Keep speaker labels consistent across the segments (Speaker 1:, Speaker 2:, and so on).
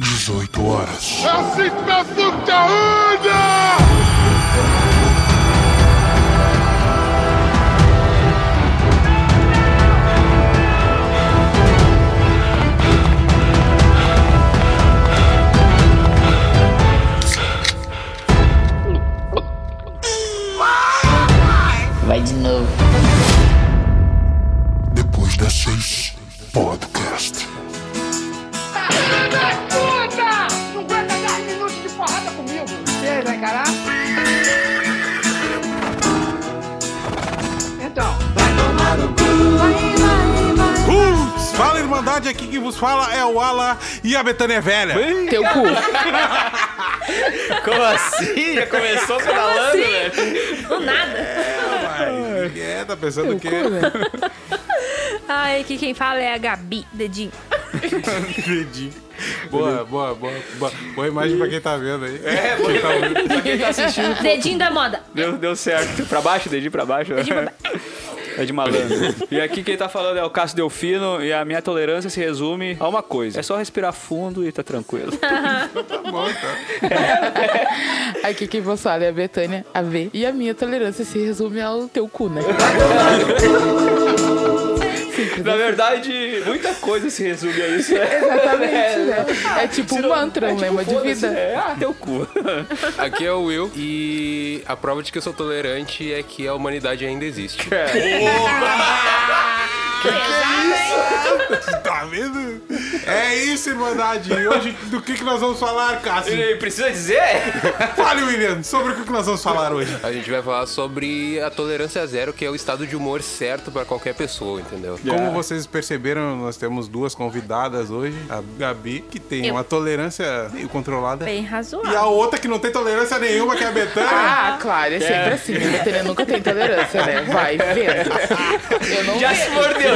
Speaker 1: 18 horas.
Speaker 2: É assim que tá sucaúda!
Speaker 3: Vai de novo.
Speaker 1: Depois das 6, podcast.
Speaker 4: Filha da puta! Não aguenta 10 minutos de porrada comigo! Você vai encarar? Então, vai tomar no cu! Vai, vai, vai!
Speaker 5: Putz, fala Irmandade, aqui quem vos fala é o Ala e a Betânia é velha.
Speaker 6: Teu cu.
Speaker 7: Como assim? Já começou pedalando, né? velho?
Speaker 6: assim? Do nada. né?
Speaker 5: Ai, é, tá pensando o quê?
Speaker 6: Ai, aqui quem fala é a Gabi, dedinho.
Speaker 5: Entendi. Boa, boa, boa, boa. Boa imagem pra quem tá vendo aí. É, quem tá ouvindo.
Speaker 6: Dedinho da moda.
Speaker 7: Deu, deu certo. Pra baixo, dedinho pra baixo. né? É de malandro. E aqui quem tá falando é o Cássio Delfino e a minha tolerância se resume a uma coisa. É só respirar fundo e tá tranquilo.
Speaker 8: Aqui quem vos fala é a Betânia, a V. E a minha tolerância se resume ao teu cu, né? Simples.
Speaker 7: Na verdade, muita coisa se resume a isso, né?
Speaker 8: Exatamente,
Speaker 7: É,
Speaker 8: né? É tipo um mantra, um lema de
Speaker 7: foda-se,
Speaker 8: vida.
Speaker 7: É, ah, teu cu.
Speaker 9: Aqui é o Will e a prova de que eu sou tolerante é que a humanidade ainda existe.
Speaker 8: É.
Speaker 5: Tá vendo? É isso, Irmandade. E hoje, do que, que nós vamos falar, Cássio?
Speaker 7: Ele precisa dizer?
Speaker 5: Fale, William, sobre o que, que nós vamos falar hoje.
Speaker 9: A gente vai falar sobre a tolerância zero, que é o estado de humor certo pra qualquer pessoa, entendeu?
Speaker 5: Como vocês perceberam, nós temos duas convidadas hoje. A Gabi, que tem
Speaker 6: Eu.
Speaker 5: uma tolerância meio controlada.
Speaker 6: Bem
Speaker 5: E a
Speaker 6: razoável.
Speaker 5: outra que não tem tolerância nenhuma, que é a Betânia.
Speaker 8: Ah, claro, é sempre assim. A Betânia nunca tem tolerância, né? Vai vendo. Eu não
Speaker 7: Já se mordeu.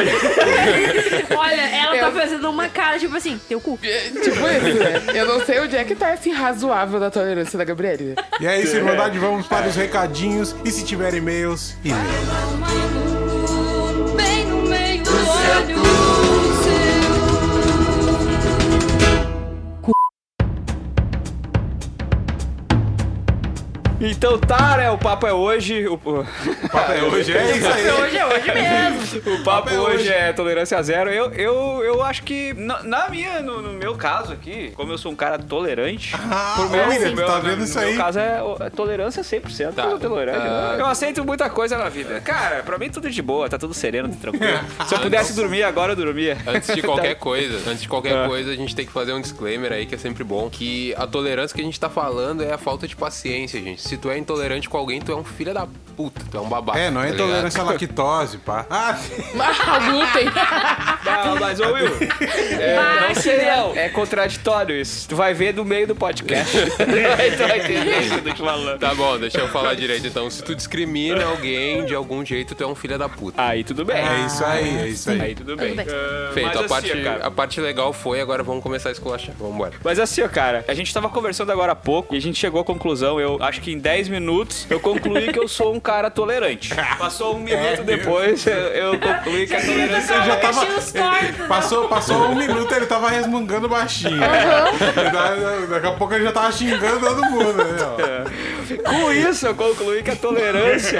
Speaker 6: Olha, ela
Speaker 5: É.
Speaker 6: tá fazendo uma cara tipo assim, teu cu.
Speaker 8: Tipo isso, né? Eu não sei onde é que tá esse razoável da tolerância da Gabriela.
Speaker 5: E é isso, Irmandade. Vamos para os recadinhos. E se tiver e-mails, e-mail.
Speaker 4: Bem no meio do olho
Speaker 7: Então tá, né? O papo é hoje. O,
Speaker 5: papo é hoje, é isso aí.
Speaker 6: Hoje é hoje mesmo.
Speaker 7: o papo hoje é tolerância zero. Eu, eu, eu acho que, na, na minha, no, no meu caso aqui, como eu sou um cara tolerante,
Speaker 5: Ah,
Speaker 7: Por
Speaker 5: ô,
Speaker 7: meu-
Speaker 5: William,
Speaker 7: meu-
Speaker 5: tá
Speaker 7: no-
Speaker 5: vendo
Speaker 7: no
Speaker 5: isso
Speaker 7: meu
Speaker 5: aí?
Speaker 7: caso é, o- é tolerância 100%.
Speaker 9: Tá.
Speaker 7: Eu sou tolerante.
Speaker 9: Ah.
Speaker 7: né? Eu aceito muita coisa na vida. Cara, pra mim tudo de boa, tá tudo sereno, tudo tranquilo. Se eu pudesse dormir agora, eu dormia. Tá.
Speaker 9: Antes de qualquer
Speaker 8: Tá.
Speaker 9: coisa, antes de qualquer coisa, a gente tem que fazer um disclaimer aí que é sempre bom, que a tolerância que a gente tá falando é a falta de paciência, gente. Se tu é intolerante com alguém, tu é um filho da puta, tu é um babaca.
Speaker 5: É, não é
Speaker 9: tá ligado?
Speaker 5: intolerância à lactose, pá. Ah,
Speaker 8: Ah, glúten.
Speaker 7: Ah, mas ô Will, é, não sei não. É contraditório isso. Tu vai ver no meio do podcast. Aí tu vai entender isso que eu tô te falando.
Speaker 9: Tá bom, deixa eu falar direito então. Se tu discrimina alguém de algum jeito, tu é um filho da puta.
Speaker 7: Aí tudo bem.
Speaker 5: é isso aí, é isso aí.
Speaker 7: Aí tudo bem.
Speaker 6: bem.
Speaker 7: Ah, mas
Speaker 9: Feito, a
Speaker 7: assim,
Speaker 9: parte,
Speaker 7: cara,
Speaker 9: a parte legal foi, agora vamos começar a esculachar. Vambora.
Speaker 7: Mas assim, ó, cara, a gente tava conversando agora há pouco e a gente chegou à conclusão, eu acho que em 10 minutos eu concluí que eu sou um cara tolerante. Passou um minuto depois, eu, eu concluí que a tolerância
Speaker 5: Ele já tava.
Speaker 6: Tinha os tortos, né?
Speaker 5: Passou, passou um minuto, ele tava resmungando baixinho. Da- Daqui a pouco ele já tava xingando todo mundo. Né? ó.
Speaker 7: Com isso, eu concluí que a tolerância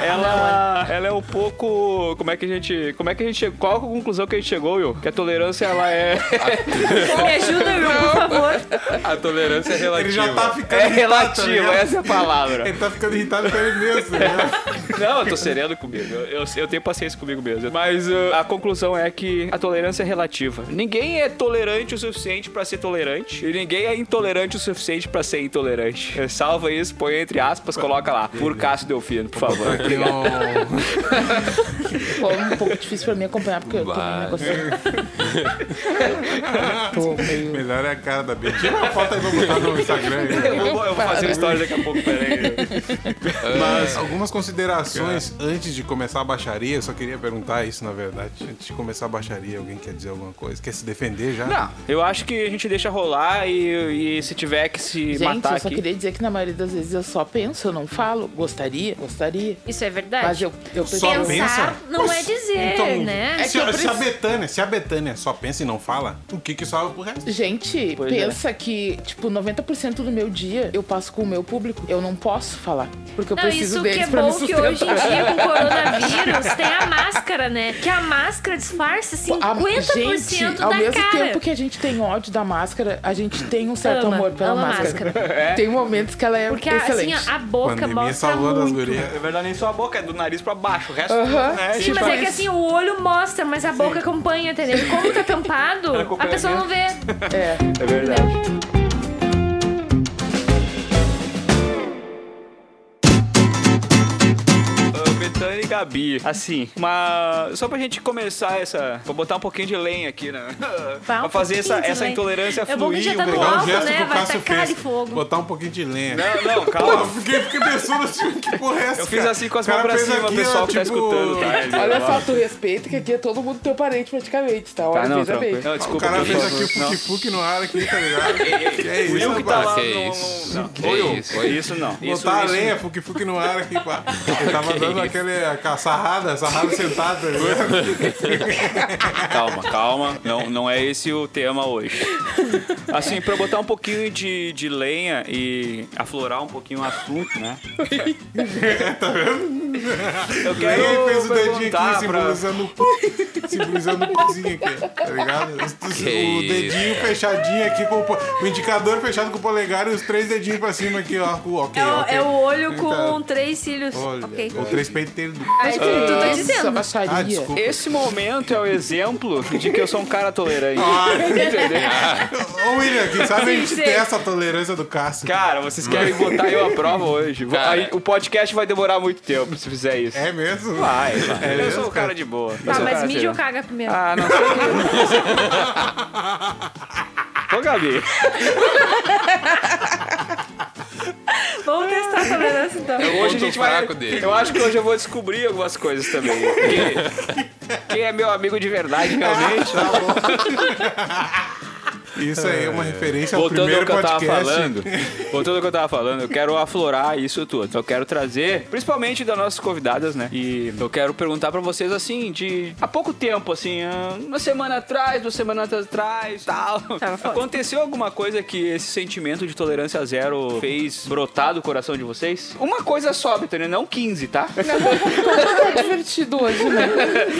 Speaker 7: ela, ela é um pouco. Como é que a gente. Como é que a gente chegou? Qual a conclusão que a gente chegou, Will? Que a tolerância ela é,
Speaker 6: Me ajuda, Will, por favor.
Speaker 9: A tolerância é
Speaker 5: Ele
Speaker 9: relativa.
Speaker 5: já tá ficando.
Speaker 7: é
Speaker 5: irritado, tá
Speaker 7: relativa,
Speaker 5: ligado?
Speaker 7: essa é a palavra.
Speaker 5: Ele tá ficando irritado com ele mesmo. né?
Speaker 7: Não, eu tô sereno comigo. Eu, eu, eu tenho paciência comigo mesmo. Mas uh, a conclusão é que a tolerância é relativa. Ninguém é tolerante o suficiente pra ser tolerante. E ninguém é intolerante o suficiente pra ser intolerante. Eh, Salva isso, põe entre aspas, coloca lá. Por Cássio Delfino, por favor.
Speaker 5: Tem um-
Speaker 8: Foi um pouco difícil pra mim acompanhar, porque eu tô meio negociando. Tô meio...
Speaker 5: Melhor é a cara da Bia. Tira uma foto aí pra botar no Instagram. aí.
Speaker 7: Eu vou, eu vou fazer uma história daqui a pouco, peraí. É.
Speaker 5: Mas algumas considerações antes de começar a baixaria, eu só queria perguntar isso, na verdade. Antes de começar a baixaria, alguém quer dizer alguma coisa? Quer se defender já?
Speaker 7: Não, eu acho que a gente deixa rolar e, e se tiver que se
Speaker 8: Gente,
Speaker 7: matar
Speaker 8: eu só
Speaker 7: aqui.
Speaker 8: queria dizer que na maioria das vezes eu só penso, eu não falo. Gostaria, gostaria.
Speaker 6: Isso é
Speaker 8: Mas
Speaker 6: verdade.
Speaker 8: eu, eu
Speaker 5: Só
Speaker 6: Pensar
Speaker 5: pensa?
Speaker 6: não é dizer,
Speaker 5: Então,
Speaker 6: né?
Speaker 5: se,
Speaker 8: É que eu
Speaker 5: se a
Speaker 8: preciso-
Speaker 5: Betânia, se a Betânia só pensa e não fala, o que que salva pro resto?
Speaker 8: Gente,
Speaker 7: Pois é.
Speaker 8: pensa que, tipo, 90% do meu dia eu passo com o meu público. Eu não posso falar. Porque eu
Speaker 6: Não,
Speaker 8: preciso
Speaker 6: isso que
Speaker 8: deles
Speaker 6: é
Speaker 8: pra me
Speaker 6: bom que
Speaker 8: sustentar.
Speaker 6: hoje em dia com o coronavírus tem a máscara, né? Que a máscara disfarça assim, 50%
Speaker 8: A-
Speaker 6: da
Speaker 8: gente, ao mesmo
Speaker 6: cara.
Speaker 8: tempo que a gente tem ódio da máscara, a gente tem um certo
Speaker 6: Ama,
Speaker 8: amor pela
Speaker 6: ama a
Speaker 8: máscara. Tem momentos que ela é
Speaker 6: Porque
Speaker 8: excelente.
Speaker 6: assim, ó, a boca
Speaker 5: Pandemia
Speaker 6: mostra
Speaker 5: salvou das
Speaker 6: muito.
Speaker 5: gurias.
Speaker 7: Na verdade, nem só a boca, é do nariz pra baixo. O resto,
Speaker 8: Aham,
Speaker 7: né?
Speaker 8: sim,
Speaker 6: Sim, mas é que
Speaker 8: Tipo,
Speaker 6: assim, o olho mostra, mas a boca acompanha, entendeu? E como tá tampado,
Speaker 7: Ela
Speaker 6: a
Speaker 7: acompanha
Speaker 6: pessoa não vê.
Speaker 8: É.
Speaker 7: É verdade. Ah, Betânia e Gabi, assim, uma... só pra gente começar essa. Pra botar um pouquinho de lenha aqui, né?
Speaker 6: Pá,
Speaker 7: pra
Speaker 6: um
Speaker 7: fazer essa,
Speaker 6: pouquinho de
Speaker 7: essa
Speaker 6: lenha.
Speaker 7: intolerância
Speaker 6: É bom que já tá
Speaker 7: fluir. um
Speaker 6: no
Speaker 7: pouquinho.
Speaker 5: Pegar um gesto
Speaker 6: alto, né?
Speaker 5: que o
Speaker 6: Vai
Speaker 5: Cássio
Speaker 6: tacar
Speaker 5: fez.
Speaker 6: de fogo.
Speaker 5: Botar um pouquinho de lenha.
Speaker 7: Não, não,
Speaker 5: Pô,
Speaker 7: calma.
Speaker 5: fiquei, fiquei pensando assim, que porra é essa?
Speaker 7: Eu fiz
Speaker 5: cara?
Speaker 7: assim com as
Speaker 5: O cara
Speaker 7: mãos pra
Speaker 5: fez
Speaker 7: cima,
Speaker 5: aqui,
Speaker 7: pessoal
Speaker 5: ó,
Speaker 7: que tá
Speaker 5: tipo,
Speaker 7: escutando, tá?
Speaker 8: Olha só, tu respeita que aqui é todo mundo teu parente praticamente, tá? Olha,
Speaker 7: Tá, não,
Speaker 8: veja bem.
Speaker 7: tranquilo. Não,
Speaker 5: O
Speaker 7: desculpa,
Speaker 5: cara
Speaker 7: tranquilo.
Speaker 5: fez aqui tipo, o
Speaker 7: Não.
Speaker 5: fuki-fuki no ar aqui, tá ligado? Que é isso,
Speaker 7: Will que tá
Speaker 5: rapaz?
Speaker 7: lá
Speaker 9: Que
Speaker 7: no-
Speaker 9: isso.
Speaker 7: no- não.
Speaker 9: Que
Speaker 7: Foi eu.
Speaker 9: isso.
Speaker 7: Foi isso, não. Isso, isso,
Speaker 5: Botar a lenha, fuki-fuki no ar aqui, pá. Eu tava dando aquele, aquela sarrada, sarrada sentada. tá ligado?
Speaker 7: Calma, calma. Não, não é esse o tema hoje. Assim, pra botar um pouquinho de, de lenha e aflorar um pouquinho o assunto, né? Eu
Speaker 5: E aí ele
Speaker 7: quero
Speaker 5: Tá fez o dedinho
Speaker 7: perguntar
Speaker 5: aqui,
Speaker 7: pra...
Speaker 5: simbolizando o pu- simbolizando o puzinho aqui, tá ligado? Os- os- O
Speaker 9: isso,
Speaker 5: dedinho fechadinho aqui, com o, po- o indicador fechado com o polegar e os três dedinhos pra cima aqui, ó. com- Ok,
Speaker 6: É o,
Speaker 5: ok.
Speaker 6: é o olho
Speaker 5: Então,
Speaker 6: com três cílios.
Speaker 5: Olha,
Speaker 6: ok.
Speaker 5: Ou três peiteiros. do-
Speaker 6: Acho que tu tá
Speaker 8: Nossa,
Speaker 6: dizendo.
Speaker 5: Ah,
Speaker 8: baixaria.
Speaker 5: desculpa.
Speaker 7: Esse momento é o exemplo de que eu sou um cara tolerante.
Speaker 5: Ah.
Speaker 7: Entendeu?
Speaker 5: Ô, William, quem sabe a gente
Speaker 6: Sim, sim.
Speaker 5: testa a tolerância do Cássio.
Speaker 7: Cara, vocês querem botar eu à prova hoje? Vou-
Speaker 9: Cara.
Speaker 7: aí o podcast vai demorar muito tempo se fizer isso.
Speaker 5: É mesmo?
Speaker 7: Vai, vai. eu
Speaker 5: mesmo,
Speaker 7: sou um cara de boa. Eu
Speaker 6: Tá,
Speaker 7: sou um
Speaker 6: mas
Speaker 7: cara
Speaker 6: mídia ou
Speaker 7: sereno.
Speaker 6: caga primeiro?
Speaker 7: Ah, não sei o que. Ô, Gabi.
Speaker 6: Vamos testar essa verdade então.
Speaker 7: Hoje a
Speaker 9: É ponto
Speaker 7: gente vai.
Speaker 9: fraco dele.
Speaker 7: Eu acho que hoje eu vou descobrir algumas coisas também. Quem- Quem é meu amigo de verdade, realmente.
Speaker 5: Isso aí é uma referência ao
Speaker 7: Voltando ao
Speaker 5: primeiro
Speaker 7: que eu tava
Speaker 5: podcast.
Speaker 7: falando. Voltando ao que eu tava falando, eu quero aflorar isso tudo. Eu quero trazer, principalmente das nossas convidadas, né? E eu quero perguntar pra vocês assim, de há pouco tempo, assim, ah, uma semana atrás, duas semanas atrás, tal.
Speaker 6: Tava foda.
Speaker 7: Aconteceu alguma coisa que esse sentimento de tolerância zero fez brotar do coração de vocês? Uma coisa só, Betânia, não 15, tá?
Speaker 8: Tá divertido hoje, né?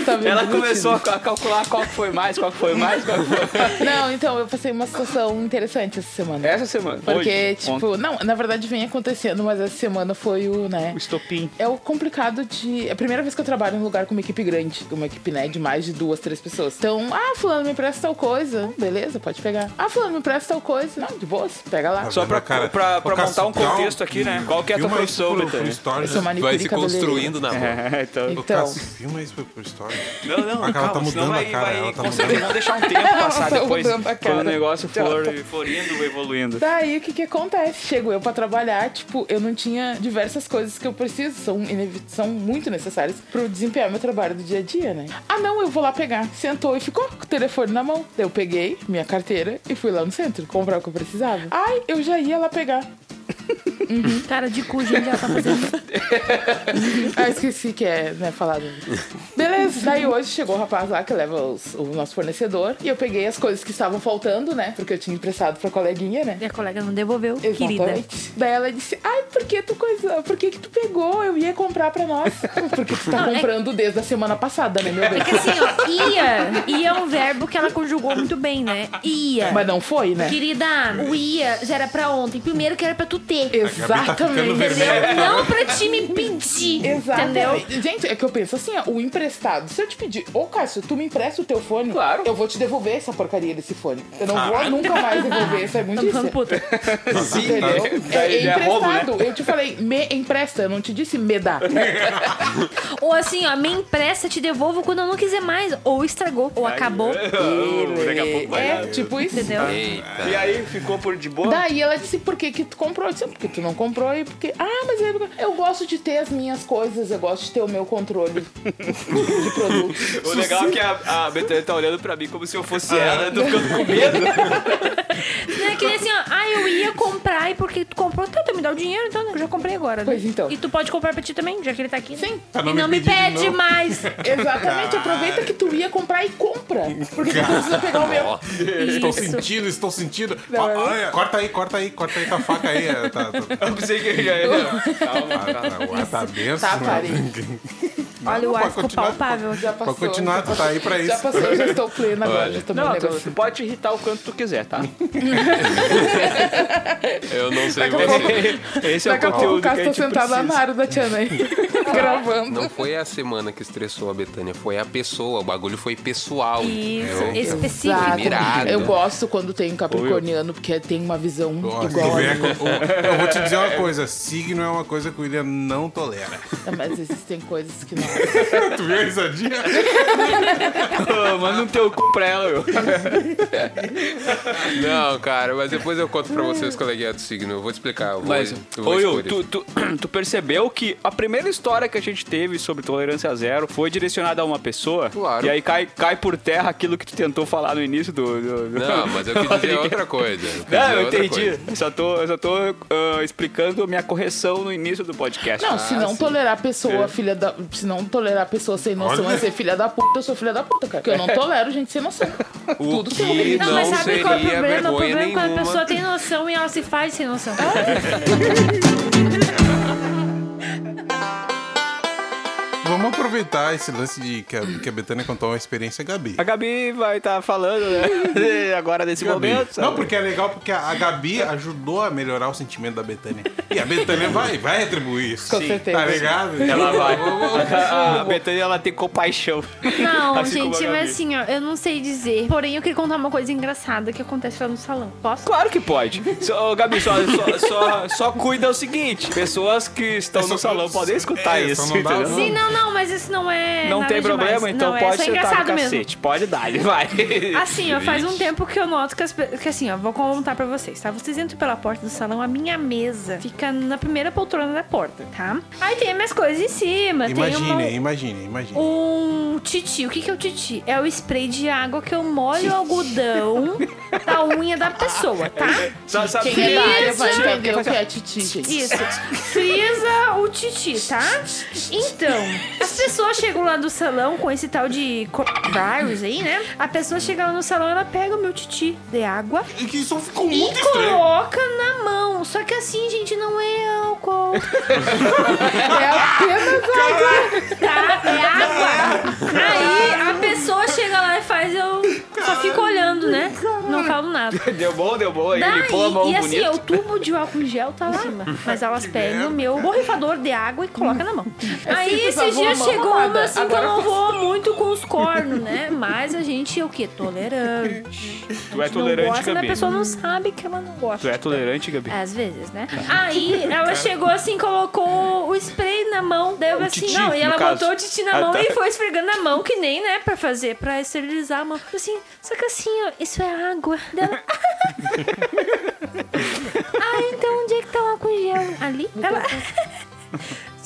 Speaker 8: Tá bem
Speaker 7: Ela
Speaker 8: divertido.
Speaker 7: começou a calcular qual que foi mais, qual que foi mais, qual que foi
Speaker 8: Não, então, eu passei uma situação interessante essa semana.
Speaker 7: Essa semana.
Speaker 8: Porque,
Speaker 7: É, hoje,
Speaker 8: tipo,
Speaker 7: ontem,
Speaker 8: não, na verdade vem acontecendo, mas essa semana foi o, né?
Speaker 7: o Um estopim.
Speaker 8: É o complicado de. É a primeira vez que eu trabalho em um lugar com uma equipe grande, uma equipe, né, de mais de duas, três pessoas. Então, ah, fulano me presta tal coisa. Hum, Beleza, pode pegar. Ah, fulano me presta tal coisa. Não, de boas, pega lá.
Speaker 7: Só pra,
Speaker 5: Cara,
Speaker 7: pra, pra
Speaker 5: ô, Cássio,
Speaker 7: montar um
Speaker 5: dá
Speaker 7: contexto aqui, né? Qual que é a tua
Speaker 5: filma isso
Speaker 7: profissão,
Speaker 5: pro-
Speaker 7: Betânia?
Speaker 5: pro stories.
Speaker 8: Eu sou manicure
Speaker 9: Vai
Speaker 8: e
Speaker 9: se
Speaker 8: cabeleireira.
Speaker 9: construindo na mão.
Speaker 7: É, então...
Speaker 5: Ô,
Speaker 8: Então.
Speaker 5: Cássio, filma isso pro, pro stories.
Speaker 7: Não, não,
Speaker 5: Ah, cara, ela tá
Speaker 7: calma, senão
Speaker 5: mudando a
Speaker 7: vai,
Speaker 5: cara,
Speaker 7: vai
Speaker 5: ela tá
Speaker 7: com
Speaker 5: mudando.
Speaker 7: certeza vão deixar um tempo passar
Speaker 8: Ela tá
Speaker 7: depois,
Speaker 8: mudando a
Speaker 7: quando o
Speaker 8: cara. tá
Speaker 7: negócio for florindo, evoluindo.
Speaker 8: Daí o que que acontece? Chego eu pra trabalhar, tipo, eu não tinha diversas coisas que eu preciso, são, inevi- são muito necessárias pra eu desempenhar meu trabalho do dia a dia, né? Ah, não, eu vou lá pegar. Sentou e ficou com o telefone na mão. Daí eu peguei minha carteira e fui lá no centro comprar o que eu precisava. Ai, eu já ia lá pegar.
Speaker 6: Cara de cu, gente, ela tá fazendo.
Speaker 8: Ah, esqueci que é, né, falado. Beleza. Daí hoje chegou o rapaz lá que leva os- o nosso fornecedor e eu peguei as coisas que estavam faltando, né? Porque eu tinha emprestado pra coleguinha, né?
Speaker 6: Minha colega não devolveu, querida.
Speaker 8: Exatamente. Daí ela disse, ai, por que tu coisa? Por que, que tu pegou? Eu ia comprar pra nós. Porque tu tá
Speaker 6: Não, é-
Speaker 8: comprando desde a semana passada, né, meu bem?
Speaker 6: É que assim, ó, ia. Ia é um verbo que ela conjugou muito bem, né? Ia.
Speaker 8: Mas não foi, né?
Speaker 6: Querida, o ia já era pra ontem. Primeiro que era pra tu ter.
Speaker 7: tá
Speaker 5: ficando
Speaker 8: Exatamente.
Speaker 5: vermelha.
Speaker 6: Entendeu? Não pra ti me pedir. Entendeu?
Speaker 8: Exatamente. Gente, é que eu penso assim, ó, o emprestado. Se eu te pedir, ô Cássio, tu me empresta o teu fone,
Speaker 7: Claro.
Speaker 8: eu vou te devolver essa porcaria desse fone. Eu não vou nunca mais devolver, isso é muito
Speaker 6: Tô
Speaker 8: isso.
Speaker 6: ficando puta.
Speaker 8: Entendeu? É,
Speaker 7: Daí
Speaker 8: é
Speaker 7: já é roubo,
Speaker 8: emprestado. Eu te falei, me empresta, eu não te disse me dá.
Speaker 6: Ou assim, ó, me empresta, te devolvo quando eu não quiser mais. Ou estragou, ou acabou.
Speaker 7: Daqui a pouco vai
Speaker 8: É,
Speaker 7: dar.
Speaker 8: tipo isso.
Speaker 6: Entendeu?
Speaker 9: Eita.
Speaker 7: E aí, ficou por de boa?
Speaker 8: Daí ela disse, por que que tu comprou? Eu disse, porque tu não comprou e porque... Ah, mas eu, eu gosto de ter as minhas coisas, eu gosto de ter o meu controle de produtos.
Speaker 7: O legal é que a, a Betânia tá olhando pra mim como se eu fosse
Speaker 8: Ah.
Speaker 7: ela, eu tô ficando com medo.
Speaker 6: Né, Não é que nem assim, ó, ah, eu ia comprar e porque tu comprou, tá, tu me dá dá o dinheiro, então, né? Que eu já comprei agora. né?
Speaker 8: Pois então.
Speaker 6: E tu pode comprar pra ti também, já que ele tá aqui. né?
Speaker 8: Sim.
Speaker 5: Pra não
Speaker 6: e
Speaker 5: me
Speaker 6: não me
Speaker 5: pedir de
Speaker 6: pede
Speaker 5: novo.
Speaker 6: mais.
Speaker 8: Exatamente, aproveita que tu ia comprar e compra. Porque tu precisa pegar o meu.
Speaker 5: Estou
Speaker 6: Isso.
Speaker 5: sentindo, estou sentindo.
Speaker 8: Não, é
Speaker 5: Ah,
Speaker 8: eu-
Speaker 5: olha, corta aí, corta aí, corta aí com a faca aí. é, Tá, tá,
Speaker 7: Eu pensei que já era. Calma, calma.
Speaker 5: tá, tá, tá denso,
Speaker 8: Tá,
Speaker 5: né?
Speaker 8: parei.
Speaker 5: Não,
Speaker 6: Olha, o
Speaker 5: pode
Speaker 6: ar ficou
Speaker 5: continuar,
Speaker 6: palpável.
Speaker 8: Já passou.
Speaker 5: Pode continuar, tu tá aí pra
Speaker 8: Já
Speaker 5: isso.
Speaker 8: passou, já estou plena agora, já tomei um
Speaker 7: Não, tu, tu
Speaker 8: negocinho.
Speaker 7: pode irritar o quanto tu quiser, tá?
Speaker 9: Eu não sei
Speaker 8: Daqui a pouco-
Speaker 9: você.
Speaker 7: Esse é o
Speaker 8: Daqui a pouco
Speaker 7: conteúdo
Speaker 8: o
Speaker 7: que a
Speaker 8: Cássio tá
Speaker 7: gente
Speaker 8: sentado lá
Speaker 7: precisa.
Speaker 8: na área da Tia Ney, gravando.
Speaker 9: Não foi a semana que estressou a Betânia, foi a pessoa. O bagulho foi pessoal.
Speaker 6: Isso,
Speaker 9: entendeu?
Speaker 6: específico.
Speaker 9: Exato. Irado.
Speaker 8: Eu gosto quando tem um capricorniano, porque tem uma visão
Speaker 5: Nossa,
Speaker 8: igual. a
Speaker 5: tu vê
Speaker 8: minha.
Speaker 5: co- o- eu vou te dizer uma coisa, signo é uma coisa que o William não tolera.
Speaker 8: Mas existem coisas que não.
Speaker 5: Tu viu a risadinha?
Speaker 7: Pô, Manda um teu cu pra ela, meu.
Speaker 9: Não, cara, mas depois eu conto pra vocês qual é que é do signo. Eu vou te explicar. Eu vou,
Speaker 7: Mas,
Speaker 9: eu
Speaker 7: ô
Speaker 9: vou
Speaker 7: Will,
Speaker 9: expor
Speaker 7: tu,
Speaker 9: isso.
Speaker 7: tu, tu percebeu que a primeira história que a gente teve sobre tolerância zero foi direcionada a uma pessoa?
Speaker 9: Claro.
Speaker 7: E aí cai, cai por terra aquilo que tu tentou falar no início do. do- do-
Speaker 9: Não, mas eu quis dizer outra coisa. quis
Speaker 7: Não,
Speaker 9: dizer
Speaker 7: eu
Speaker 9: outra
Speaker 7: entendi.
Speaker 9: coisa.
Speaker 7: Eu só tô, eu só tô ah, explicando minha correção no início do podcast.
Speaker 8: Não, se não tolerar a pessoa, filha da. Se não tolerar a pessoa sem noção
Speaker 5: Olha.
Speaker 8: é ser filha da puta, eu sou filha da puta, cara. Porque eu não tolero gente sem noção.
Speaker 9: O
Speaker 8: Tudo
Speaker 9: que
Speaker 8: tem.
Speaker 9: não,
Speaker 6: Não, mas sabe qual é o
Speaker 9: seria
Speaker 6: problema? O
Speaker 9: vergonha
Speaker 6: problema é quando a
Speaker 9: nenhuma.
Speaker 6: pessoa tem noção e ela se faz sem noção.
Speaker 5: Vamos aproveitar esse lance de que a, que a Betânia contou uma experiência Gabi.
Speaker 7: A Gabi vai estar falando né? agora desse
Speaker 5: Gabi.
Speaker 7: momento. sabe?
Speaker 5: Não, porque é legal porque a, a Gabi ajudou a melhorar o sentimento da Betânia. E a Betânia vai, vai retribuir isso.
Speaker 8: Com certeza.
Speaker 5: Tá ligado?
Speaker 7: Ela vai. a a Betânia ela tem compaixão.
Speaker 6: Não,
Speaker 7: Assim como a
Speaker 6: gente,
Speaker 7: Gabi.
Speaker 6: mas assim, ó, eu não sei dizer. Porém, eu queria contar uma coisa engraçada que acontece lá no salão. Posso?
Speaker 7: Claro que pode. Só, ô, Gabi, só, só, só, só cuida o seguinte: pessoas que estão
Speaker 5: Só-
Speaker 7: no então salão podem escutar
Speaker 5: é, só
Speaker 7: isso.
Speaker 5: não dá-
Speaker 7: entendeu?
Speaker 6: Sim, não, não, mas isso não é.
Speaker 7: um- Não
Speaker 6: nada
Speaker 7: tem problema,
Speaker 6: demais.
Speaker 7: então
Speaker 6: não, é
Speaker 7: pode
Speaker 6: só
Speaker 7: sentar no
Speaker 6: engraçado mesmo.
Speaker 7: cacete. Pode dar, ele vai.
Speaker 6: Assim, ó, faz um tempo que eu noto que, as, pe- que assim, ó, vou contar pra vocês, tá? Vocês entram pela porta do salão, a minha mesa fica na primeira poltrona da porta, tá? Aí tem as minhas coisas em cima, tem uma,
Speaker 5: Imaginem, imaginem, imaginem.
Speaker 6: um titi. O que, que é o titi? É o spray de água que eu molho o algodão da unha da pessoa, tá?
Speaker 7: Só sabe
Speaker 8: Quem é da área vai
Speaker 6: Isso.
Speaker 8: entender o que é titi, gente.
Speaker 6: Isso. Frisa o titi, tá? Então, as pessoas chegam lá do salão com esse tal de coronavírus aí, né? A pessoa chega lá no salão, ela pega o meu titi de água
Speaker 5: E que isso ficou muito
Speaker 6: e
Speaker 5: estranho.
Speaker 6: coloca na mão. Só que assim, gente, não é álcool.
Speaker 8: É apenas
Speaker 6: Tá? É água. Aí a pessoa chega lá e faz, eu só fico olhando, né? Não falo nada.
Speaker 7: Deu bom, deu bom. Ele
Speaker 6: Daí,
Speaker 7: limpou a mão
Speaker 6: e assim,
Speaker 7: bonito.
Speaker 6: o tubo de álcool em gel tá lá, mas elas pegam o meu borrifador de água e colocam na mão.
Speaker 7: Assim,
Speaker 6: Aí
Speaker 8: simples,
Speaker 6: esse
Speaker 8: lavou
Speaker 6: dia
Speaker 8: a mão,
Speaker 6: chegou
Speaker 8: lavada.
Speaker 6: uma assim que eu
Speaker 8: Agora
Speaker 6: não vou muito com os cornos, né? Mas a gente é o quê? Tolerante.
Speaker 7: Tu
Speaker 6: A
Speaker 7: é
Speaker 6: gente não
Speaker 7: tolerante,
Speaker 6: gosta, né? A
Speaker 7: Gabi.
Speaker 6: pessoa não sabe que ela não gosta.
Speaker 7: Tu é tolerante, Gabi.
Speaker 6: Às vezes, né? Aí ela chegou assim, colocou o spray na mão, daí eu assim,
Speaker 7: titi,
Speaker 6: não, e
Speaker 7: no
Speaker 6: ela
Speaker 7: caso.
Speaker 6: botou o titi na
Speaker 7: Ah,
Speaker 6: mão
Speaker 7: tá.
Speaker 6: e foi esfregando na mão, que nem, né, pra fazer, pra esterilizar a mão. Eu Assim, só que assim, ó, isso é água. Daí ela, ah, então onde é que tá o álcool em gel? Ali? Ela...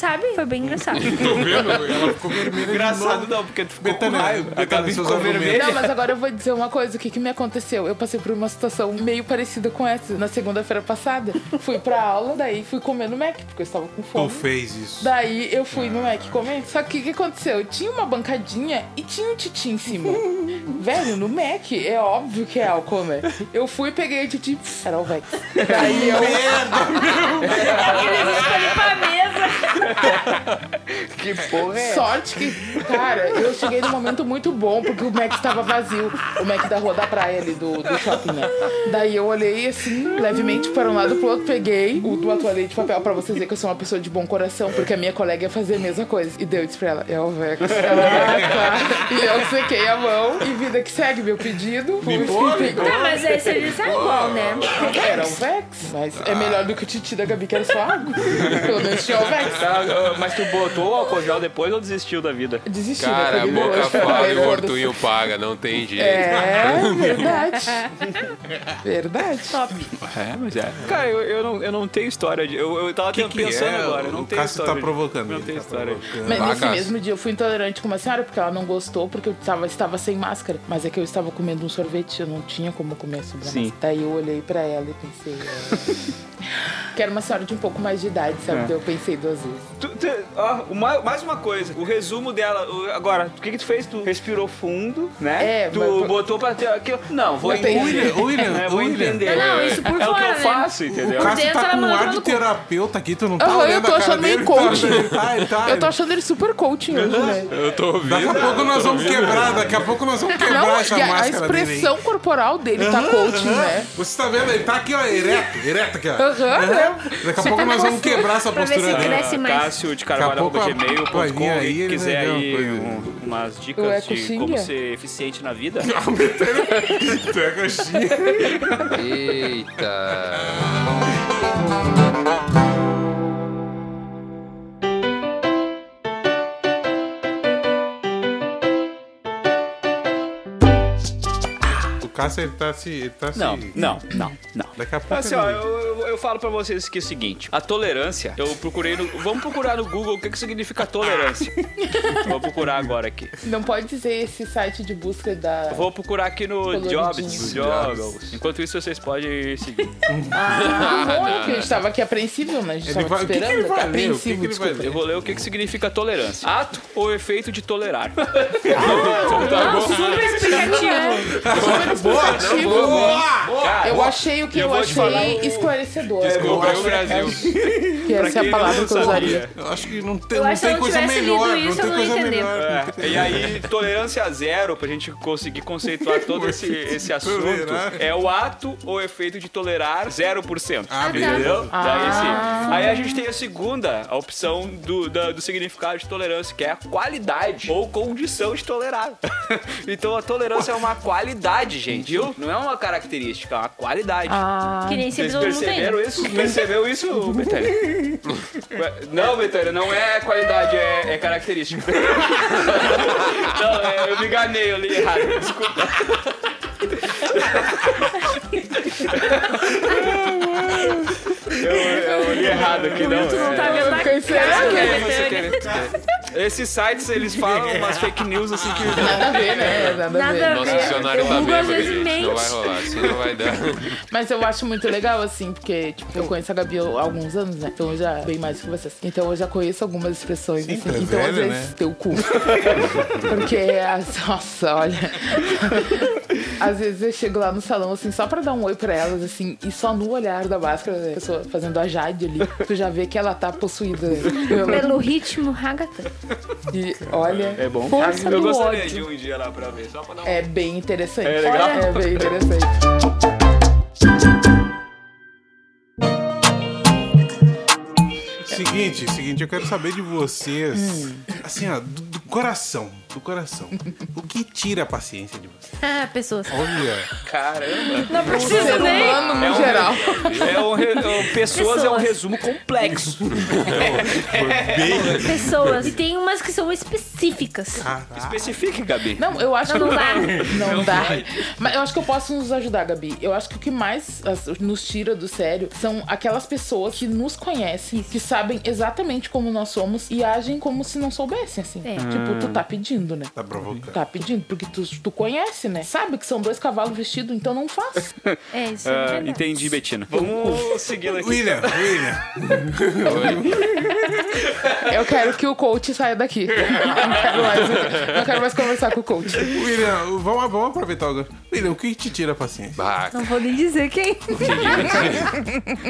Speaker 6: Sabe? Foi bem engraçado.
Speaker 5: Tô vendo? Ela ficou vermelha. de
Speaker 7: Engraçado
Speaker 5: novo.
Speaker 7: não, porque tu ficou com
Speaker 5: Betânia,
Speaker 7: raio. A
Speaker 5: Betânia,
Speaker 7: Gabi
Speaker 5: seus
Speaker 7: ficou
Speaker 5: argumentos.
Speaker 7: vermelha.
Speaker 8: Não, mas agora eu vou dizer uma coisa, o que, que me aconteceu? Eu passei por uma situação meio parecida com essa na segunda-feira passada. Fui pra aula, daí fui comer no Mac, porque eu estava com
Speaker 5: Tu
Speaker 8: fome.
Speaker 5: fez isso.
Speaker 8: Daí eu fui no Mac comer. Só que o que aconteceu? Tinha uma bancadinha e tinha um titi em cima. Velho, no Mac é óbvio que é álcool, né? Eu fui, peguei o titi. pff, Era o Vex. Daí eu.
Speaker 6: Eles escolhem pra mesa.
Speaker 7: Que porra é?
Speaker 8: Sorte que, cara, eu cheguei num momento muito bom, porque o Mac estava vazio. O Mac da rua da praia ali do, do shopping, né? Daí eu olhei assim, levemente para um lado e pro outro, peguei o do atualete de papel pra vocês verem que eu sou uma pessoa de bom coração, porque a minha colega ia fazer a mesma coisa. E deu, eu disse pra ela, é o Vex. Ela, ah, tá. E eu sequei a mão. E vida que segue, meu pedido. Fui- fui-
Speaker 9: então,
Speaker 6: Tá, mas aí esterilizar é igual, né?
Speaker 9: Ah.
Speaker 8: era um Vex, mas é melhor do que o Titi da Gabi, que era só água. Pelo menos tinha o Perfeito.
Speaker 7: Tá, ah, mas tu botou o álcool gel depois ou desistiu da vida?
Speaker 8: Desistiu
Speaker 9: Cara, a
Speaker 8: daquele
Speaker 9: boca
Speaker 8: bojo
Speaker 9: fala
Speaker 8: também,
Speaker 9: e o
Speaker 8: foda-se.
Speaker 9: Hortunho paga, não tem jeito.
Speaker 8: É, verdade. verdade.
Speaker 7: É, mas é. Cara, eu, eu, não, eu não tenho história. De, eu, eu tava
Speaker 5: que
Speaker 7: pensando
Speaker 5: é?
Speaker 7: agora. eu
Speaker 5: O
Speaker 7: Não tenho
Speaker 5: Cássio tá
Speaker 7: história. de-
Speaker 5: provocando,
Speaker 7: Não
Speaker 5: ele
Speaker 7: tenho
Speaker 5: tá
Speaker 7: história.
Speaker 5: provocando.
Speaker 8: Mas
Speaker 9: Ah,
Speaker 8: nesse
Speaker 9: Cássio.
Speaker 8: mesmo dia eu fui intolerante com uma senhora, porque ela não gostou, porque eu tava, estava sem máscara. Mas é que eu estava comendo um sorvete, eu não tinha como comer sobre a
Speaker 7: Sim.
Speaker 8: máscara. Daí eu olhei pra ela e pensei. é, que era uma senhora de um pouco mais de idade, sabe?
Speaker 5: É.
Speaker 8: Daí eu pensei duas vezes.
Speaker 7: Tu- tu- ó, uma- mais uma coisa, o resumo dela. o- agora, o que que tu fez? Tu respirou fundo, né?
Speaker 8: É,
Speaker 7: tu
Speaker 8: mas-
Speaker 7: botou pra ter aquilo. Não, vou
Speaker 8: Eu tenho-
Speaker 7: entender.
Speaker 5: William, William,
Speaker 7: É, vou
Speaker 5: William.
Speaker 7: entender.
Speaker 6: Não, não, isso por
Speaker 7: É o que
Speaker 6: fora,
Speaker 7: eu
Speaker 6: né?
Speaker 7: faço, entendeu?
Speaker 5: O Cássio
Speaker 6: dentro,
Speaker 5: tá
Speaker 6: ela
Speaker 5: com um
Speaker 6: mandou
Speaker 5: ar de
Speaker 6: no cu.
Speaker 5: terapeuta aqui, tu não tá
Speaker 8: Aham, eu
Speaker 5: olhando
Speaker 8: tô
Speaker 5: a cara
Speaker 8: achando meio
Speaker 5: dele, tá-
Speaker 8: coaching.
Speaker 5: ele tá- ele tá-
Speaker 8: Eu tô achando ele super coaching hoje, né?
Speaker 9: Eu tô ouvindo.
Speaker 5: Daqui a pouco nós vamos quebrar, daqui a pouco nós vamos quebrar
Speaker 8: Não,
Speaker 5: essa
Speaker 8: e a, a
Speaker 5: máscara dele aí.
Speaker 8: expressão corporal dele tá coaching, né?
Speaker 5: Você tá vendo? Ele tá aqui, ó, ereto, ereto aqui, ó.
Speaker 8: Aham, né?
Speaker 5: Daqui a pouco nós vamos quebrar essa
Speaker 6: Pra ver se
Speaker 5: postura dele.
Speaker 6: cresce mais.
Speaker 7: Cássio de
Speaker 5: Daqui a pouco a vai vir
Speaker 7: carvalho.gmail.com
Speaker 5: aí,
Speaker 7: Quem
Speaker 5: ele
Speaker 7: quiser
Speaker 5: vai ver uma
Speaker 7: aí
Speaker 5: coisa.
Speaker 7: um- umas
Speaker 8: O
Speaker 7: dicas
Speaker 8: Eco
Speaker 7: de
Speaker 8: Xinga?
Speaker 7: como ser eficiente na vida.
Speaker 9: Eita.
Speaker 5: O Cássio, ele tá se... Ele tá
Speaker 7: Não,
Speaker 5: se...
Speaker 7: não, não, não.
Speaker 5: Daqui a pouco
Speaker 7: Assim, ó, eu, eu- eu falo pra vocês que é o seguinte: a tolerância, eu procurei no. Vamos procurar no Google o que, que significa tolerância. Vou procurar agora aqui.
Speaker 8: Não pode dizer esse site de busca da.
Speaker 7: Vou procurar aqui no
Speaker 8: Coloridinho.
Speaker 7: Jobs. Jobs. Enquanto isso, vocês podem seguir.
Speaker 8: Ah, bom, é que a gente tava aqui apreensível, né? A gente
Speaker 5: Ele
Speaker 8: tava
Speaker 5: vai- o que que
Speaker 8: esperando.
Speaker 5: ele vai ler? O que que
Speaker 8: apreensivo,
Speaker 5: ele vai
Speaker 8: desculpa.
Speaker 5: ler?
Speaker 7: Eu vou ler o que, que significa tolerância: ato ou efeito de tolerar.
Speaker 6: Não, super explicativo.
Speaker 8: Explicativo. Eu achei o que
Speaker 7: eu
Speaker 8: eu,
Speaker 7: vou te
Speaker 8: achei
Speaker 7: falar o-
Speaker 8: esclarecedor.
Speaker 9: Descobriu o Brasil.
Speaker 8: que é essa é a
Speaker 7: quem
Speaker 8: palavra
Speaker 7: não
Speaker 8: que eu usaria.
Speaker 7: sabia.
Speaker 5: Eu acho que não tem,
Speaker 6: Eu
Speaker 5: não
Speaker 6: acho que
Speaker 5: tem
Speaker 6: se eu
Speaker 5: coisa
Speaker 6: tivesse lido
Speaker 5: melhor. não
Speaker 6: isso, eu
Speaker 5: tem
Speaker 6: não
Speaker 5: coisa
Speaker 6: ia entender.
Speaker 5: melhor.
Speaker 7: É, E aí, tolerância zero, pra gente conseguir conceituar todo esse, esse assunto,
Speaker 5: Tolerar.
Speaker 7: é o ato ou efeito de tolerar 0%.
Speaker 5: Ah,
Speaker 7: entendeu? Daí sim. Aí a gente tem a segunda, a opção do, da- do significado de tolerância, que é a qualidade ou condição de tolerar. então a tolerância é uma qualidade, gente, viu? Não é uma característica, é uma qualidade.
Speaker 6: Que nem sempre
Speaker 7: Vocês
Speaker 6: todo mundo tem.
Speaker 7: perceberam isso? Percebeu isso, Betânia? Ué, Não, Betânia, não é qualidade, é, é característica. não, é, eu me enganei, eu li errado, desculpa. Eu, eu li errado aqui, não.
Speaker 6: Tu não tá vendo na
Speaker 8: Fiquei
Speaker 6: cara,
Speaker 8: sério,
Speaker 7: é, você
Speaker 6: Betânia.
Speaker 7: quer- Esses sites, eles falam umas fake news assim que...
Speaker 8: Nada a ver, né? Nada, a ver.
Speaker 6: Nada a
Speaker 9: Nosso
Speaker 6: ver.
Speaker 9: dicionário tá
Speaker 6: O Google às
Speaker 9: bêbado,
Speaker 6: vezes
Speaker 9: gente. Não vai
Speaker 6: mente.
Speaker 9: rolar, assim não vai dar.
Speaker 8: Mas eu acho muito legal, assim, porque, tipo, eu conheço a Gabi há alguns anos, né? Então eu já bem mais que vocês. Então eu já conheço algumas expressões,
Speaker 5: Sim,
Speaker 8: assim.
Speaker 5: tu é
Speaker 8: então, às
Speaker 5: velha,
Speaker 8: vezes,
Speaker 5: né?
Speaker 8: teu cu. porque, as, nossa, olha. às vezes eu chego lá no salão, assim, só pra dar um oi pra elas, assim, e só no olhar da máscara, né? a pessoa fazendo a Jade ali, tu já vê que ela tá possuída. né?
Speaker 6: Pelo ritmo Hagatã.
Speaker 8: E olha,
Speaker 7: É bom.
Speaker 8: força
Speaker 7: eu
Speaker 8: do
Speaker 7: gostaria
Speaker 8: ódio.
Speaker 7: de um dia lá pra ver, só pra dar um...
Speaker 8: É bem interessante.
Speaker 7: É legal?
Speaker 8: É bem interessante.
Speaker 5: Seguinte, seguinte, eu quero saber de vocês, assim, ó, do, do coração, do coração. o que tira a paciência de vocês?
Speaker 6: Ah, pessoas.
Speaker 5: Olha,
Speaker 7: Caramba!
Speaker 6: Não precisa
Speaker 8: Ser
Speaker 6: nem.
Speaker 8: humano no
Speaker 7: É um-
Speaker 8: geral.
Speaker 7: É um re- é um- Pessoas é um
Speaker 6: Pessoas.
Speaker 7: resumo complexo.
Speaker 6: Pessoas. E tem umas que são específicas.
Speaker 7: Especifique, Gabi.
Speaker 8: Não, eu acho
Speaker 6: Não
Speaker 8: que
Speaker 6: dá.
Speaker 7: É
Speaker 8: Não,
Speaker 7: um
Speaker 8: dá. Mas eu acho que eu posso nos ajudar, Gabi. Eu acho que o que mais as- nos tira do sério são aquelas pessoas que nos conhecem, que sabem exatamente como nós somos e agem como se não soubessem, assim.
Speaker 6: É.
Speaker 8: Tipo, tu
Speaker 7: Hum.
Speaker 8: tá pedindo, né?
Speaker 5: tá provocando.
Speaker 8: Tá pedindo, porque tu, tu conhece, né? Sabe que são dois cavalos vestidos, então não faz.
Speaker 6: É isso. é
Speaker 7: Ah,
Speaker 6: verdade.
Speaker 7: entendi, Betina. Vamos seguindo aqui.
Speaker 5: William, William,
Speaker 8: Eu quero que o coach saia daqui. Não quero mais, não quero mais conversar com o coach.
Speaker 5: William, vamos, vamos aproveitar agora. William, o que te tira a paciência?
Speaker 9: Bah,
Speaker 6: Não vou nem dizer quem.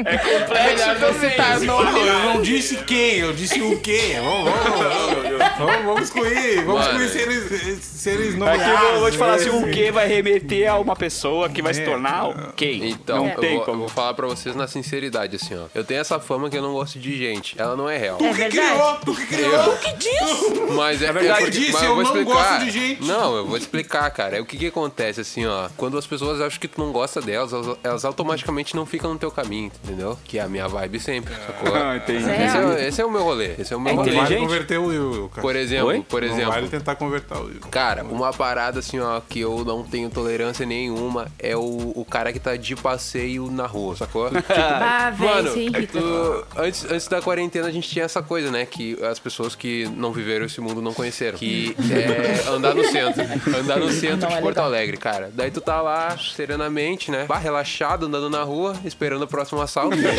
Speaker 8: É melhor não citar nome.
Speaker 5: Ah, Eu não disse quem, eu disse o quê. Vamos, vamos, vamos. Vamos, vamos excluir, vamos
Speaker 9: Mano.
Speaker 5: excluir se eles, se eles não. né?
Speaker 7: Aqui É eu vou te falar assim,
Speaker 5: o
Speaker 7: um que vai remeter a uma pessoa que vai se tornar quem?
Speaker 9: Então,
Speaker 7: não
Speaker 9: eu,
Speaker 7: tem
Speaker 9: vou, eu
Speaker 7: como.
Speaker 9: vou falar pra vocês na sinceridade, assim, ó. Eu tenho essa fama que eu não gosto de gente. Ela não é real.
Speaker 6: É verdade.
Speaker 5: Tu que criou?
Speaker 6: Que diz?
Speaker 9: Mas é,
Speaker 5: verdade,
Speaker 9: porque-
Speaker 5: disse,
Speaker 9: mas
Speaker 5: eu
Speaker 9: vou
Speaker 5: não
Speaker 9: explicar.
Speaker 5: gosto de gente.
Speaker 9: Não, eu vou explicar, cara. É O que que acontece, assim, ó. Quando as pessoas acham que tu não gosta delas, elas, elas automaticamente não ficam no teu caminho, entendeu? Que é a minha vibe sempre,
Speaker 5: É.
Speaker 9: sacou?
Speaker 7: Ah, entendi.
Speaker 9: Esse
Speaker 6: real.
Speaker 9: é, esse é o meu rolê. Esse é o meu
Speaker 7: É
Speaker 9: rolê.
Speaker 5: Vai
Speaker 7: inteligente.
Speaker 5: converter o Will, cara.
Speaker 9: Por exemplo,
Speaker 7: Oi?
Speaker 9: por
Speaker 5: Não Vai
Speaker 9: exemplo.
Speaker 5: tentar converter o Will.
Speaker 9: Cara, uma parada assim, ó, que eu não tenho tolerância nenhuma é o, o cara que tá de passeio na rua, sacou? Tipo,
Speaker 6: Ah, velho,
Speaker 9: Mano,
Speaker 6: isso irrita.
Speaker 9: tu- antes, antes da quarentena a gente tinha essa coisa, né? Que as pessoas que não viveram esse mundo não conheceram. Que é andar no centro. Andar no centro
Speaker 8: Não
Speaker 9: de
Speaker 8: é
Speaker 9: Porto
Speaker 8: legal.
Speaker 9: Alegre, cara. Daí tu tá lá, serenamente, né? Bah, relaxado, andando na rua, esperando o próximo assalto. Né?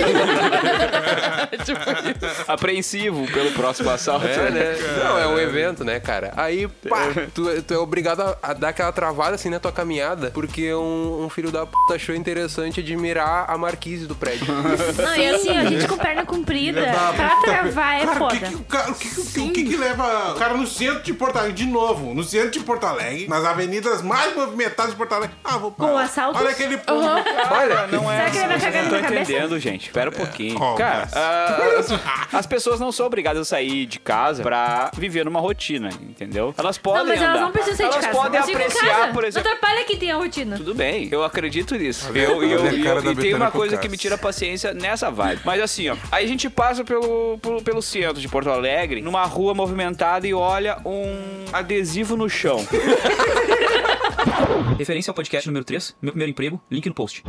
Speaker 7: Apreensivo pelo próximo assalto.
Speaker 9: É, né? Não, é um evento, né, cara? Aí, pá, tu, tu é obrigado a, a dar aquela travada assim na tua caminhada, porque um, um filho da p achou interessante admirar a marquise do prédio.
Speaker 6: Não, e assim, ó, a gente com perna comprida,
Speaker 5: da
Speaker 6: pra travar é
Speaker 5: Cara, o que
Speaker 6: foda.
Speaker 5: que o cara- o que que- o que que leva o cara no centro de Porto Alegre, de novo, no centro de Porto Alegre, nas avenidas mais movimentadas de Porto Alegre. Ah, vou parar.
Speaker 6: Com assaltos?
Speaker 5: Olha aquele povo.
Speaker 7: Olha, não é.
Speaker 6: Será que ele vai pegar na
Speaker 7: tô
Speaker 6: minha cabeça?
Speaker 7: entendendo, gente. Espera um pouquinho.
Speaker 5: Calma.
Speaker 7: Cara, ah, as, as pessoas não são obrigadas a sair de casa pra viver numa rotina, entendeu? Elas podem
Speaker 6: Não, mas elas
Speaker 7: andar.
Speaker 6: não precisam sair de
Speaker 7: Elas
Speaker 6: casa.
Speaker 7: podem
Speaker 6: Elas ficam em
Speaker 7: apreciar,
Speaker 6: casa.
Speaker 7: por exemplo.
Speaker 6: Não atrapalha quem tem a rotina.
Speaker 7: Tudo bem, eu acredito nisso.
Speaker 5: Olha-
Speaker 7: Eu, eu,
Speaker 5: olha a
Speaker 7: eu-
Speaker 5: cara
Speaker 7: eu-
Speaker 5: da
Speaker 7: e tem
Speaker 5: Betânia
Speaker 7: uma
Speaker 5: com
Speaker 7: coisa
Speaker 5: cara.
Speaker 7: que me tira a paciência nessa vibe. Mas assim, ó, aí a gente passa pelo, pelo, pelo centro de Porto Alegre, numa rua movimentada e olha um adesivo no chão.
Speaker 3: Referência ao podcast número 3, meu primeiro emprego, link no post.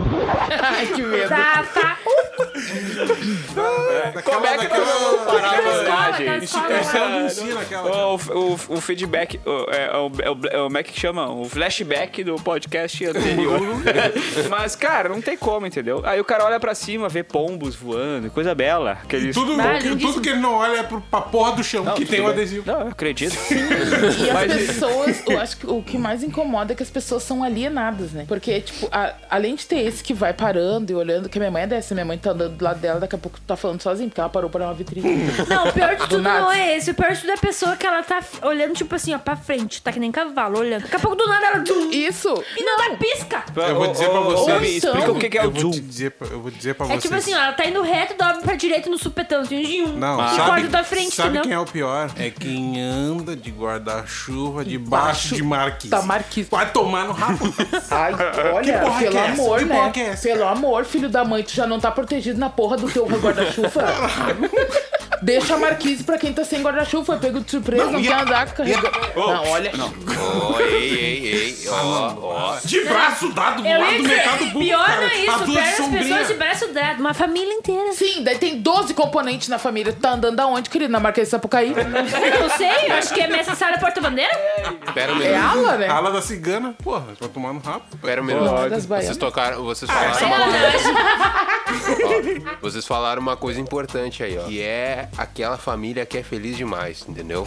Speaker 8: Ai, que medo.
Speaker 6: Tapa
Speaker 5: Como é que aquela,
Speaker 6: aquela
Speaker 7: Parava,
Speaker 6: escola, tá
Speaker 7: gente.
Speaker 6: aquela escola.
Speaker 5: aquela ensina é aquela.
Speaker 7: O, o, o feedback, o- é, é o, é o- é o- como é que chama? O flashback do podcast anterior. Mas, cara, não tem como, entendeu? Aí o cara olha pra cima, vê pombos voando, coisa bela. Aquele
Speaker 5: Tudo,
Speaker 6: Ah,
Speaker 5: que,
Speaker 6: lindíssimo.
Speaker 5: tudo que ele não olha é pro, pra porra do chão, que tem o adesivo.
Speaker 7: Não, eu acredito.
Speaker 8: E as
Speaker 7: Mas-
Speaker 8: pessoas, eu acho que o que mais incomoda é que as pessoas são alienadas, né? Porque, tipo, a- além de ter esse que vai parando e olhando, que a minha mãe é dessa, minha mãe tá andando do lado dela, daqui a pouco tá falando sozinha, porque ela parou pra olhar uma vitrine.
Speaker 6: Não, o pior de tudo
Speaker 8: nada.
Speaker 6: não é esse. O pior de tudo é a pessoa que ela tá f- olhando, tipo assim, ó, pra frente. Tá que nem cavalo, olhando. Daqui a pouco do nada ela... E
Speaker 8: Isso!
Speaker 6: não, ela pisca.
Speaker 5: Eu vou dizer
Speaker 7: Ô,
Speaker 5: pra
Speaker 7: ô, ô,
Speaker 5: vocês.
Speaker 7: me explica o que que é
Speaker 5: eu
Speaker 7: o
Speaker 5: vou
Speaker 7: zoom.
Speaker 5: te dizer, pra- eu vou dizer pra
Speaker 6: É
Speaker 5: vocês.
Speaker 6: tipo assim, ó, ela tá indo reto, dobra pra direita no supetão. Tem um
Speaker 5: Não,
Speaker 6: que
Speaker 5: sabe,
Speaker 6: corta da frente,
Speaker 5: sabe
Speaker 6: entendeu?
Speaker 5: quem é o pior? É quem anda de guarda-chuva debaixo de marquise.
Speaker 8: da marquise.
Speaker 5: Vai tomar no rabo.
Speaker 8: Ai, olha,
Speaker 5: porra
Speaker 8: pelo
Speaker 5: que é essa?
Speaker 8: amor,
Speaker 5: Que
Speaker 8: né?
Speaker 5: porra que é essa,
Speaker 8: pelo amor, filho da mãe, tu já não tá protegido na porra do teu guarda-chuva. Deixa a marquise pra quem tá sem guarda-chuva, foi pego de surpresa, não, quer andar carregando. Não, olha.
Speaker 9: oh, ei, ei, ei. Ó, ó.
Speaker 5: de braço dado do
Speaker 6: Eu
Speaker 5: é lado
Speaker 6: ia
Speaker 5: do
Speaker 6: dizer,
Speaker 5: mercado público.
Speaker 6: pior
Speaker 5: cara.
Speaker 6: não é isso.
Speaker 5: As duas
Speaker 6: Pega as pessoas
Speaker 5: sombrinhas.
Speaker 6: de braço dado, uma família inteira.
Speaker 8: Sim, daí tem 12 componentes na família. Tu tá andando aonde, querido? Na Marquês de Sapucaí?
Speaker 6: Eu não sei, eu acho que é necessário porta-bandeira.
Speaker 9: Pera um
Speaker 8: É
Speaker 9: minuto.
Speaker 8: ala, né?
Speaker 5: Ala Ah, da cigana, porra, vai tomar no rabo.
Speaker 9: Pera um minuto.
Speaker 8: das baianas.
Speaker 9: Vocês tocaram. Vocês falaram. Ó, Vocês falaram uma coisa importante aí, ó. Que é aquela família que é feliz demais, entendeu?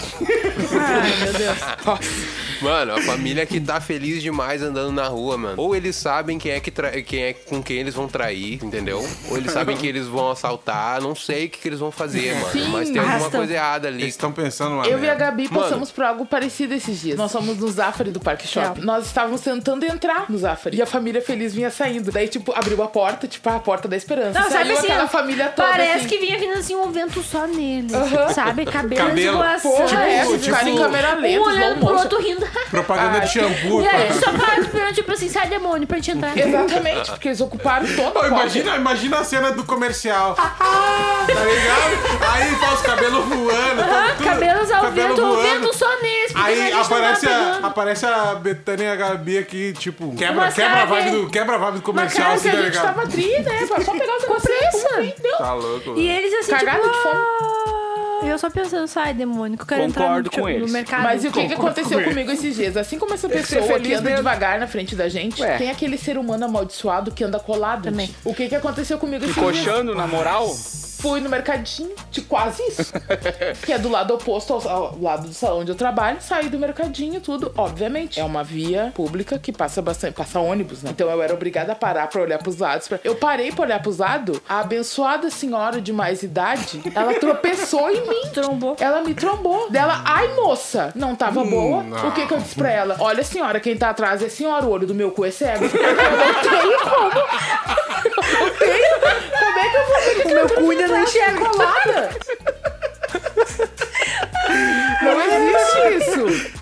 Speaker 9: Mano, a família que tá feliz demais andando na rua, mano. Ou eles sabem quem é, que tra- quem é com quem eles vão trair, entendeu? Ou eles sabem que eles vão assaltar, não sei o que, que eles vão fazer, mano.
Speaker 8: Sim,
Speaker 9: Mas tem alguma
Speaker 6: arrastam.
Speaker 9: coisa errada ali.
Speaker 5: Eles estão pensando "Ah, né, lá.
Speaker 8: Eu e a Gabi passamos por algo parecido esses dias. Nós somos no Zafari do Parque Shopping. Nós estávamos tentando entrar no Zafari. E a família feliz vinha saindo. Daí, tipo, abriu a porta, tipo, a porta da esperança.
Speaker 6: Não,
Speaker 8: Saiu
Speaker 6: sabe assim,
Speaker 8: é aquela
Speaker 6: ó,
Speaker 8: família toda.
Speaker 6: Parece
Speaker 8: assim.
Speaker 6: que vinha vindo assim um vento só nele. Sabe? Cabelo,
Speaker 5: Cabelo. Tipo,
Speaker 6: esvoaçante.
Speaker 8: Porra, é, ficaram em câmera lenta,
Speaker 6: Um
Speaker 8: slow
Speaker 6: olhando pro
Speaker 8: motion.
Speaker 6: outro rindo. Ah,
Speaker 5: Propaganda de shampoo.
Speaker 6: E aí,
Speaker 5: cara.
Speaker 6: só para esperando, tipo assim, sai demônio pra gente entrar.
Speaker 8: Exatamente, porque eles ocuparam toda a
Speaker 5: Pô,
Speaker 8: porta.
Speaker 5: imagina, imagina a cena do comercial. tá ligado? Aí tá os cabelos voando. tá tudo-
Speaker 6: Cabelos ao
Speaker 5: cabelo
Speaker 6: vento, o
Speaker 5: voando.
Speaker 6: vento só nesse. porque a
Speaker 5: Aí
Speaker 6: gente não
Speaker 5: aparece
Speaker 6: tá
Speaker 5: a,
Speaker 6: pegando.
Speaker 5: aparece a Betânia e a Gabi aqui, tipo, quebra,
Speaker 6: Uma
Speaker 5: quebra, a vibe
Speaker 6: cara-
Speaker 5: do, quebra a vibe do
Speaker 8: Uma
Speaker 5: comercial,
Speaker 8: cara que
Speaker 5: assim,
Speaker 8: a
Speaker 5: tá
Speaker 8: gente
Speaker 5: ligado?
Speaker 8: tava tri, né? Só pegar os negócios
Speaker 6: pressa.
Speaker 8: aí, pum, deu.
Speaker 5: Tá louco,
Speaker 6: E
Speaker 5: velho.
Speaker 6: eles assim,
Speaker 8: Cagado
Speaker 6: tipo...
Speaker 8: de fome.
Speaker 6: "Ah", Eu só pensando, sai demônio, que eu quero
Speaker 7: Concordo
Speaker 6: entrar no, tipo,
Speaker 7: com
Speaker 6: no
Speaker 7: eles.
Speaker 6: mercado.
Speaker 8: Mas e o que, que aconteceu comigo esses dias? Assim como essa
Speaker 7: ser
Speaker 8: pessoa que
Speaker 7: feliz
Speaker 8: anda
Speaker 7: mesmo.
Speaker 8: devagar na frente da gente,
Speaker 7: Ué.
Speaker 8: tem aquele ser humano amaldiçoado que anda colado.
Speaker 6: Também.
Speaker 8: O que, que aconteceu comigo esses dias?
Speaker 7: Coxando, na moral.
Speaker 8: Fui no mercadinho de quase isso. que é do lado oposto ao, ao lado do salão onde eu trabalho. Saí do mercadinho, tudo, obviamente. É uma via pública que passa bastante, passa ônibus, né? Então eu era obrigada a parar pra olhar pros lados. pra- Eu parei pra olhar pros lados, a abençoada senhora de mais idade, ela tropeçou em mim.
Speaker 6: Trombou.
Speaker 8: Ela me trombou. Dela, ai moça, não tava
Speaker 7: Hum,
Speaker 8: boa. O que que eu disse pra ela? Olha, senhora, quem tá atrás é a senhora, o olho do meu cu é cego. Eu não tenho como. Eu não tenho. Como é que eu vou ver que
Speaker 6: O meu cu ainda não enxerga.
Speaker 8: colada? Não
Speaker 7: é
Speaker 8: existe isso.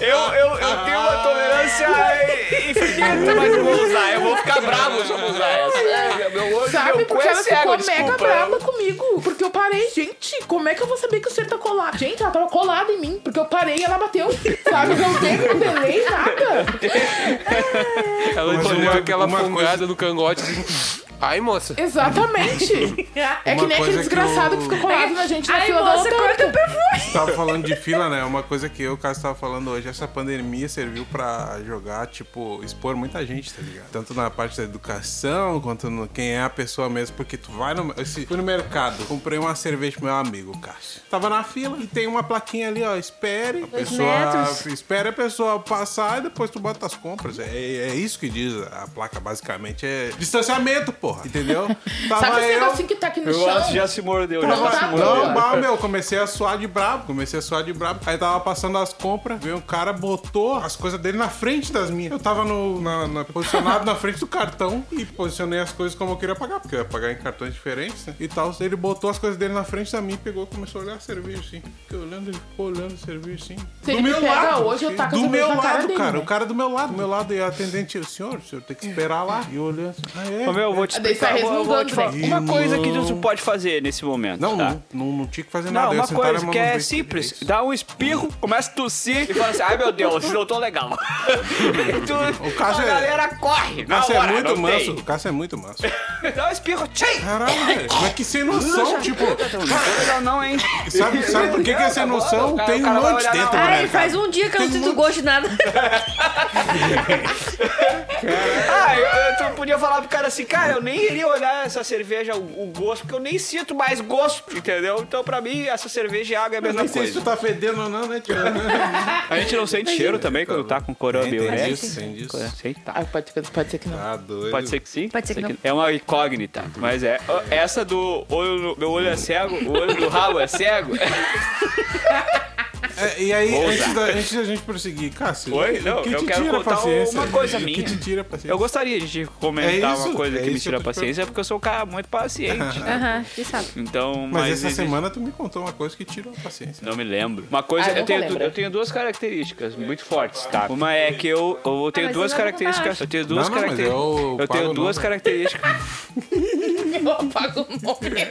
Speaker 7: Eu, eu, eu tenho uma tolerância infinita, mas eu vou usar. Eu vou ficar bravo se eu usar essa. É, Meu olho,
Speaker 8: Sabe?
Speaker 7: meu cu
Speaker 8: Porque
Speaker 7: é
Speaker 8: ela ficou
Speaker 7: cego,
Speaker 8: mega
Speaker 7: desculpa.
Speaker 8: brava comigo. Porque eu parei. Gente, como é que eu vou saber que o senhor tá colado? Gente, ela tava colada em mim. Porque eu parei e ela bateu. Sabe? Não teve um delay, nada.
Speaker 9: Ela
Speaker 5: Mas
Speaker 9: deu
Speaker 5: uma-
Speaker 9: aquela
Speaker 5: uma coisa-
Speaker 9: fungada no cangote. assim, Ai, moça.
Speaker 8: Exatamente. É que
Speaker 5: Uma
Speaker 8: nem aquele
Speaker 5: coisa que
Speaker 8: desgraçado
Speaker 5: eu-
Speaker 8: que, fica
Speaker 6: É
Speaker 8: colado na gente na
Speaker 6: Ai,
Speaker 8: fila
Speaker 6: moça,
Speaker 8: da
Speaker 6: corta o
Speaker 8: lotérica.
Speaker 6: perfume.
Speaker 5: Tava falando de fila, né? Uma coisa que eu, caso tava falando hoje, essa pandemia serviu pra jogar, tipo, expor muita gente, tá ligado? Tanto na parte da educação, quanto no quem é a pessoa mesmo, porque tu vai no. Eu se- fui no mercado, comprei uma cerveja pro meu amigo, Cássio. Tava na fila e tem uma plaquinha ali, ó. Espere. A pessoa.
Speaker 6: metros.
Speaker 5: Espere a pessoa passar e depois tu bota as compras. É, é isso que diz a placa, basicamente. É distanciamento, porra. Entendeu? Tava
Speaker 8: Sabe esse
Speaker 5: eu-
Speaker 8: negocinho que tá aqui no
Speaker 7: O Wallace
Speaker 8: chão?
Speaker 7: já se mordeu, já
Speaker 8: Pronto,
Speaker 7: tá se
Speaker 8: tá
Speaker 7: mordendo.
Speaker 5: Não, mal, meu, comecei a suar de brabo, comecei a suar de brabo. Aí tava passando as compras, veio um cara, botou as coisas dele na frente das minhas. Eu tava no, na- na- posicionado na frente do cartão e posicionei as coisas como eu queria pagar, porque eu ia pagar em cartões diferentes, né? E tal, ele botou as coisas dele na frente da minha, pegou e começou a olhar a cerveja assim. Fiquei olhando, ele ficou olhando a cerveja assim.
Speaker 8: Se ele me pega hoje, eu taco a
Speaker 5: do
Speaker 8: cerveja
Speaker 5: meu
Speaker 8: na
Speaker 5: lado,
Speaker 8: cara
Speaker 5: cara,
Speaker 8: dele, né?
Speaker 5: o cara do meu lado, do meu lado, e a atendente, o senhor, o senhor tem que esperar lá. E eu olhando assim, ah, é?
Speaker 7: Ô, meu, eu vou te
Speaker 8: Daí tá
Speaker 7: explicar. eu vou- eu vou te falar.
Speaker 8: resmungando,
Speaker 5: né?
Speaker 7: Uma coisa que você pode fazer nesse momento.
Speaker 5: Não,
Speaker 7: tá?
Speaker 5: não, não, não tinha que fazer nada.
Speaker 7: Não,
Speaker 5: eu
Speaker 7: uma
Speaker 5: sentaram a
Speaker 7: coisa
Speaker 5: mão
Speaker 7: que
Speaker 5: nos
Speaker 7: é
Speaker 5: beijos.
Speaker 7: simples. Dá um espirro, começa a tossir e fala assim, ai meu Deus, vocês não tão legal. Tu-
Speaker 5: O Cássio
Speaker 7: a
Speaker 5: é-
Speaker 7: galera corre.
Speaker 5: O
Speaker 7: na
Speaker 5: Cássio
Speaker 7: hora,
Speaker 5: é muito
Speaker 7: não tem.
Speaker 5: manso. O Cássio é muito manso.
Speaker 7: Dá um espirro, tchim!
Speaker 5: Caralho, velho. Mas é que sem noção, tipo.
Speaker 7: Não, não, hein?
Speaker 5: Sabe, sabe por que, que é sem noção?
Speaker 7: Cara,
Speaker 5: Tem
Speaker 7: o
Speaker 5: um
Speaker 7: cara vai
Speaker 5: monte
Speaker 7: olhar
Speaker 5: dentro do
Speaker 7: na hora.
Speaker 6: Ai,
Speaker 5: mercado.
Speaker 6: faz um dia que eu não sinto gosto de nada.
Speaker 7: Ah, eu, eu- tu podia falar pro cara assim, cara, eu nem iria olhar essa cerveja, o, o gosto, porque eu nem sinto mais gosto, entendeu? Então pra mim, essa cerveja e água é a
Speaker 5: Eu
Speaker 7: mesma
Speaker 5: nem sei se tu
Speaker 7: coisa.
Speaker 5: tá fedendo ou não, né, tio?
Speaker 7: A gente não sente cheiro também quando tá com coronavírus,
Speaker 5: Tem
Speaker 7: né?
Speaker 5: disso, tem disso.
Speaker 7: Sei, tá.
Speaker 8: Ah, pode, pode ser que não.
Speaker 5: Tá doido.
Speaker 7: Pode ser que sim.
Speaker 6: Pode ser que
Speaker 7: sei É uma incógnita. Mas é. ó, Essa do olho no- meu olho é cego, o olho do rabo é cego.
Speaker 5: É, e aí,
Speaker 7: Vou
Speaker 5: antes
Speaker 7: usar.
Speaker 5: da, antes da gente prosseguir, Cássio.
Speaker 7: Oi?
Speaker 5: o
Speaker 7: Não,
Speaker 5: que
Speaker 7: eu
Speaker 5: te
Speaker 7: quero
Speaker 5: tira a
Speaker 7: contar
Speaker 5: paciência?
Speaker 7: uma coisa
Speaker 5: O
Speaker 7: minha.
Speaker 5: que te tira a paciência?
Speaker 7: Eu gostaria de comentar
Speaker 5: É isso,
Speaker 7: uma coisa
Speaker 5: é
Speaker 7: que me
Speaker 5: isso
Speaker 7: tira a
Speaker 5: que eu tô te
Speaker 7: paciência, porque eu sou um cara muito paciente.
Speaker 6: Aham, você sabe.
Speaker 7: Então,
Speaker 5: Mas,
Speaker 7: mas.
Speaker 5: essa
Speaker 7: existe-
Speaker 5: semana tu me contou uma coisa que tirou a paciência.
Speaker 7: Não me lembro. Uma coisa.
Speaker 8: Ah, eu
Speaker 7: eu,
Speaker 8: nunca
Speaker 7: tenho,
Speaker 8: lembro.
Speaker 7: eu tenho duas características muito fortes, tá? Uma é que eu, eu
Speaker 6: Ah,
Speaker 7: tenho
Speaker 6: mas
Speaker 7: duas
Speaker 6: eu não vou
Speaker 7: características.
Speaker 6: contar.
Speaker 7: Eu tenho duas
Speaker 5: Não, não, mas
Speaker 7: características.
Speaker 5: eu
Speaker 7: eu
Speaker 5: pago
Speaker 7: tenho
Speaker 5: o
Speaker 7: duas
Speaker 5: nome.
Speaker 7: características.
Speaker 8: Eu apago o nome.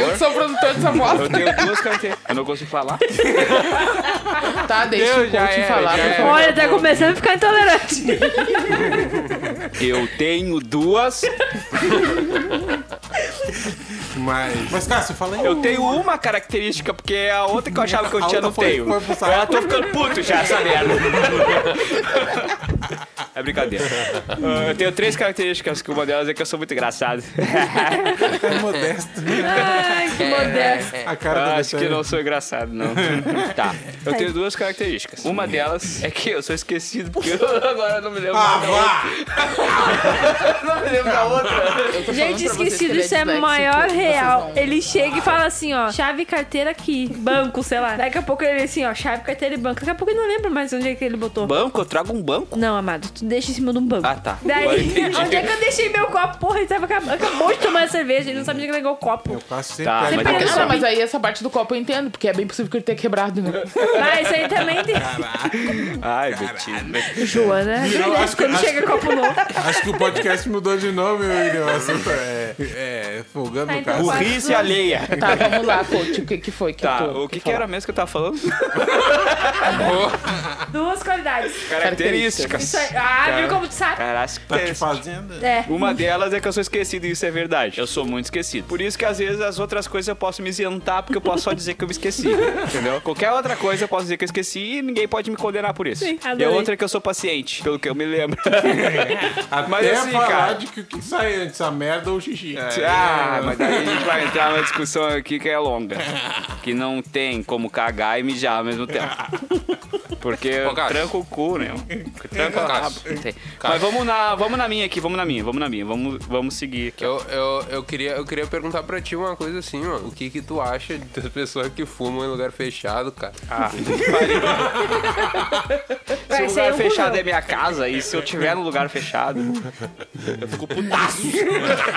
Speaker 8: Eu que sou produtor dessa
Speaker 7: Eu
Speaker 8: moto.
Speaker 7: tenho duas características. Eu não consigo falar.
Speaker 8: Tá, deixa o
Speaker 7: Eu já
Speaker 8: coach
Speaker 7: era,
Speaker 8: falar.
Speaker 7: já é.
Speaker 8: por
Speaker 7: era.
Speaker 8: favor.
Speaker 6: Olha, tá começando a ficar intolerante.
Speaker 7: Eu tenho duas.
Speaker 5: Mas, mas Cássio, fala aí.
Speaker 7: Eu tenho uma característica, porque é a outra que eu achava que eu
Speaker 5: A
Speaker 7: tinha
Speaker 5: outra
Speaker 7: não
Speaker 5: foi-
Speaker 7: tenho.
Speaker 5: foi pro saco.
Speaker 7: Ela tô ficando puto já, essa merda. É brincadeira. Ah, eu tenho três características, que uma delas é que eu sou muito engraçado.
Speaker 5: É modesto.
Speaker 6: Ai, que modesto.
Speaker 5: A cara da
Speaker 7: Acho que
Speaker 5: Betânia.
Speaker 7: não sou engraçado, não. Tá. Eu tenho duas características. Uma delas é que eu sou esquecido, porque eu agora não me lembro.
Speaker 5: Ah,
Speaker 7: da outra.
Speaker 5: vá!
Speaker 7: Não me lembro da outra.
Speaker 8: Eu tô falando
Speaker 6: Gente,
Speaker 8: pra vocês que
Speaker 6: esquecido,
Speaker 8: ele
Speaker 6: isso é
Speaker 8: disléxico,
Speaker 6: maior
Speaker 8: vocês
Speaker 6: real.
Speaker 8: vão-
Speaker 6: Ele chega e fala assim, ó, chave, carteira aqui, banco, sei lá. Daqui a pouco ele assim, ó, chave, carteira e banco. Daqui a pouco ele não lembra mais onde é que ele botou.
Speaker 7: Banco? Eu trago um banco?
Speaker 6: Não, amado, tu deixa em cima de um banco.
Speaker 7: Ah, tá.
Speaker 6: Daí,
Speaker 7: Agora eu entendi.
Speaker 6: onde é que eu deixei meu copo? Porra, ele tava, acab- acabou de tomar a cerveja, ele não sabia que ligou o copo.
Speaker 5: O Cássio sempre
Speaker 7: Tá,
Speaker 5: pega
Speaker 7: mas
Speaker 6: pega
Speaker 7: olha
Speaker 8: Ah, não,
Speaker 7: só.
Speaker 8: mas aí essa parte do copo eu entendo, porque é bem possível que ele tenha quebrado, né?
Speaker 6: Ah, isso aí também tem.
Speaker 7: Ai, Betinho.
Speaker 6: Joana, é verdade,
Speaker 5: acho que-
Speaker 6: quando
Speaker 5: acho-
Speaker 6: chega copo novo. tá
Speaker 5: Acho que o podcast mudou de nome, William. O assunto é, é folgando
Speaker 6: Ah,
Speaker 5: o
Speaker 6: então
Speaker 5: caso.
Speaker 6: vai.
Speaker 7: Burrice alheia.
Speaker 8: Tá, vamos lá, coach. O que, que foi? Que
Speaker 7: Tá,
Speaker 8: tu-
Speaker 7: o que, que era mesmo que eu tava falando?
Speaker 6: Duas personalidades.
Speaker 7: Características.
Speaker 6: Isso aí. Ah, viu como tu sabe?
Speaker 5: Tá te
Speaker 7: Características.
Speaker 5: fazendo.
Speaker 6: É.
Speaker 7: Uma delas é que eu sou esquecido, e isso é verdade. Eu sou muito esquecido. Por isso que às vezes as outras coisas eu posso me isentar, porque eu posso só dizer que eu me esqueci. entendeu? Qualquer outra coisa eu posso dizer que eu esqueci e ninguém pode me condenar por isso.
Speaker 6: Sim,
Speaker 7: e
Speaker 6: adorei.
Speaker 7: a outra é que eu sou paciente, pelo que eu me lembro. Mas
Speaker 5: Até
Speaker 7: assim,
Speaker 5: falar
Speaker 7: cara.
Speaker 5: de que o que sai antes, a merda ou o xixi.
Speaker 7: Ah, mas daí a gente vai entrar numa discussão aqui que é longa. Que não tem como cagar e mijar ao mesmo tempo. Porque eu
Speaker 9: Ô, Cássio.
Speaker 7: tranco o cu, né? Tranca o
Speaker 9: Ô,
Speaker 7: rabo.
Speaker 9: Cássio.
Speaker 7: Não tem. Mas vamos na, vamos na minha aqui, vamos na minha, vamos na minha. Vamos, vamos seguir aqui.
Speaker 9: Eu, eu, eu, queria, eu queria perguntar pra ti uma coisa assim, mano. O que que tu acha das pessoas que fumam em lugar fechado, cara?
Speaker 7: Ah, Se
Speaker 6: Vai
Speaker 7: o
Speaker 6: ser
Speaker 7: lugar
Speaker 6: um
Speaker 7: fechado
Speaker 6: cuzão.
Speaker 7: é minha casa e se eu tiver no lugar fechado, eu fico putaço.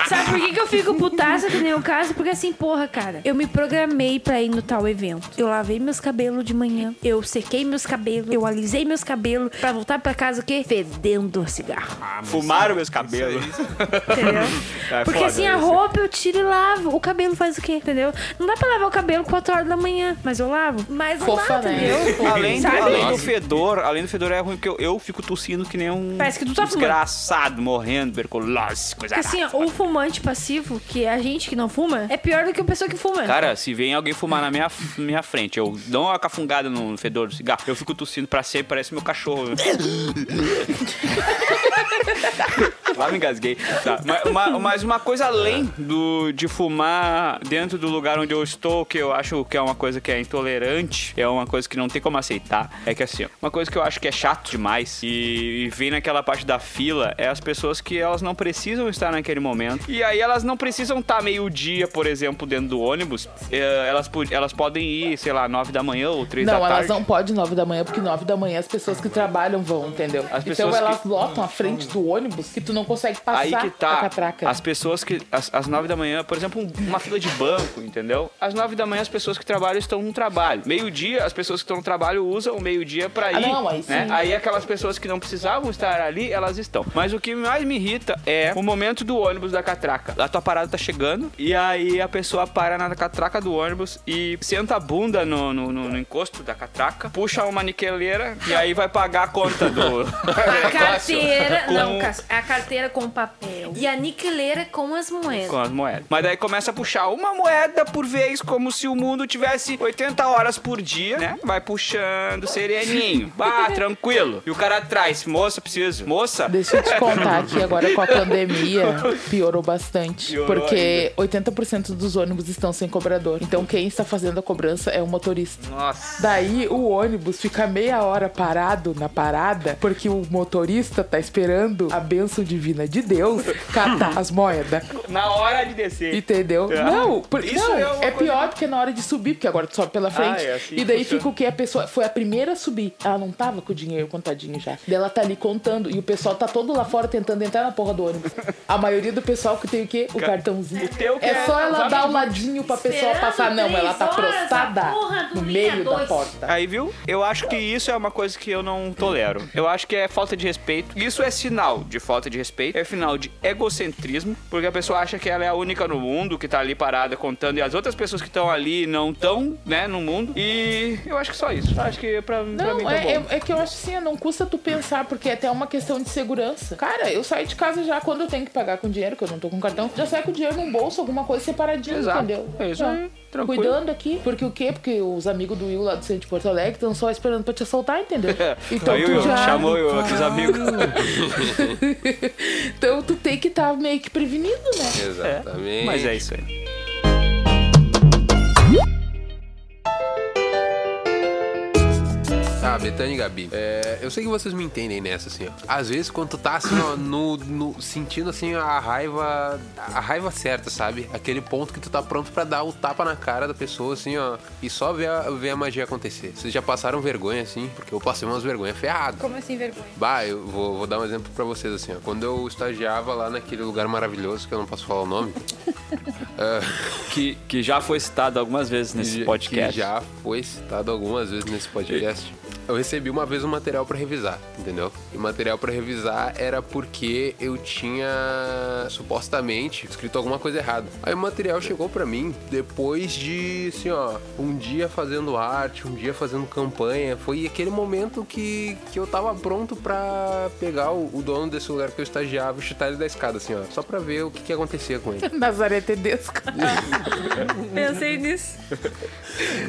Speaker 6: Sabe por que, que eu fico putaça que nem o caso? Porque assim, porra, cara, eu me programei pra ir no tal evento. Eu lavei meus cabelos de manhã, eu sequei meus cabelos, eu alisei meus cabelos pra voltar pra casa o quê? Fedendo a cigarro.
Speaker 7: Ah, Fumaram meus cabelos.
Speaker 6: Entendeu?
Speaker 7: É
Speaker 6: Porque
Speaker 7: foda
Speaker 6: assim, a
Speaker 7: isso.
Speaker 6: roupa eu tiro e lavo. O cabelo faz o quê? Entendeu? Não dá pra lavar o cabelo 4 horas da manhã, mas eu lavo. Mas não
Speaker 8: Fofa,
Speaker 6: dá,
Speaker 8: né?
Speaker 6: entendeu?
Speaker 8: Fofa.
Speaker 7: Além, do,
Speaker 6: é Sabe?
Speaker 7: além do fedor, além do fedor é ruim, porque eu, eu fico tossindo que nem um
Speaker 6: Parece que tu tá fumando.
Speaker 7: desgraçado, morrendo, tuberculose,
Speaker 6: Porque
Speaker 7: coisa
Speaker 6: assim, ó, o fumante passivo, que é a gente que não fuma, é pior do que a pessoa que fuma.
Speaker 7: Cara, se vem alguém fumar na minha, minha frente, eu dou uma cafungada no fedor do cigarro, eu fico tossindo pra sempre, parece meu cachorro. Lá me engasguei. Tá, ma- ma- Mas, uma coisa além do, de fumar dentro do lugar onde eu estou, que eu acho que é uma coisa que é intolerante, é uma coisa que não tem como aceitar, é que assim, ó, uma coisa que eu acho que é chato demais e, e vem naquela parte da fila é as pessoas que elas não precisam estar naquele momento. E aí elas não precisam estar meio-dia, por exemplo, dentro do ônibus. É, Elas, pod- elas podem ir, sei lá, nove da manhã ou três da
Speaker 8: Não,
Speaker 7: tarde.
Speaker 8: elas não podem 9 da manhã, porque 9 da manhã as pessoas que trabalham vão, entendeu?
Speaker 7: As pessoas
Speaker 8: então elas
Speaker 7: que-
Speaker 8: lotam a frente do ônibus que tu não consegue passar
Speaker 7: Aí que tá.
Speaker 8: a catraca.
Speaker 7: As pessoas que. As, às nove da manhã, por exemplo, um- uma fila de banco, entendeu? Às nove da manhã, as pessoas que trabalham estão no trabalho. Meio-dia, as pessoas que estão no trabalho usam o meio-dia pra ir.
Speaker 8: Ah, não, aí sim.
Speaker 7: né? aí aquelas pessoas que não precisavam estar ali, elas estão. Mas o que mais me irrita é o momento do ônibus da catraca. A tua parada tá chegando e aí a pessoa para na catraca do ônibus e senta a bunda no, no, no- no encosto da catraca, puxa uma niqueleira e aí vai pagar a conta do.
Speaker 6: A carteira,
Speaker 7: Com-
Speaker 6: não, Cássio, a carteira com papel. E a niqueleira com as moedas.
Speaker 7: com as moedas. Mas daí começa a puxar uma moeda por vez, como se o mundo tivesse 80 horas por dia, né? Vai puxando sereninho. Bah, tranquilo. E o cara atrás, moça, preciso. Moça,
Speaker 8: Deixa eu te contar que agora com a pandemia piorou bastante.
Speaker 7: Piorou
Speaker 8: porque 80% dos ônibus estão sem cobrador. Então quem está fazendo a cobrança é o motorista.
Speaker 7: nossa.
Speaker 8: Daí o ônibus fica meia hora parado na parada, porque o motorista tá esperando a bênção divina de Deus catar as moedas.
Speaker 7: Na hora de descer.
Speaker 8: Entendeu?
Speaker 7: Ah,
Speaker 8: Não, por-
Speaker 7: isso
Speaker 8: não,
Speaker 7: é uma
Speaker 8: é,
Speaker 7: coisa-
Speaker 8: pior porque na hora de subir, porque agora tu sobe pela frente.
Speaker 7: é assim
Speaker 8: e
Speaker 7: que
Speaker 8: daí
Speaker 7: funciona.
Speaker 8: fica o que? A pessoa foi a primeira a subir. Ela não tava com o dinheiro contadinho já. Daí ela tá ali contando. E o pessoal tá todo lá fora tentando entrar na porra do ônibus. A maioria do pessoal que tem o quê? O cartãozinho.
Speaker 7: teu que
Speaker 8: é
Speaker 7: é
Speaker 8: só ela
Speaker 7: usar
Speaker 8: dar o ladinho pra pessoa
Speaker 6: Esperando
Speaker 8: passar. Não,
Speaker 6: três
Speaker 8: ela tá
Speaker 6: horas,
Speaker 8: prostada
Speaker 6: a porra do
Speaker 8: no
Speaker 6: linha
Speaker 8: meio da
Speaker 6: dois.
Speaker 8: porta.
Speaker 7: Aí, viu? Eu acho que isso é uma coisa que eu não tolero. Eu acho que é falta de respeito. Isso é sinal de falta de respeito. É sinal de egocentrismo, porque a pessoa acha que ela é a única no mundo que tá ali parada contando e as outras pessoas que estão ali não estão, né, no mundo. E eu acho que só isso. Acho que pra, pra
Speaker 8: Não,
Speaker 7: mim tá
Speaker 8: é,
Speaker 7: bom.
Speaker 8: é- é que eu acho assim, não custa tu pensar, porque é até uma questão de segurança. Cara, eu saio de casa já quando eu tenho que pagar com dinheiro, que eu não tô com cartão, já saio com dinheiro num bolso, alguma coisa separadinha,
Speaker 7: Exato.
Speaker 8: entendeu?
Speaker 7: É isso
Speaker 8: Já.
Speaker 7: aí, tranquilo.
Speaker 8: Cuidando aqui. Porque o quê? Porque os amigos do Will lá do centro de Porto Alegre estão só esperando pra te assaltar, entendeu? Então
Speaker 7: É, Aí
Speaker 8: tu
Speaker 7: eu-
Speaker 8: já...
Speaker 7: chamou eu, aqueles amigos.
Speaker 8: então tu tem que estar meio que prevenido, né?
Speaker 9: Exatamente.
Speaker 7: é. Mas é isso aí.
Speaker 9: Tá, Betânia e Gabi, é, eu sei que vocês me entendem nessa, assim, ó. Às vezes, quando tu tá, assim, ó, no, no- sentindo, assim, a raiva, a raiva certa, sabe? Aquele ponto que tu tá pronto pra dar o tapa na cara da pessoa, assim, ó, e só ver a, ver a magia acontecer. Vocês já passaram vergonha, assim? Porque eu passei umas vergonhas ferradas.
Speaker 6: Como assim, vergonha?
Speaker 9: Bah, eu vou, vou dar um exemplo pra vocês, assim, ó. Quando eu estagiava lá naquele lugar maravilhoso, que eu não posso falar o nome,
Speaker 7: Que, que já foi citado algumas vezes nesse
Speaker 9: que-
Speaker 7: podcast.
Speaker 9: que já foi citado algumas vezes nesse podcast. eu recebi uma vez um material pra revisar, entendeu? E o material pra revisar era porque eu tinha supostamente escrito alguma coisa errada. Aí o material chegou pra mim depois de, assim, ó, um dia fazendo arte, um dia fazendo campanha. Foi aquele momento que, que eu tava pronto pra pegar o, o dono desse lugar que eu estagiava e chutar ele da escada, assim, ó, só pra ver o que, que acontecia com ele.
Speaker 7: É.
Speaker 8: Nazaré Tedesco.
Speaker 6: Pensei nisso.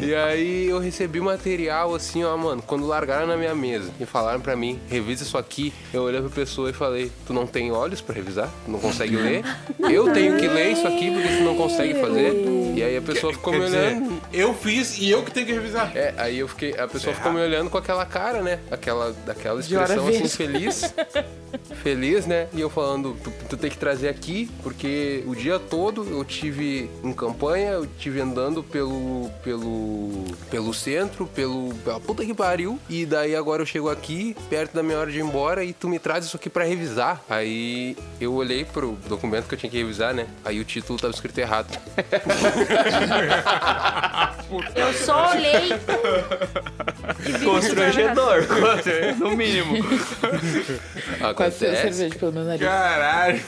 Speaker 9: E aí eu recebi material assim, ó, mano, quando largaram na minha mesa e falaram pra mim, revisa isso aqui, eu olhei pra pessoa e falei, tu não tem olhos pra revisar? Tu não consegue ler? Eu tenho que ler isso aqui porque tu não consegue fazer. E aí a pessoa ficou me
Speaker 5: Quer dizer,
Speaker 9: olhando.
Speaker 5: eu fiz e eu que tenho que revisar.
Speaker 9: É, aí eu fiquei. A pessoa ficou me olhando com aquela cara, né? Aquela, daquela
Speaker 8: De hora
Speaker 9: expressão assim,
Speaker 8: verde.
Speaker 9: feliz. feliz, né? E eu falando, tu, tu tem que trazer aqui, porque o dia todo eu tive em campanha, eu tive andando pelo. pelo. pelo centro, pelo. pela puta que pariu. E daí agora eu chego aqui, perto da minha hora de ir embora, e tu me traz isso aqui pra revisar. Aí eu olhei pro documento que eu tinha que revisar, né? Aí o título tava escrito errado.
Speaker 6: Eu só olhei.
Speaker 7: Constrangedor, no mínimo.
Speaker 8: Quase saiu
Speaker 9: Acontece.
Speaker 8: cerveja pelo meu nariz.
Speaker 5: Caralho.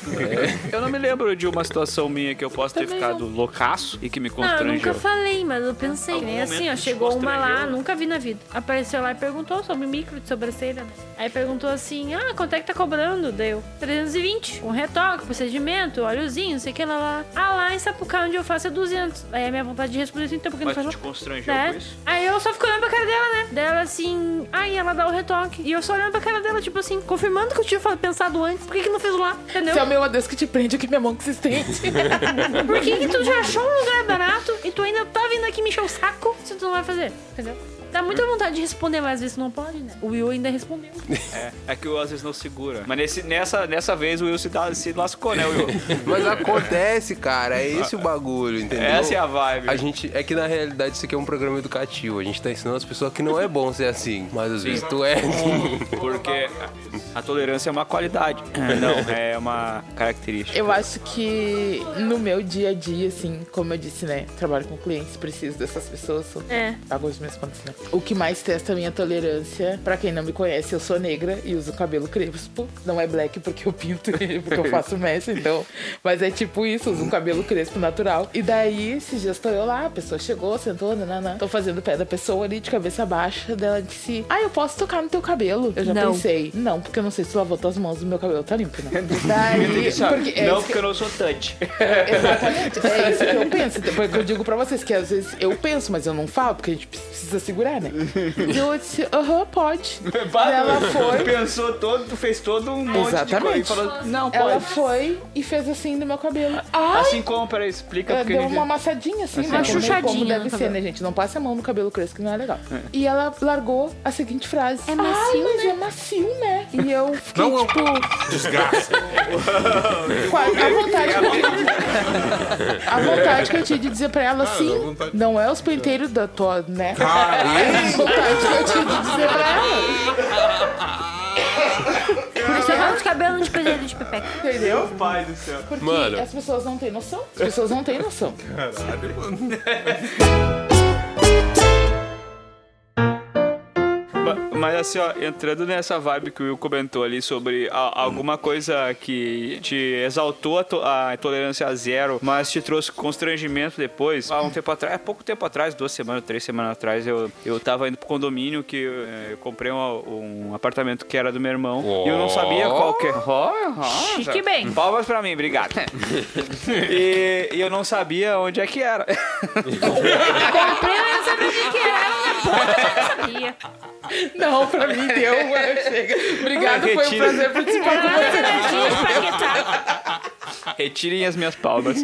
Speaker 7: Eu não me lembro de uma situação minha que eu posso ter ficado loucaço e que me
Speaker 6: Não, Ah, eu
Speaker 7: constrangeu.
Speaker 6: nunca falei, mas eu pensei,
Speaker 7: Algum
Speaker 6: né? Assim,
Speaker 7: momento
Speaker 6: ó,
Speaker 7: te
Speaker 6: chegou uma lá,
Speaker 7: constrangeu?
Speaker 6: nunca vi na vida. Apareceu lá e perguntou sobre micro de sobrancelha, né? Aí perguntou assim, ah, quanto é que tá cobrando? Deu 320, com um retoque, procedimento, óleozinho, não sei o que lá, lá. Ah, lá em Sapucá, onde eu faço é 200. Aí a minha vontade de responder assim, então por que não
Speaker 7: Mas
Speaker 6: faz
Speaker 7: tu
Speaker 6: lá?
Speaker 7: te constrangeu
Speaker 6: né?
Speaker 7: com isso?
Speaker 6: Aí eu só fico olhando pra cara dela, né? Dela assim, aí ela dá o retoque. E eu só olhando pra cara dela, tipo assim, confirmando que eu tinha fa- pensado antes. Por que, que não fez lá? Entendeu?
Speaker 8: Se é o meu adeus que te prende, o que minha mão que se estende.
Speaker 6: Por que, que tu já achou um lugar barato e tu ainda tá vindo aqui me encher o saco se tu não vai fazer? Entendeu? Dá muita vontade de responder, mas às vezes não pode, né? O Will ainda respondeu.
Speaker 7: É que o Will às vezes não segura. Mas nesse- nessa, nessa vez o Will se, dá- se lascou, né, Will?
Speaker 9: Mas acontece, cara. É esse o bagulho, entendeu?
Speaker 7: Essa é a vibe.
Speaker 9: A gente, é que na realidade isso aqui é um programa educativo. A gente tá ensinando as pessoas que não é bom ser assim. Mas às vezes tu é.
Speaker 7: Porque a tolerância é uma qualidade. Não, é uma característica.
Speaker 8: Eu acho que no meu dia a dia, assim, como eu disse, né? Trabalho com clientes, preciso dessas pessoas. sou-
Speaker 6: É.
Speaker 8: Pago as minhas contas, né? O que mais testa a minha tolerância, pra quem não me conhece, eu sou negra e uso cabelo crespo. Não é black porque eu pinto, ele, porque eu faço mesh, então. Mas é tipo isso, uso um cabelo crespo natural. E daí, esses dias tô eu lá, a pessoa chegou, sentou, nananã. Tô fazendo o pé da pessoa ali, de cabeça baixa. Dela disse, ah, eu posso tocar no teu cabelo. Eu já
Speaker 6: Não.
Speaker 8: pensei, não, porque eu não sei se tu lavou tuas mãos, o meu cabelo tá limpo, né? daí, porque é
Speaker 7: não,
Speaker 8: isso que-
Speaker 7: porque eu não sou touch.
Speaker 8: Exatamente. É isso que eu penso. Depois que eu digo pra vocês que às vezes eu penso, mas eu não falo, porque a gente precisa segurar, né? E eu disse, aham, pode. Ela foi.
Speaker 7: Tu pensou todo, tu fez todo um monte de coisa e
Speaker 8: Exatamente.
Speaker 7: falou, não, pode.
Speaker 8: Ela foi e fez assim no meu cabelo. Ai!
Speaker 7: Assim como, peraí, explica
Speaker 8: Ela
Speaker 7: porque
Speaker 8: É, deu
Speaker 7: ele-
Speaker 8: uma amassadinha assim,
Speaker 7: Assim,
Speaker 8: né?
Speaker 7: uma
Speaker 8: Como-
Speaker 6: chuchadinha
Speaker 8: Como
Speaker 6: no
Speaker 8: deve ser,
Speaker 6: cabelo.
Speaker 8: né, gente? Não passe a mão no cabelo crespo, que não é legal. E ela largou a seguinte frase: É
Speaker 6: macio,
Speaker 8: mas é macio, né? E eu fiquei
Speaker 5: Não, eu-
Speaker 8: tipo. Desgraça. a vontade que eu tive- A vontade que eu tinha de dizer pra ela
Speaker 5: dá
Speaker 8: assim:
Speaker 5: vontade.
Speaker 8: Não é os penteiros da tua, né?
Speaker 5: Caralho.
Speaker 8: A vontade que eu tinha de dizer pra ela.
Speaker 6: Por isso eu falo tá de cabelo de pedelho de pepeca.
Speaker 8: Entendeu?
Speaker 7: Pai do céu.
Speaker 8: Porque
Speaker 9: Mano.
Speaker 8: as pessoas não têm noção. As pessoas não têm noção.
Speaker 7: Ma- Mas assim, ó, entrando nessa vibe que o Will comentou ali sobre a- alguma coisa que te exaltou a, to- a tolerância a zero, mas te trouxe constrangimento depois. Há um tempo atrás, há pouco tempo atrás, duas semanas, três semanas atrás, eu, eu tava indo pro condomínio que eh, eu comprei um, um apartamento que era do meu irmão. E eu não sabia qual que é. Ó, ó,
Speaker 6: Chique bem.
Speaker 7: Palmas pra mim, obrigado. e, e eu não sabia onde é que era.
Speaker 6: Comprei, mas não sabia o que que era. Eu não sabia.
Speaker 8: Não, pra mim deu. agora Chega. Obrigado, foi um
Speaker 7: Retiro.
Speaker 8: prazer participar com
Speaker 6: Mas
Speaker 8: você.
Speaker 6: eu tinha de paquetar.
Speaker 7: Retirem as minhas palmas.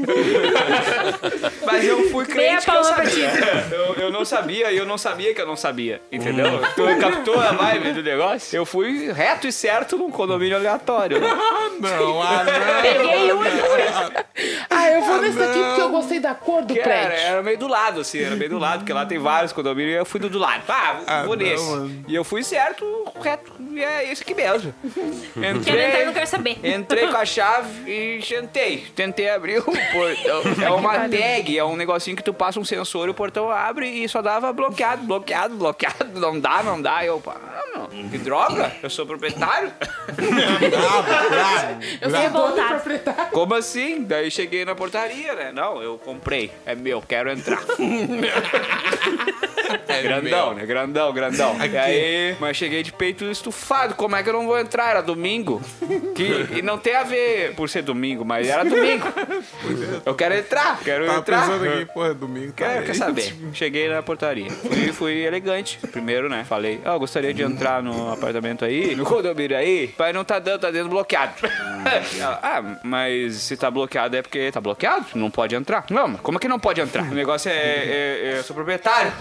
Speaker 7: Mas eu fui
Speaker 6: Meia
Speaker 7: crente que eu
Speaker 6: palma pra
Speaker 7: sabia.
Speaker 6: ti.
Speaker 7: Eu, eu não sabia e eu não sabia que eu não sabia, entendeu? Tu captou a vibe do negócio? Hum. Eu fui reto e né? certo num condomínio aleatório.
Speaker 5: Não, ah, não.
Speaker 6: Peguei um e fui.
Speaker 8: Ah, Ah, eu vou nesse aqui porque eu gostei da cor do
Speaker 7: Que era,
Speaker 8: prédio.
Speaker 7: era meio do lado, assim, era meio do lado, porque lá tem vários condomínios e eu fui do do lado. Ah, vou-
Speaker 5: Ah,
Speaker 7: vou
Speaker 5: não,
Speaker 7: nesse.
Speaker 5: mano.
Speaker 7: E eu fui certo, reto, e é esse aqui mesmo.
Speaker 10: Quero entrar e
Speaker 7: Entrei,
Speaker 10: não quero saber.
Speaker 7: entrei com a chave e tentei. Tentei abrir o portão. É uma tag, é um negocinho que tu passa um sensor e o portão abre e só dava bloqueado, bloqueado, bloqueado. Não dá, não dá. E eu, pá, ah, meu, que droga, eu sou proprietário.
Speaker 8: Eu sou dono
Speaker 10: Revoltado.
Speaker 8: e proprietário.
Speaker 7: Como assim? Daí cheguei na portaria, né? Não, eu comprei. É meu, quero entrar. grandão, né? Grandão, grandão. E aí, mas cheguei de peito estufado. Como é que eu não vou entrar? Era domingo. Que, e não tem a ver por ser domingo, mas era domingo. Eu quero entrar, quero
Speaker 5: Tava
Speaker 7: entrar.
Speaker 5: pensando aqui, pô, é domingo. Tá
Speaker 7: Quer,
Speaker 5: aí.
Speaker 7: quer saber? Cheguei na portaria. Fui, fui elegante. Primeiro, né? Falei, ó, eu gostaria de entrar no apartamento aí, no condomínio aí. Mas não tá dando, tá dentro bloqueado.
Speaker 5: Hum.
Speaker 7: Ela, ah, mas se tá bloqueado é porque tá bloqueado, não pode entrar. Não, mas como é que não pode entrar? O negócio é. é- é- eu sou proprietário.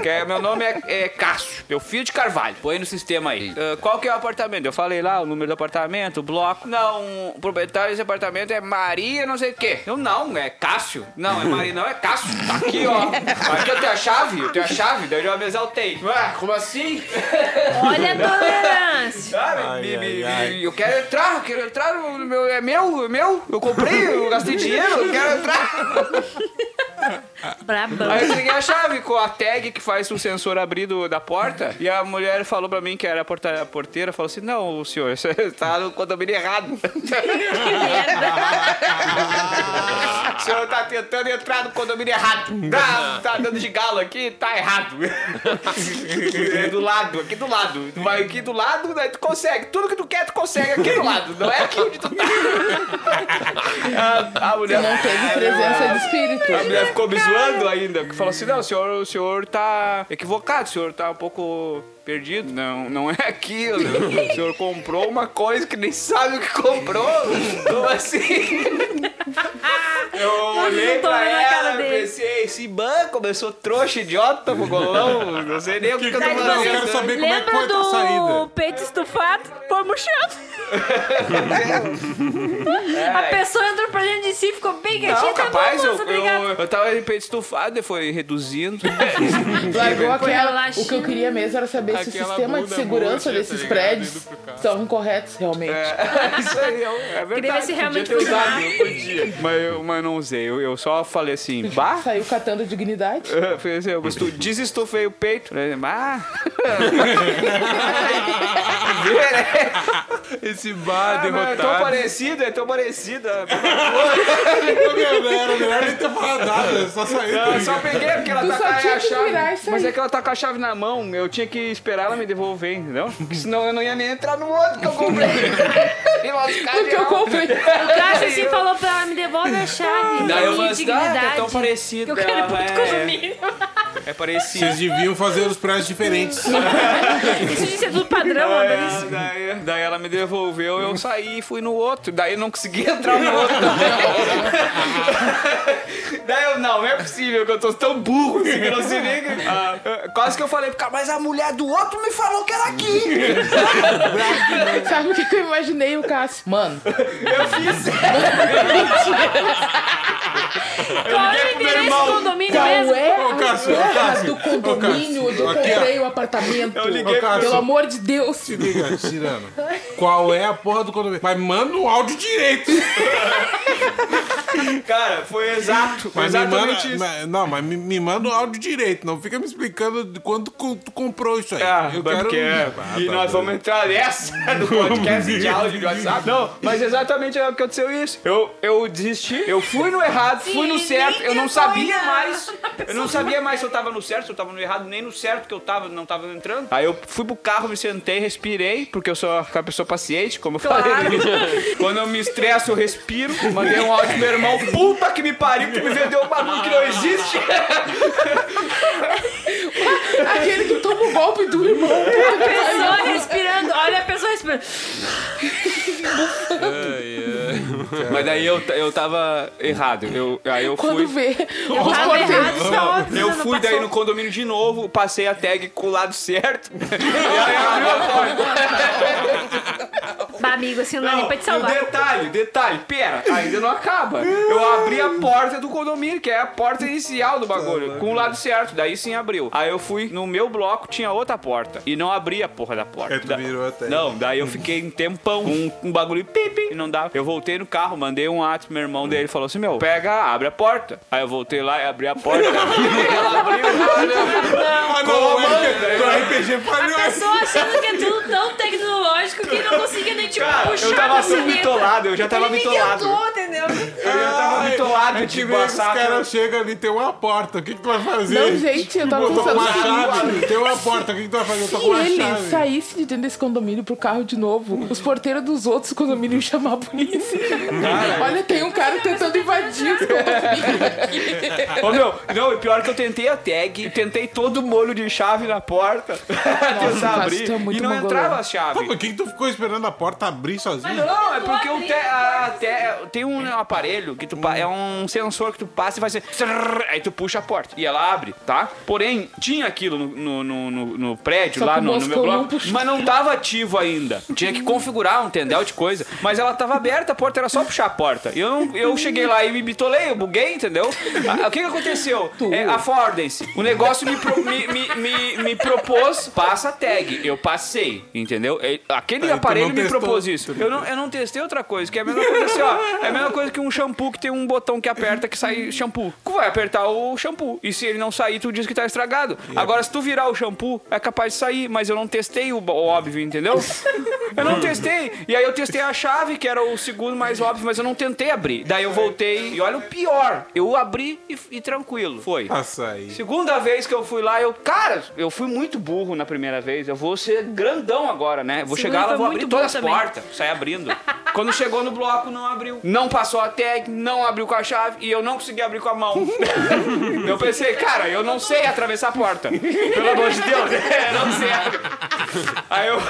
Speaker 7: que é- meu nome é, é Cássio, meu filho de Carvalho. Põe no sistema aí. Ah, qual que é o apartamento? Eu falei lá o número do apartamento, o bloco. Não, o proprietário desse apartamento é Maria não sei o quê. Eu não, é Cássio. Não, é Maria não, é Cássio. Tá aqui, ó. Aqui eu tenho a chave, eu tenho a chave. Daí eu me exaltei. Ué, como assim?
Speaker 10: Olha a tolerância.
Speaker 7: Sabe? Me- me- me- Eu quero entrar, eu quero entrar, o meu, é meu, é meu. Eu comprei, eu gastei dinheiro, eu quero entrar.
Speaker 10: Brabão.
Speaker 7: Aí eu peguei a chave com a tag que faz o sensor abrir do- da porta. E a mulher falou pra mim que era a, porta- a porteira, falou assim, não, senhor, você tá no condomínio errado. o senhor tá tentando entrar no condomínio errado. Tá, tá dando de galo aqui, tá errado. É do lado, aqui do lado. Tu vai aqui do lado, daí tu consegue. Tudo que tu quer, tu consegue aqui do lado. Não é aqui onde tu tá. A, a mulher... É,
Speaker 8: Não teve presença de espírito.
Speaker 7: A mulher ficou me zoando ainda, que falou assim, não, o senhor, o senhor tá equivocado, o senhor tá um pouco perdido, não, não é aquilo. O senhor comprou uma coisa que nem sabe o que comprou. Como assim? Eu olhei
Speaker 10: não tô
Speaker 7: pra
Speaker 10: olhando a cara
Speaker 7: ela e
Speaker 10: dele.
Speaker 7: pensei, esse banco, eu sou trouxa, idiota, mongolão, não sei nem o que, que eu tô
Speaker 10: Aí
Speaker 5: eu
Speaker 10: você-
Speaker 5: quero
Speaker 7: fazendo.
Speaker 5: saber como é que
Speaker 10: Lembra
Speaker 5: foi a tua
Speaker 10: do
Speaker 5: saída.
Speaker 10: peito estufado? Foi murchando. A pessoa entrou pra dentro de si, e ficou bem quietinha.
Speaker 7: Não,
Speaker 10: tá
Speaker 7: capaz,
Speaker 10: bom,
Speaker 7: eu,
Speaker 10: moça, obrigada.
Speaker 7: eu, eu tava de peito estufado e foi reduzindo.
Speaker 8: Largou aquela.
Speaker 10: relaxinho.
Speaker 8: O que eu queria mesmo era saber se o
Speaker 5: Aquela
Speaker 8: sistema de
Speaker 5: bunda
Speaker 8: segurança
Speaker 5: murcha,
Speaker 8: desses
Speaker 5: tá ligado?
Speaker 8: prédios
Speaker 5: Indo pro É. carro.
Speaker 8: estavam corretos, realmente.
Speaker 7: Isso aí é, um- é verdade.
Speaker 10: Queria ver se realmente
Speaker 7: podia ter usado,
Speaker 10: funcionava.
Speaker 7: eu podia. Mas eu mas não usei. Eu, eu só falei assim, bah.
Speaker 8: Saiu catando dignidade.
Speaker 7: Eu falei assim, eu estu- desestufei o peito. Falei, bah.
Speaker 5: Esse bar
Speaker 7: Ah, mas é
Speaker 5: derrotado.
Speaker 7: tão parecido, é tão parecido.
Speaker 5: Era melhor nem ter falado nada, eu só saí. tá
Speaker 7: Eu
Speaker 5: ligado?
Speaker 7: só peguei porque ela
Speaker 8: Tu
Speaker 7: tá com
Speaker 8: só tinha
Speaker 7: a
Speaker 8: que virar
Speaker 7: chave.
Speaker 8: isso
Speaker 7: Mas
Speaker 8: aí.
Speaker 7: é que ela tá com a chave na mão, eu tinha que esperar ela me devolver, entendeu? Porque senão eu não ia nem entrar no outro que eu comprei. Me lascar,
Speaker 8: O que eu
Speaker 7: geral.
Speaker 8: comprei.
Speaker 6: O Cássio assim falou pra ela, me devolve a chave.
Speaker 7: Daí eu
Speaker 6: e
Speaker 7: falei assim, ah, é tão
Speaker 6: dignidade.
Speaker 7: parecido.
Speaker 10: Eu quero ir
Speaker 7: ela
Speaker 10: pro outro condomínio.
Speaker 7: é, é parecido.
Speaker 5: Vocês deviam fazer os prédios diferentes.
Speaker 6: Isso de ser tudo padrão,
Speaker 7: Daí,
Speaker 6: Andrés.
Speaker 7: ela- daí- daí ela me devolveu, eu saí e fui no outro. Daí eu não consegui entrar no outro. daí eu, não, não é possível que eu tô tão burro assim que eu não sei nem. que- Ah, quase que eu falei, pro cara, mas a mulher do outro me falou que era aqui.
Speaker 8: Sabe o que que eu imaginei, o Cássio? Mano,
Speaker 7: Eu fiz.
Speaker 6: Qual é o endereço do condomínio
Speaker 8: qual
Speaker 6: mesmo?
Speaker 8: é
Speaker 5: Ô, Cássio, ô,
Speaker 8: a
Speaker 5: Cássio.
Speaker 8: do condomínio onde eu
Speaker 5: Aqui, ó.
Speaker 8: comprei o apartamento?
Speaker 7: Eu liguei
Speaker 5: Ô, Cássio.
Speaker 8: Pelo amor de Deus.
Speaker 5: Se liga, tirando. Qual é a porra do condomínio? Mas manda o áudio direito.
Speaker 7: Cara, foi exato. Foi
Speaker 5: Mas me manda,
Speaker 7: exatamente isso.
Speaker 5: mas- não, mas me, me manda o áudio direito. Não fica me explicando de quanto co- tu comprou isso aí.
Speaker 7: Ah, mas porque é.
Speaker 5: Ah,
Speaker 7: e
Speaker 5: tá
Speaker 7: nós
Speaker 5: bom.
Speaker 7: vamos entrar nessa no podcast de áudio de WhatsApp. Não, mas exatamente é o que aconteceu isso. Eu, eu desisti, eu fui no errado, fui no
Speaker 10: Sim,
Speaker 7: certo,
Speaker 10: nem
Speaker 7: eu não
Speaker 10: que
Speaker 7: sabia
Speaker 10: foi a-
Speaker 7: mais. Eu não sabia mais se eu tava no certo, se eu tava no errado, nem no certo que eu tava, não tava entrando. Aí eu fui pro carro, me sentei, respirei, porque eu sou uma pessoa paciente, como eu falei. no início. Quando eu me estresso, eu respiro. Mandei um áudio pro meu irmão, puta que me pariu, que me vendeu um bagulho que não existe.
Speaker 8: Aquele que toma o golpe do irmão.
Speaker 6: A pessoa respirando, olha a pessoa respirando.
Speaker 7: Mas daí eu, eu tava errado. Eu, aí eu
Speaker 8: Quando
Speaker 7: fui.
Speaker 8: vê, os
Speaker 6: Tava errado,
Speaker 8: porteiros.
Speaker 6: isso é óbvio. né?
Speaker 7: Eu
Speaker 6: Não
Speaker 7: fui daí
Speaker 6: passou.
Speaker 7: no condomínio de novo, passei a tag com o lado certo. e aí abriu a porta.
Speaker 6: Bah,
Speaker 10: amigo, assim, não dá nem
Speaker 7: Não,
Speaker 10: pra te
Speaker 7: e o
Speaker 10: salvar.
Speaker 7: detalhe, detalhe, pera, ainda não acaba. Eu abri a porta do condomínio, que é a porta inicial do bagulho, com o lado certo, daí sim abriu. Aí eu fui, no meu bloco tinha outra porta, e não abri a porra da porta.
Speaker 5: É, tu
Speaker 7: Da-
Speaker 5: virou até.
Speaker 7: Não, daí eu fiquei um tempão com um, um bagulho pipi, e não dava. Eu voltei no carro, mandei um ato pro meu irmão dele, falou assim, meu, pega, abre a porta. Aí eu voltei lá e abri a porta, ela abriu.
Speaker 5: Ah, não,
Speaker 7: Como,
Speaker 5: é
Speaker 7: velho?
Speaker 5: que- o RPG falhou.
Speaker 10: A pessoa achando que é tudo tão tecnológico que não conseguia nem, tipo,
Speaker 7: Cara, eu
Speaker 10: puxar
Speaker 7: tava
Speaker 10: a
Speaker 7: assim,
Speaker 10: maçaneta.
Speaker 7: bitolado, eu já tava
Speaker 10: Ele nem
Speaker 7: bitolado.
Speaker 10: tentou, entendeu?
Speaker 7: Eu já tava bitolado
Speaker 5: É
Speaker 7: de
Speaker 5: que nem os
Speaker 7: passar.
Speaker 5: caras chegam ali, tem uma porta, o que, que tu vai fazer?
Speaker 8: Não, gente, eu tava
Speaker 5: tipo, Botou com
Speaker 8: pensando
Speaker 5: uma
Speaker 8: assim,
Speaker 5: chave, tem uma porta, o que, que tu vai fazer? Eu tô
Speaker 8: Se
Speaker 5: com uma
Speaker 8: ele
Speaker 5: chave.
Speaker 8: saísse de dentro desse condomínio pro carro de novo, os porteiros dos outros condomínios iam chamar a polícia. Olha, tem um cara tentando invadir os condomínios aqui.
Speaker 7: Ô meu, não, e pior que eu tentei a tag, tentei todo o molho de chave na porta pra tentar
Speaker 8: Cássio,
Speaker 7: abrir
Speaker 8: tu é muito
Speaker 7: e não
Speaker 8: mongolão.
Speaker 7: entrava a
Speaker 5: Pô,
Speaker 7: chave.
Speaker 5: mas quem que tu ficou esperando a porta abrir sozinho?
Speaker 7: Não, é porque o te, a, te- tem um aparelho que tu pa- é um sensor que tu passa e faz assim, trrr, aí tu puxa a porta e ela abre, tá? Porém, tinha aquilo no, no- no- no prédio
Speaker 8: Só
Speaker 7: lá
Speaker 8: que o
Speaker 7: no, no meu
Speaker 8: Moscou não
Speaker 7: bloco,
Speaker 8: puxou.
Speaker 7: mas não tava ativo ainda. Tinha que configurar um tendel de coisa, mas ela tava aberta, a porta era só puxar a porta. E Eu, não- eu cheguei lá e me bitolei, eu buguei, entendeu? A- o que que aconteceu? É, Afordem-se. O negócio me, pro- me- me- me- me propôs, passa a tag. Eu passei, entendeu? É, Aquele
Speaker 5: Aí tu
Speaker 7: aparelho
Speaker 5: não
Speaker 7: me
Speaker 5: testou.
Speaker 7: propôs isso. Eu não, eu não testei outra coisa, que é a mesma coisa assim, ó. É a mesma coisa que um shampoo que tem um botão que aperta que sai shampoo. Tu vai apertar o shampoo. E se ele não sair, tu diz que tá estragado. Agora, se tu virar o shampoo, é capaz de sair, mas eu não testei o, bo- o óbvio, entendeu? Eu não testei. E aí eu testei a chave, que era o segundo mais óbvio, mas eu não tentei abrir. Daí eu voltei e olha o pior. Eu abri e, e tranquilo. Foi.
Speaker 5: Passa aí.
Speaker 7: Segunda vez que eu fui lá, eu. Cara, eu fui muito burro na primeira vez. Eu vou ser grandão agora, né? Vou
Speaker 10: Segunda
Speaker 7: chegar lá,
Speaker 10: foi
Speaker 7: vou abrir
Speaker 10: muito
Speaker 7: todas
Speaker 10: bom
Speaker 7: as
Speaker 10: também.
Speaker 7: portas. Sair abrindo. Quando chegou no bloco, não abriu. Não passou a tag, não abriu com a chave e eu não consegui abrir com a mão. eu pensei, cara, eu não sei atravessar a porta. Pelo amor de Deus, é, não sei. Aí eu.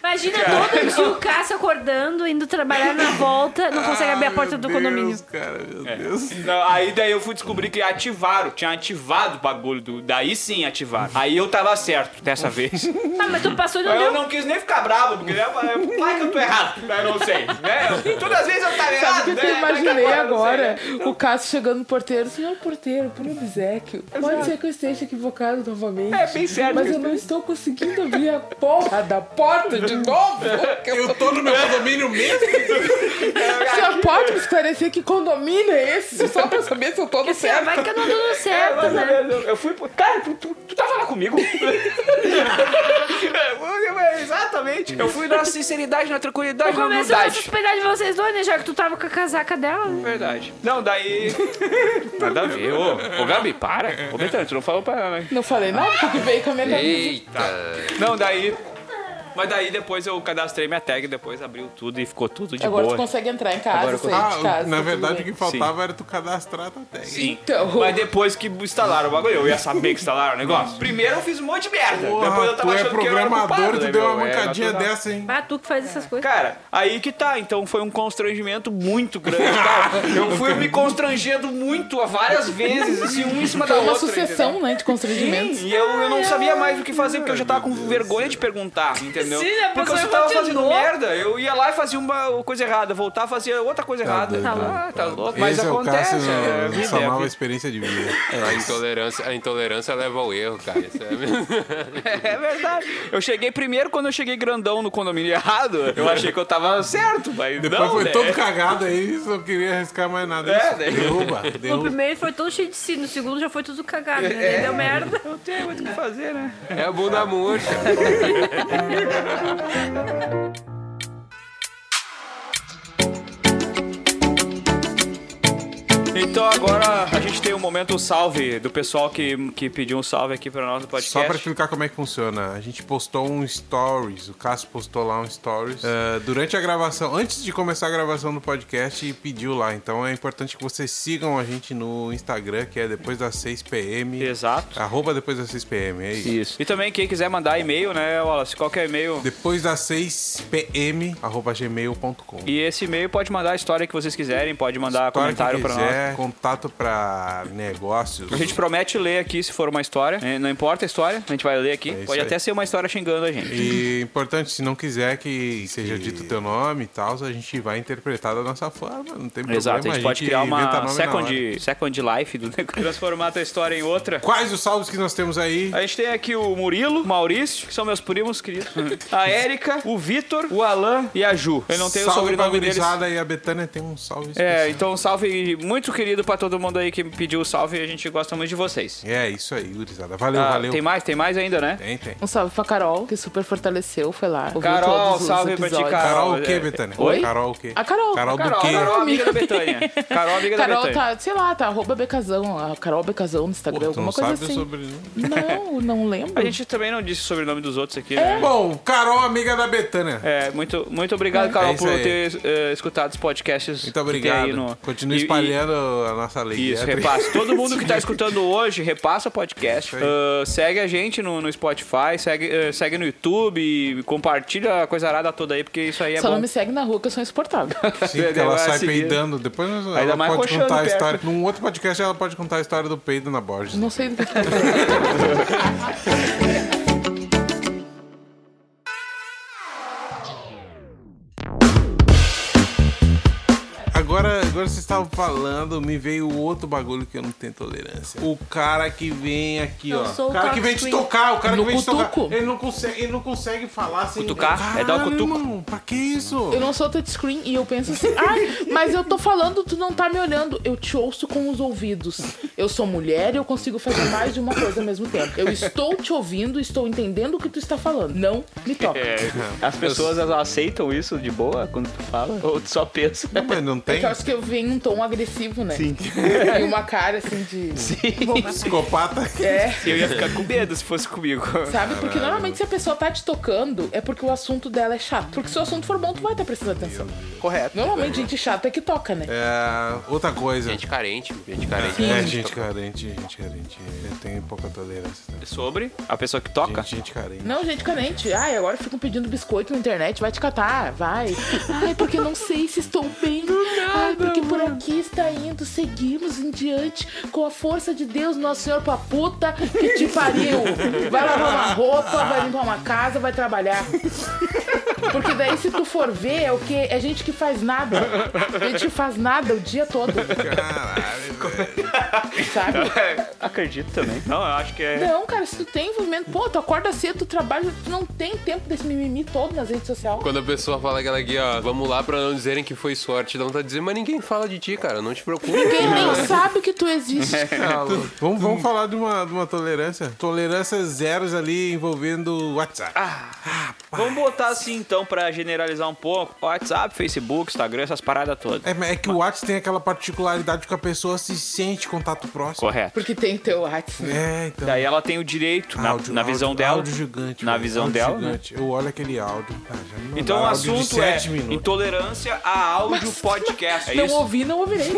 Speaker 6: Imagina todo dia o Cássio acordando, indo trabalhar na volta, não consegue abrir a porta do condomínio.
Speaker 5: cara, meu Deus.
Speaker 7: Não, aí daí eu fui descobrir que ativaram. Tinha ativado o bagulho do. Daí sim ativaram. Aí eu tava certo dessa vez.
Speaker 6: Ah, mas tu passou e não
Speaker 7: Mas eu
Speaker 6: deu.
Speaker 7: não quis nem ficar bravo, porque né, eu- vai que eu tô errado, né, eu não sei. Né? Eu- Todas as vezes eu tava errado,
Speaker 8: Sabe o que
Speaker 7: né?
Speaker 8: eu
Speaker 7: Vai que
Speaker 8: imaginei
Speaker 7: eu não sei,
Speaker 8: agora?
Speaker 7: né?
Speaker 8: O Cássio chegando no porteiro. Senhor porteiro, por obsequio. Pode ser que eu esteja equivocado novamente.
Speaker 7: É bem sério.
Speaker 8: Mas eu não estou conseguindo abrir a porra da porta de novo.
Speaker 5: Eu tô no meu condomínio mesmo?
Speaker 8: O senhor pode me esclarecer que condomínio é esse? Só pra saber se eu tô no
Speaker 6: Assim, ó,
Speaker 8: certo.
Speaker 6: vai que eu não dou certo,
Speaker 7: Mas,
Speaker 6: né?
Speaker 7: eu- Eu fui. pro- Cara, tu, tu, tu tava lá comigo. É, Exatamente. Eu fui na sinceridade, na tranquilidade, na
Speaker 6: Começou a
Speaker 7: humildade.
Speaker 6: suspeitar de vocês dois, né? Já que tu tava com a casaca dela, né?
Speaker 7: Verdade. Não, daí. Nada a ver. Ô, ô Gabi, para. Ô, Betano, tu não falou pra ela, né?
Speaker 8: Não falei nada porque veio com a minha camisa.
Speaker 7: Tá.
Speaker 9: Eita.
Speaker 7: Não, daí. Mas daí depois eu cadastrei minha tag, depois abriu tudo e ficou tudo de
Speaker 8: Agora tu
Speaker 7: boa.
Speaker 8: consegue entrar em casa,
Speaker 7: Agora eu
Speaker 8: sair
Speaker 5: Ah,
Speaker 8: de casa.
Speaker 5: na
Speaker 8: tá tudo
Speaker 5: verdade o
Speaker 8: bem.
Speaker 5: que faltava era tu cadastrar tá a tua tag.
Speaker 7: Sim.
Speaker 8: Então.
Speaker 7: Mas depois que instalaram o bagulho, eu ia saber que instalaram o negócio. Primeiro eu fiz um monte de merda.
Speaker 5: Porra,
Speaker 7: depois eu tava
Speaker 5: tu é
Speaker 7: achando que eu era
Speaker 5: programador
Speaker 7: culpado,
Speaker 5: e
Speaker 7: né,
Speaker 5: tu deu
Speaker 7: meu?
Speaker 5: uma
Speaker 7: É
Speaker 5: mancadinha
Speaker 7: natural.
Speaker 5: dessa, hein?
Speaker 6: Ah, tu que faz essas coisas.
Speaker 7: Cara, aí que tá. Então foi um constrangimento muito grande, cara. Eu fui me constrangendo muito a várias vezes, assim, um em cima da
Speaker 8: Foi uma
Speaker 7: outra.
Speaker 8: sucessão,
Speaker 7: entendeu?
Speaker 8: né, de constrangimentos.
Speaker 7: E eu, eu não sabia mais o que fazer, porque eu já tava com vergonha de perguntar, entendeu?
Speaker 10: Sim, a
Speaker 7: porque eu
Speaker 10: pessoa
Speaker 7: só tava fazendo
Speaker 10: continuou.
Speaker 7: merda. Eu ia lá e fazia uma coisa errada, voltava e fazia outra coisa errada.
Speaker 5: doido.
Speaker 7: ah, tá louco. Mas
Speaker 5: Mas Esse é o
Speaker 7: acontece.
Speaker 5: Cássio,
Speaker 7: é
Speaker 5: né?
Speaker 7: vida,
Speaker 5: essa
Speaker 7: é
Speaker 5: nova
Speaker 7: vida.
Speaker 5: experiência de vida.
Speaker 9: A intolerância, a intolerância leva ao erro, cara. Isso é-
Speaker 7: É verdade. Eu cheguei primeiro quando eu cheguei grandão no condomínio errado. Eu achei que eu tava certo, mas
Speaker 5: Depois
Speaker 7: não,
Speaker 5: foi
Speaker 7: né?
Speaker 5: todo cagado aí, só queria arriscar mais nada.
Speaker 7: É,
Speaker 5: Isso,
Speaker 7: né?
Speaker 5: Derruba,
Speaker 6: No
Speaker 5: derruba.
Speaker 6: primeiro ele foi todo cheio de si, no segundo já foi tudo cagado, né?
Speaker 7: É.
Speaker 6: Daí Deu merda.
Speaker 7: Não tem muito o que fazer, né?
Speaker 9: é a bunda murcha.
Speaker 7: Então agora a gente tem um momento salve do pessoal que, que pediu um salve aqui pra nós no podcast.
Speaker 5: Só pra explicar como é que funciona, a gente postou um stories, o Cássio postou lá um stories
Speaker 7: É.
Speaker 5: eh, durante a gravação, antes de começar a gravação do podcast e pediu lá. Então é importante que vocês sigam a gente no Instagram, que é depois das 6 pm.
Speaker 7: Exato.
Speaker 5: Arroba depois das 6 pm, é isso.
Speaker 7: Isso. E também quem quiser mandar e-mail, né, Wallace? Qual que é o e-mail?
Speaker 5: Depois das 6 pm, arroba gmail.com.
Speaker 7: E esse e-mail pode mandar a história que vocês quiserem, pode mandar
Speaker 5: História que
Speaker 7: comentário pra nós.
Speaker 5: quiser, Contato pra negócios.
Speaker 7: A gente promete ler aqui se for uma história. É, Não importa a história, a gente vai ler aqui.
Speaker 5: É isso
Speaker 7: Pode
Speaker 5: aí.
Speaker 7: até ser uma história xingando a gente.
Speaker 5: E importante, se não quiser que seja dito teu nome e tal, a gente vai interpretar da nossa forma, não tem problema. é
Speaker 7: Exato, a gente pode criar
Speaker 5: inventa
Speaker 7: uma
Speaker 5: nome na hora.
Speaker 7: second, second life do negócio. Transformar a tua história em outra.
Speaker 5: Quais os salvos que nós temos aí?
Speaker 7: A gente tem aqui o Murilo, o Maurício, que são meus primos queridos. A Érica, o Vitor, o Alan e a Ju. Eu não tenho o
Speaker 5: salve pra
Speaker 7: sobrenome deles.
Speaker 5: gurizada e a Betânia tem um salve
Speaker 7: É,
Speaker 5: especial.
Speaker 7: então salve muito querido pra todo mundo aí que me pediu o salve. A gente gosta muito de vocês.
Speaker 5: É, isso aí, gurizada. Valeu,
Speaker 7: Ah,
Speaker 5: valeu.
Speaker 7: Tem mais? Tem mais ainda, né?
Speaker 5: Tem, tem.
Speaker 8: Um salve pra Carol, que super fortaleceu, foi lá. ouviu
Speaker 7: Carol,
Speaker 8: todos os
Speaker 7: salve pra ti,
Speaker 8: episódios.
Speaker 7: Carol.
Speaker 5: Carol o
Speaker 7: é-
Speaker 5: quê, Betânia?
Speaker 8: Oi?
Speaker 5: Carol o quê?
Speaker 8: A Carol.
Speaker 5: Carol do
Speaker 7: Carol,
Speaker 5: um quê?
Speaker 7: Carol, é amiga da Betânia. Carol, é amiga da
Speaker 8: Carol
Speaker 7: Betânia.
Speaker 8: tá, sei lá, tá arroba Becazão, a Carol Becazão no Instagram,
Speaker 5: Pô, tu
Speaker 8: alguma
Speaker 5: não
Speaker 8: coisa
Speaker 5: sabe
Speaker 8: assim.
Speaker 5: sobre isso.
Speaker 8: Não, não lembro.
Speaker 7: A gente também não disse o sobrenome dos outros aqui,
Speaker 8: É?
Speaker 7: né?
Speaker 5: Bom, Carol, amiga da Betânia.
Speaker 7: É, muito, muito obrigado, Carol,
Speaker 5: É isso
Speaker 7: por
Speaker 5: aí.
Speaker 7: ter eh, escutado os podcasts.
Speaker 5: Muito
Speaker 7: Que
Speaker 5: obrigado.
Speaker 7: tem aí no...
Speaker 5: Continua
Speaker 7: E- e-
Speaker 5: espalhando a nossa alegria.
Speaker 7: Isso, repassa. Todo mundo que tá escutando hoje, repassa o podcast.
Speaker 5: Isso aí.
Speaker 7: Ah, segue a gente no, no Spotify, segue, eh, segue no YouTube, e compartilha a coisa arada toda aí, porque isso aí é
Speaker 8: Só
Speaker 7: bom.
Speaker 8: não me segue na rua que eu sou insuportável.
Speaker 5: Sim, porque ela
Speaker 7: Vai
Speaker 5: sai
Speaker 7: seguir.
Speaker 5: peidando. Depois ela
Speaker 7: Ainda mais
Speaker 5: pode
Speaker 7: coxando
Speaker 5: contar a
Speaker 7: perto.
Speaker 5: história. Num outro podcast ela pode contar a história do peido na Borges.
Speaker 8: não sei do que.
Speaker 5: Agora, agora vocês estavam falando, me veio outro bagulho que eu não tenho tolerância. O cara que vem aqui,
Speaker 6: Eu
Speaker 5: ó.
Speaker 6: sou
Speaker 5: O
Speaker 6: o
Speaker 5: cara que
Speaker 6: Tox
Speaker 5: vem te
Speaker 6: Queen.
Speaker 5: tocar, o cara
Speaker 8: No
Speaker 5: que vem te
Speaker 8: cutuco.
Speaker 5: tocar. Ele não consegue, ele não consegue falar sem
Speaker 7: Cutucar? É dar o
Speaker 5: Caralho,
Speaker 7: cutuco?
Speaker 5: irmão, pra que isso?
Speaker 8: Eu não sou touchscreen e eu penso assim, ai, mas eu tô falando, tu não tá me olhando. Eu te ouço com os ouvidos. Eu sou mulher e eu consigo fazer mais de uma coisa ao mesmo tempo. Eu estou te ouvindo, estou entendendo o que tu está falando. Não me toca.
Speaker 7: As pessoas elas aceitam isso de boa quando tu fala? Ou tu só pensa?
Speaker 5: Não, mas não
Speaker 8: É
Speaker 5: tem.
Speaker 8: que eu acho que eu venho um tom agressivo, né? Sim. E uma cara assim de.
Speaker 5: Psicopata.
Speaker 8: É.
Speaker 7: Eu ia ficar com medo se fosse comigo.
Speaker 8: Sabe? Porque normalmente se a pessoa tá te tocando, é porque o assunto dela é chato. Porque se o assunto for bom, tu vai estar prestando atenção.
Speaker 7: Correto.
Speaker 8: Normalmente gente chata é que toca, né?
Speaker 5: É, outra coisa.
Speaker 9: Gente carente, gente carente.
Speaker 5: É, gente carente, gente carente. Eu tenho pouca tolerância. também.
Speaker 7: É Sobre a pessoa que toca?
Speaker 5: Gente, gente carente.
Speaker 8: Não, gente carente. Ai, agora ficam pedindo biscoito na internet. Vai te catar, vai. Ai, porque não sei se estou bem. Ai, porque por aqui está indo. Seguimos em diante com a força de Deus, nosso Senhor, pra puta que te pariu. Vai lavar uma roupa, vai limpar uma casa, vai trabalhar. Porque daí, se tu for ver, é o que? É gente que faz nada. A gente faz nada o dia todo,
Speaker 5: Caralho,
Speaker 7: é
Speaker 5: velho.
Speaker 8: sabe?
Speaker 7: Acredito também. Não, eu acho que é.
Speaker 8: Não, cara, se tu tem envolvimento, pô, tu acorda cedo, tu trabalha, tu não tem tempo desse mimimi todo nas redes sociais.
Speaker 9: Quando a pessoa fala aquela aqui, ó, vamos lá pra não dizerem que foi sorte, não tá dizendo, mas ninguém fala de ti, cara, não te preocupa.
Speaker 8: Ninguém
Speaker 7: É.
Speaker 8: nem sabe que tu existe.
Speaker 5: Vamos, vamos falar de uma, de uma tolerância. Tolerância zeros ali envolvendo WhatsApp. Ah.
Speaker 7: Vamos botar assim então pra generalizar um pouco: WhatsApp, Facebook, Instagram, essas paradas todas.
Speaker 5: É, mas é que o WhatsApp tem aquela particularidade que a pessoa se sente contato próximo.
Speaker 7: Correto.
Speaker 8: Porque tem teu WhatsApp.
Speaker 5: É, então.
Speaker 7: Daí ela tem o direito, na,
Speaker 5: Áudio,
Speaker 7: na
Speaker 5: áudio,
Speaker 7: visão dela.
Speaker 5: Áudio gigante.
Speaker 7: na
Speaker 5: velho.
Speaker 7: visão
Speaker 5: Áudio
Speaker 7: dela, né?
Speaker 5: gigante. Eu olho aquele áudio. Ah, já me mandaram
Speaker 7: Então o
Speaker 5: áudio de
Speaker 7: assunto é
Speaker 5: sete minutos.
Speaker 7: intolerância a áudio podcast. É
Speaker 8: não
Speaker 7: isso?
Speaker 8: ouvi, não ouvirei.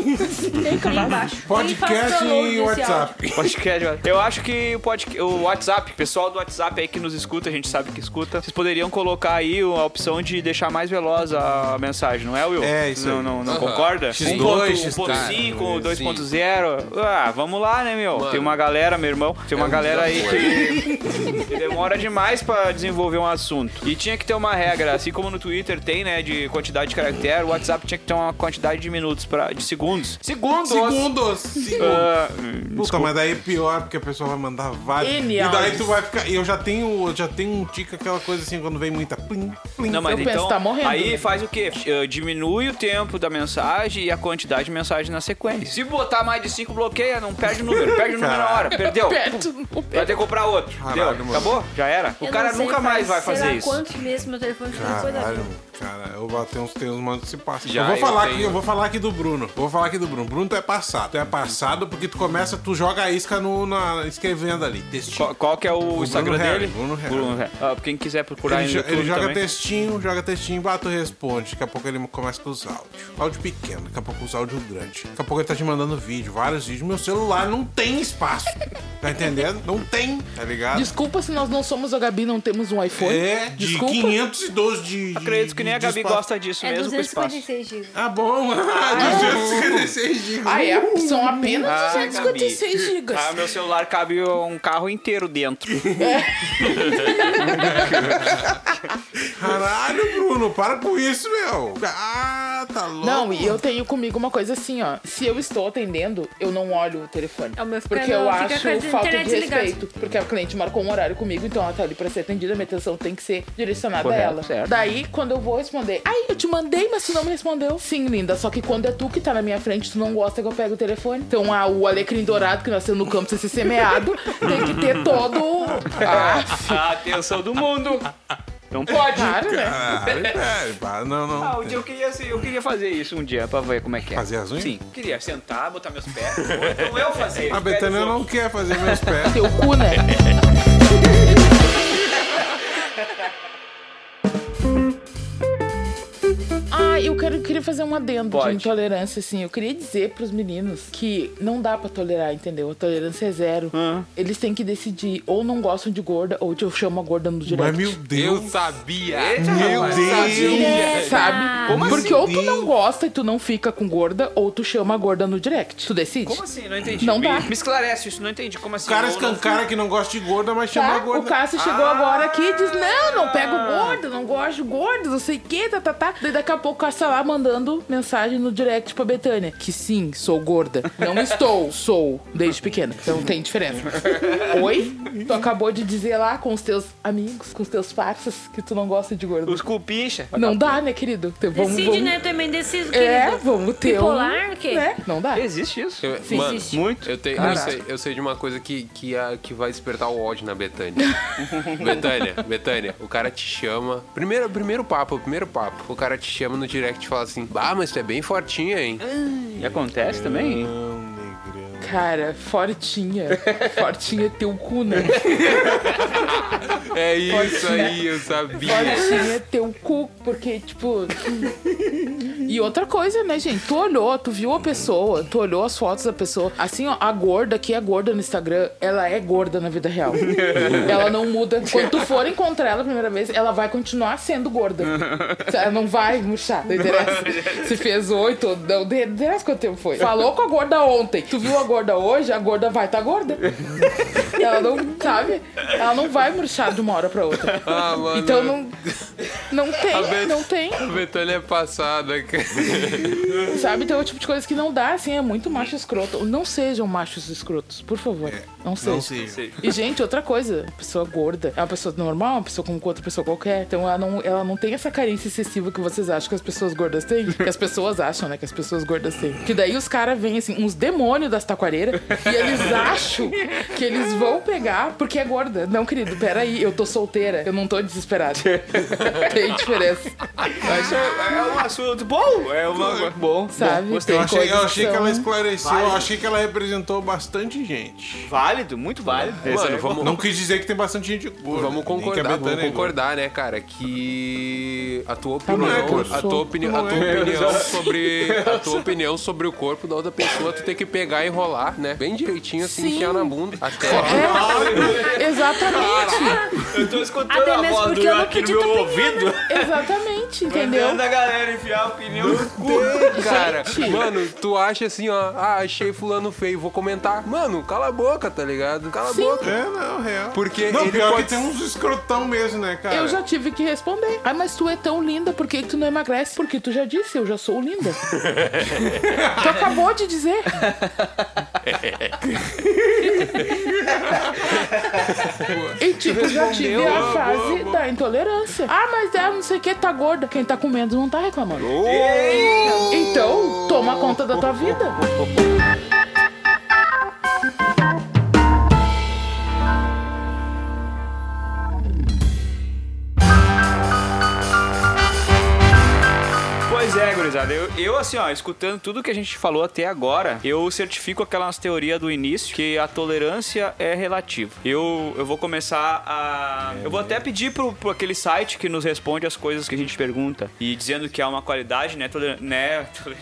Speaker 8: Nem acabar.
Speaker 10: Embaixo.
Speaker 7: Então,
Speaker 10: Quem faz
Speaker 5: Podcast
Speaker 10: download
Speaker 5: e
Speaker 10: desse áudio?
Speaker 5: WhatsApp.
Speaker 7: Podcast, olha. eu acho que o, podcast, o WhatsApp, o pessoal do WhatsApp aí que nos escuta, a gente sabe que escuta, vocês poderiam colocar aí a opção de deixar mais veloz a mensagem, não é, Will?
Speaker 5: É, isso
Speaker 7: Não,
Speaker 5: aí.
Speaker 7: não, não
Speaker 9: Aham.
Speaker 7: concorda?
Speaker 5: X2,
Speaker 7: 1.5, 2.0. Ah, vamos lá, né, meu? Tem uma galera, meu irmão, tem uma galera aí que, que demora demais pra desenvolver um assunto. E tinha que ter uma regra, assim como no Twitter tem, né, de quantidade de caractere, o WhatsApp tinha que ter uma quantidade de minutos, pra, de segundos. Segundos!
Speaker 5: Segundos. Segundos.
Speaker 7: Ah,
Speaker 5: Puta, mas daí é pior, porque a pessoa vai mandar vários.
Speaker 8: N
Speaker 5: E daí
Speaker 8: áudios.
Speaker 5: tu vai ficar. e Eu já tenho, eu já tenho um tique, aquela coisa assim, quando vem muita. Plim, plim.
Speaker 7: Não, mas
Speaker 8: Eu penso,
Speaker 7: então,
Speaker 8: tá morrendo,
Speaker 7: aí
Speaker 8: né?
Speaker 7: faz o quê? Eh, diminui o tempo da mensagem e a quantidade de mensagem na sequência. Se botar mais de 5, bloqueia, não perde o número. Perde o número na hora, perdeu.
Speaker 8: Perto. o pé.
Speaker 7: Vai ter que comprar outro.
Speaker 5: Caralho,
Speaker 7: Deu.
Speaker 5: mano.
Speaker 7: Acabou? Já era. O
Speaker 10: Eu
Speaker 7: cara
Speaker 10: não sei,
Speaker 7: nunca mais vai
Speaker 10: faz sei
Speaker 7: fazer
Speaker 10: lá
Speaker 7: isso.
Speaker 10: quantos meses meu telefone ficou na coisa
Speaker 5: Caralho, cara, eu vou ter uns, tem uns mandos que se passa.
Speaker 9: Já,
Speaker 5: eu vou
Speaker 9: eu
Speaker 5: falar
Speaker 9: tenho.
Speaker 5: aqui, eu vou falar aqui do Bruno. Eu Vou falar aqui do Bruno. Bruno, tu é passado. Tu é passado porque tu começa, tu joga a isca no, na, escrevendo ali. Textinho.
Speaker 7: Qual, qual que é o, Instagram
Speaker 5: Harry,
Speaker 7: dele?
Speaker 5: Bruno Harry.
Speaker 7: Harry. Ah, quem quiser procurar
Speaker 5: Ele,
Speaker 7: aí
Speaker 5: jo-
Speaker 7: no
Speaker 5: ele
Speaker 7: YouTube
Speaker 5: joga
Speaker 7: também.
Speaker 5: textinho, joga textinho, bato responde. Daqui a pouco ele começa com os áudios. Áudio pequeno, daqui a pouco os áudios grandes. Daqui a pouco ele tá te mandando vídeo, vários vídeos. Meu celular não tem espaço. tá entendendo? Não tem, tá ligado?
Speaker 8: Desculpa se nós não somos a Gabi, não temos um iPhone.
Speaker 5: É, de
Speaker 8: Desculpa.
Speaker 5: 512 de. de
Speaker 7: Acredito que nem a Gabi
Speaker 5: espaço.
Speaker 7: gosta disso
Speaker 10: É
Speaker 7: mesmo com espaço.
Speaker 10: 256 GB.
Speaker 5: Ah, bom. Ah, 256 gigas.
Speaker 8: Ah, é? São apenas
Speaker 7: Ah,
Speaker 8: 256 gigas.
Speaker 7: Ah, meu celular cabe um carro inteiro dentro.
Speaker 5: Caralho, Bruno, para com isso, meu. Ah, tá louco.
Speaker 8: Não, e eu tenho comigo uma coisa assim, ó. Se eu estou atendendo, eu não olho o telefone.
Speaker 6: É o meu fica-
Speaker 8: porque eu
Speaker 6: não, fica
Speaker 8: acho
Speaker 6: com a
Speaker 8: falta
Speaker 6: internet
Speaker 8: de
Speaker 6: desligada.
Speaker 8: respeito. Porque a cliente marcou um horário comigo, então ela tá ali pra ser atendida, minha atenção tem que ser direcionada a
Speaker 7: Correto,
Speaker 8: ela.
Speaker 7: certo.
Speaker 8: Daí, quando eu vou responder, ai, eu te mandei, mas tu não me respondeu. Sim, linda, só que quando é tu que tá na minha frente, tu não gosta que eu pego o telefone. Então, ah, o alecrim dourado que nasceu no campo sem ser semeado, tem que ter todo... o- Ah,
Speaker 7: A atenção do mundo! Não pode!
Speaker 8: claro, né?
Speaker 5: Caralho, velho. pá, Não,
Speaker 7: Ah,
Speaker 5: não.
Speaker 7: um dia eu queria, ser- eu queria fazer isso um dia pra ver como é que é.
Speaker 5: Fazer as unhas? Ah,
Speaker 7: Sim. Queria sentar, botar meus pés. Ou então eu fazer.
Speaker 5: A
Speaker 7: os pés
Speaker 5: Betânia
Speaker 7: dos
Speaker 5: não
Speaker 7: outros.
Speaker 5: quer fazer meus pés.
Speaker 8: Teu cu, né? Ah, eu quero, queria fazer um adendo
Speaker 7: Pode.
Speaker 8: de intolerância, assim. Eu queria dizer pros meninos que não dá pra tolerar, entendeu? A tolerância é zero. Eles têm que decidir ou não gostam de gorda ou eu chamo a gorda no direct.
Speaker 5: Mas, meu
Speaker 9: Eu
Speaker 5: Deus.
Speaker 9: sabia.
Speaker 7: Eita,
Speaker 5: Meu
Speaker 7: rapaz.
Speaker 5: Deus.
Speaker 8: Sabe?
Speaker 7: Como
Speaker 8: Porque
Speaker 7: assim?
Speaker 8: ou tu não gosta e tu não fica com gorda, ou tu chama a gorda no direct. Tu decide?
Speaker 7: Como assim? Não entendi.
Speaker 8: Não
Speaker 7: me,
Speaker 8: dá.
Speaker 7: me esclarece isso, não entendi. Como assim?
Speaker 5: O cara
Speaker 7: Eu não-
Speaker 5: escancara que não gosta de gorda, mas chama a
Speaker 8: Tá? O
Speaker 5: gorda.
Speaker 8: Cássio chegou agora aqui e diz: Não, não pego gordo, não gosto de gordo, não sei o que, tá, tá, tá. Daí daqui a pouco o Cássio tá lá mandando mensagem no direct pra Betânia: Que sim, sou gorda. Não estou, sou, desde pequena. Então não tem diferença. Oi? Tu acabou de dizer lá com os teus amigos, com os teus parças, que tu não gosta de gordo.
Speaker 7: Os cupicha.
Speaker 8: Não dá, né, querido? Então, vamos,
Speaker 10: Decide,
Speaker 8: vamos...
Speaker 10: né? Também decido,
Speaker 8: É,
Speaker 10: querido.
Speaker 8: vamos ter
Speaker 10: Bipolar,
Speaker 8: um...
Speaker 10: o quê?
Speaker 6: é
Speaker 8: né? Não dá.
Speaker 7: Existe isso?
Speaker 9: Eu-
Speaker 10: Sim,
Speaker 9: mano,
Speaker 10: existe.
Speaker 7: Muito.
Speaker 9: eu, tenho, eu,
Speaker 8: Caraca.
Speaker 9: sei, eu sei de uma coisa que, que, a- que vai despertar o ódio na Betânia. Betânia, Betânia, o cara te chama. Primeiro, primeiro papo, primeiro papo. O cara te chama no direct e fala assim: Bah, mas tu é bem fortinha, hein?
Speaker 8: Ah,
Speaker 7: E acontece também?
Speaker 8: Cara, fortinha. Fortinha é teu cu, né?
Speaker 9: É isso aí, eu sabia.
Speaker 8: Fortinha teu cu, porque, tipo. E outra coisa, né, gente? Tu olhou, tu viu a pessoa, tu olhou as fotos da pessoa. Assim, ó, a gorda que é gorda no Instagram, ela é gorda na vida real. ela não muda. Quando tu for encontrar ela a primeira vez, ela vai continuar sendo gorda. Ela não vai murchar, não interessa. Se fez oito, ou não, não interessa quanto tempo foi. Falou com a gorda ontem, tu viu a gorda hoje, a gorda vai estar tá gorda. Ela não, sabe? Ela não vai murchar de uma hora pra outra.
Speaker 9: Ah, mano.
Speaker 8: Então não. Não
Speaker 9: a
Speaker 8: tem,
Speaker 9: Bet-
Speaker 8: não tem.
Speaker 9: A Betânia é passada, cara.
Speaker 8: Sabe? Então é o tipo de coisa que não dá, assim, é muito macho escroto. Não sejam machos escrotos, por favor. É, não sejam.
Speaker 5: Não sei.
Speaker 8: E, gente, outra coisa, pessoa gorda é uma pessoa normal, uma pessoa como outra pessoa qualquer. Então ela não, ela não tem essa carência excessiva que vocês acham que as pessoas gordas têm. Que as pessoas acham, né? Que as pessoas gordas têm. Que daí os caras vêm, assim, uns demônios das taquareiras e eles acham que eles vão pegar porque é gorda. Não, querido, peraí, eu tô solteira, eu não tô desesperada. tem diferença,
Speaker 7: Isso é, é um assunto bom. É uma... Bom.
Speaker 9: Né?
Speaker 8: sabe?
Speaker 7: gostei.
Speaker 8: Tem
Speaker 5: Eu achei, eu
Speaker 8: coisas
Speaker 5: achei que
Speaker 8: são-
Speaker 5: ela esclareceu, eu achei que ela representou bastante gente.
Speaker 7: Válido, muito válido.
Speaker 9: Mano, vamos,
Speaker 5: Não quis dizer que tem bastante gente gorda.
Speaker 9: Vamos
Speaker 5: nem que a
Speaker 9: concordar,
Speaker 5: Betânia
Speaker 9: vamos
Speaker 5: é gorda.
Speaker 9: concordar, né, cara? Que a tua
Speaker 8: não
Speaker 9: opinião,
Speaker 8: é gordo,
Speaker 9: a tua
Speaker 8: sou.
Speaker 9: opinião, a tua opinião sobre a tua opinião sobre o corpo da outra pessoa, tu tem que pegar e enrolar, né? Bem direitinho assim,
Speaker 8: Sim.
Speaker 9: enfiar na bunda. Até
Speaker 8: É, Exatamente,
Speaker 7: Eu tô escutando
Speaker 10: Até
Speaker 7: a
Speaker 10: mesmo
Speaker 7: voz
Speaker 10: porque
Speaker 7: do
Speaker 10: eu não
Speaker 7: aqui no
Speaker 10: pedi
Speaker 7: meu
Speaker 10: tua
Speaker 7: ouvido.
Speaker 8: exatamente, entendeu?
Speaker 7: Mandando a galera enfiar o pneu no cu.
Speaker 9: né, cara, mano, tu acha assim, ó, ah, achei fulano feio, vou comentar. Mano, cala a boca, tá ligado? Cala a boca.
Speaker 5: É, não, real.
Speaker 9: Porque
Speaker 5: não,
Speaker 9: ele
Speaker 5: pior
Speaker 9: pode-
Speaker 5: que tem uns escrotão mesmo, né, cara?
Speaker 8: Eu já tive que responder. Ah, mas tu é tão linda, por que que tu não emagrece? Porque tu já disse, eu já sou linda. tu acabou de dizer. e tipo, já tive a fase da intolerância. Ah, mas é, não sei o que, tá gorda. Quem tá comendo não tá reclamando. Então, toma conta da tua vida.
Speaker 7: Pois é, gurizada. Eu, eu, assim, ó, escutando tudo que a gente falou até agora, eu certifico aquela nossa teoria do início, que a tolerância é relativa. Eu, eu vou começar a... Eu vou até pedir pro, pro aquele site que nos responde as coisas que a gente pergunta. E dizendo que é uma qualidade, né? Toler... né? toler-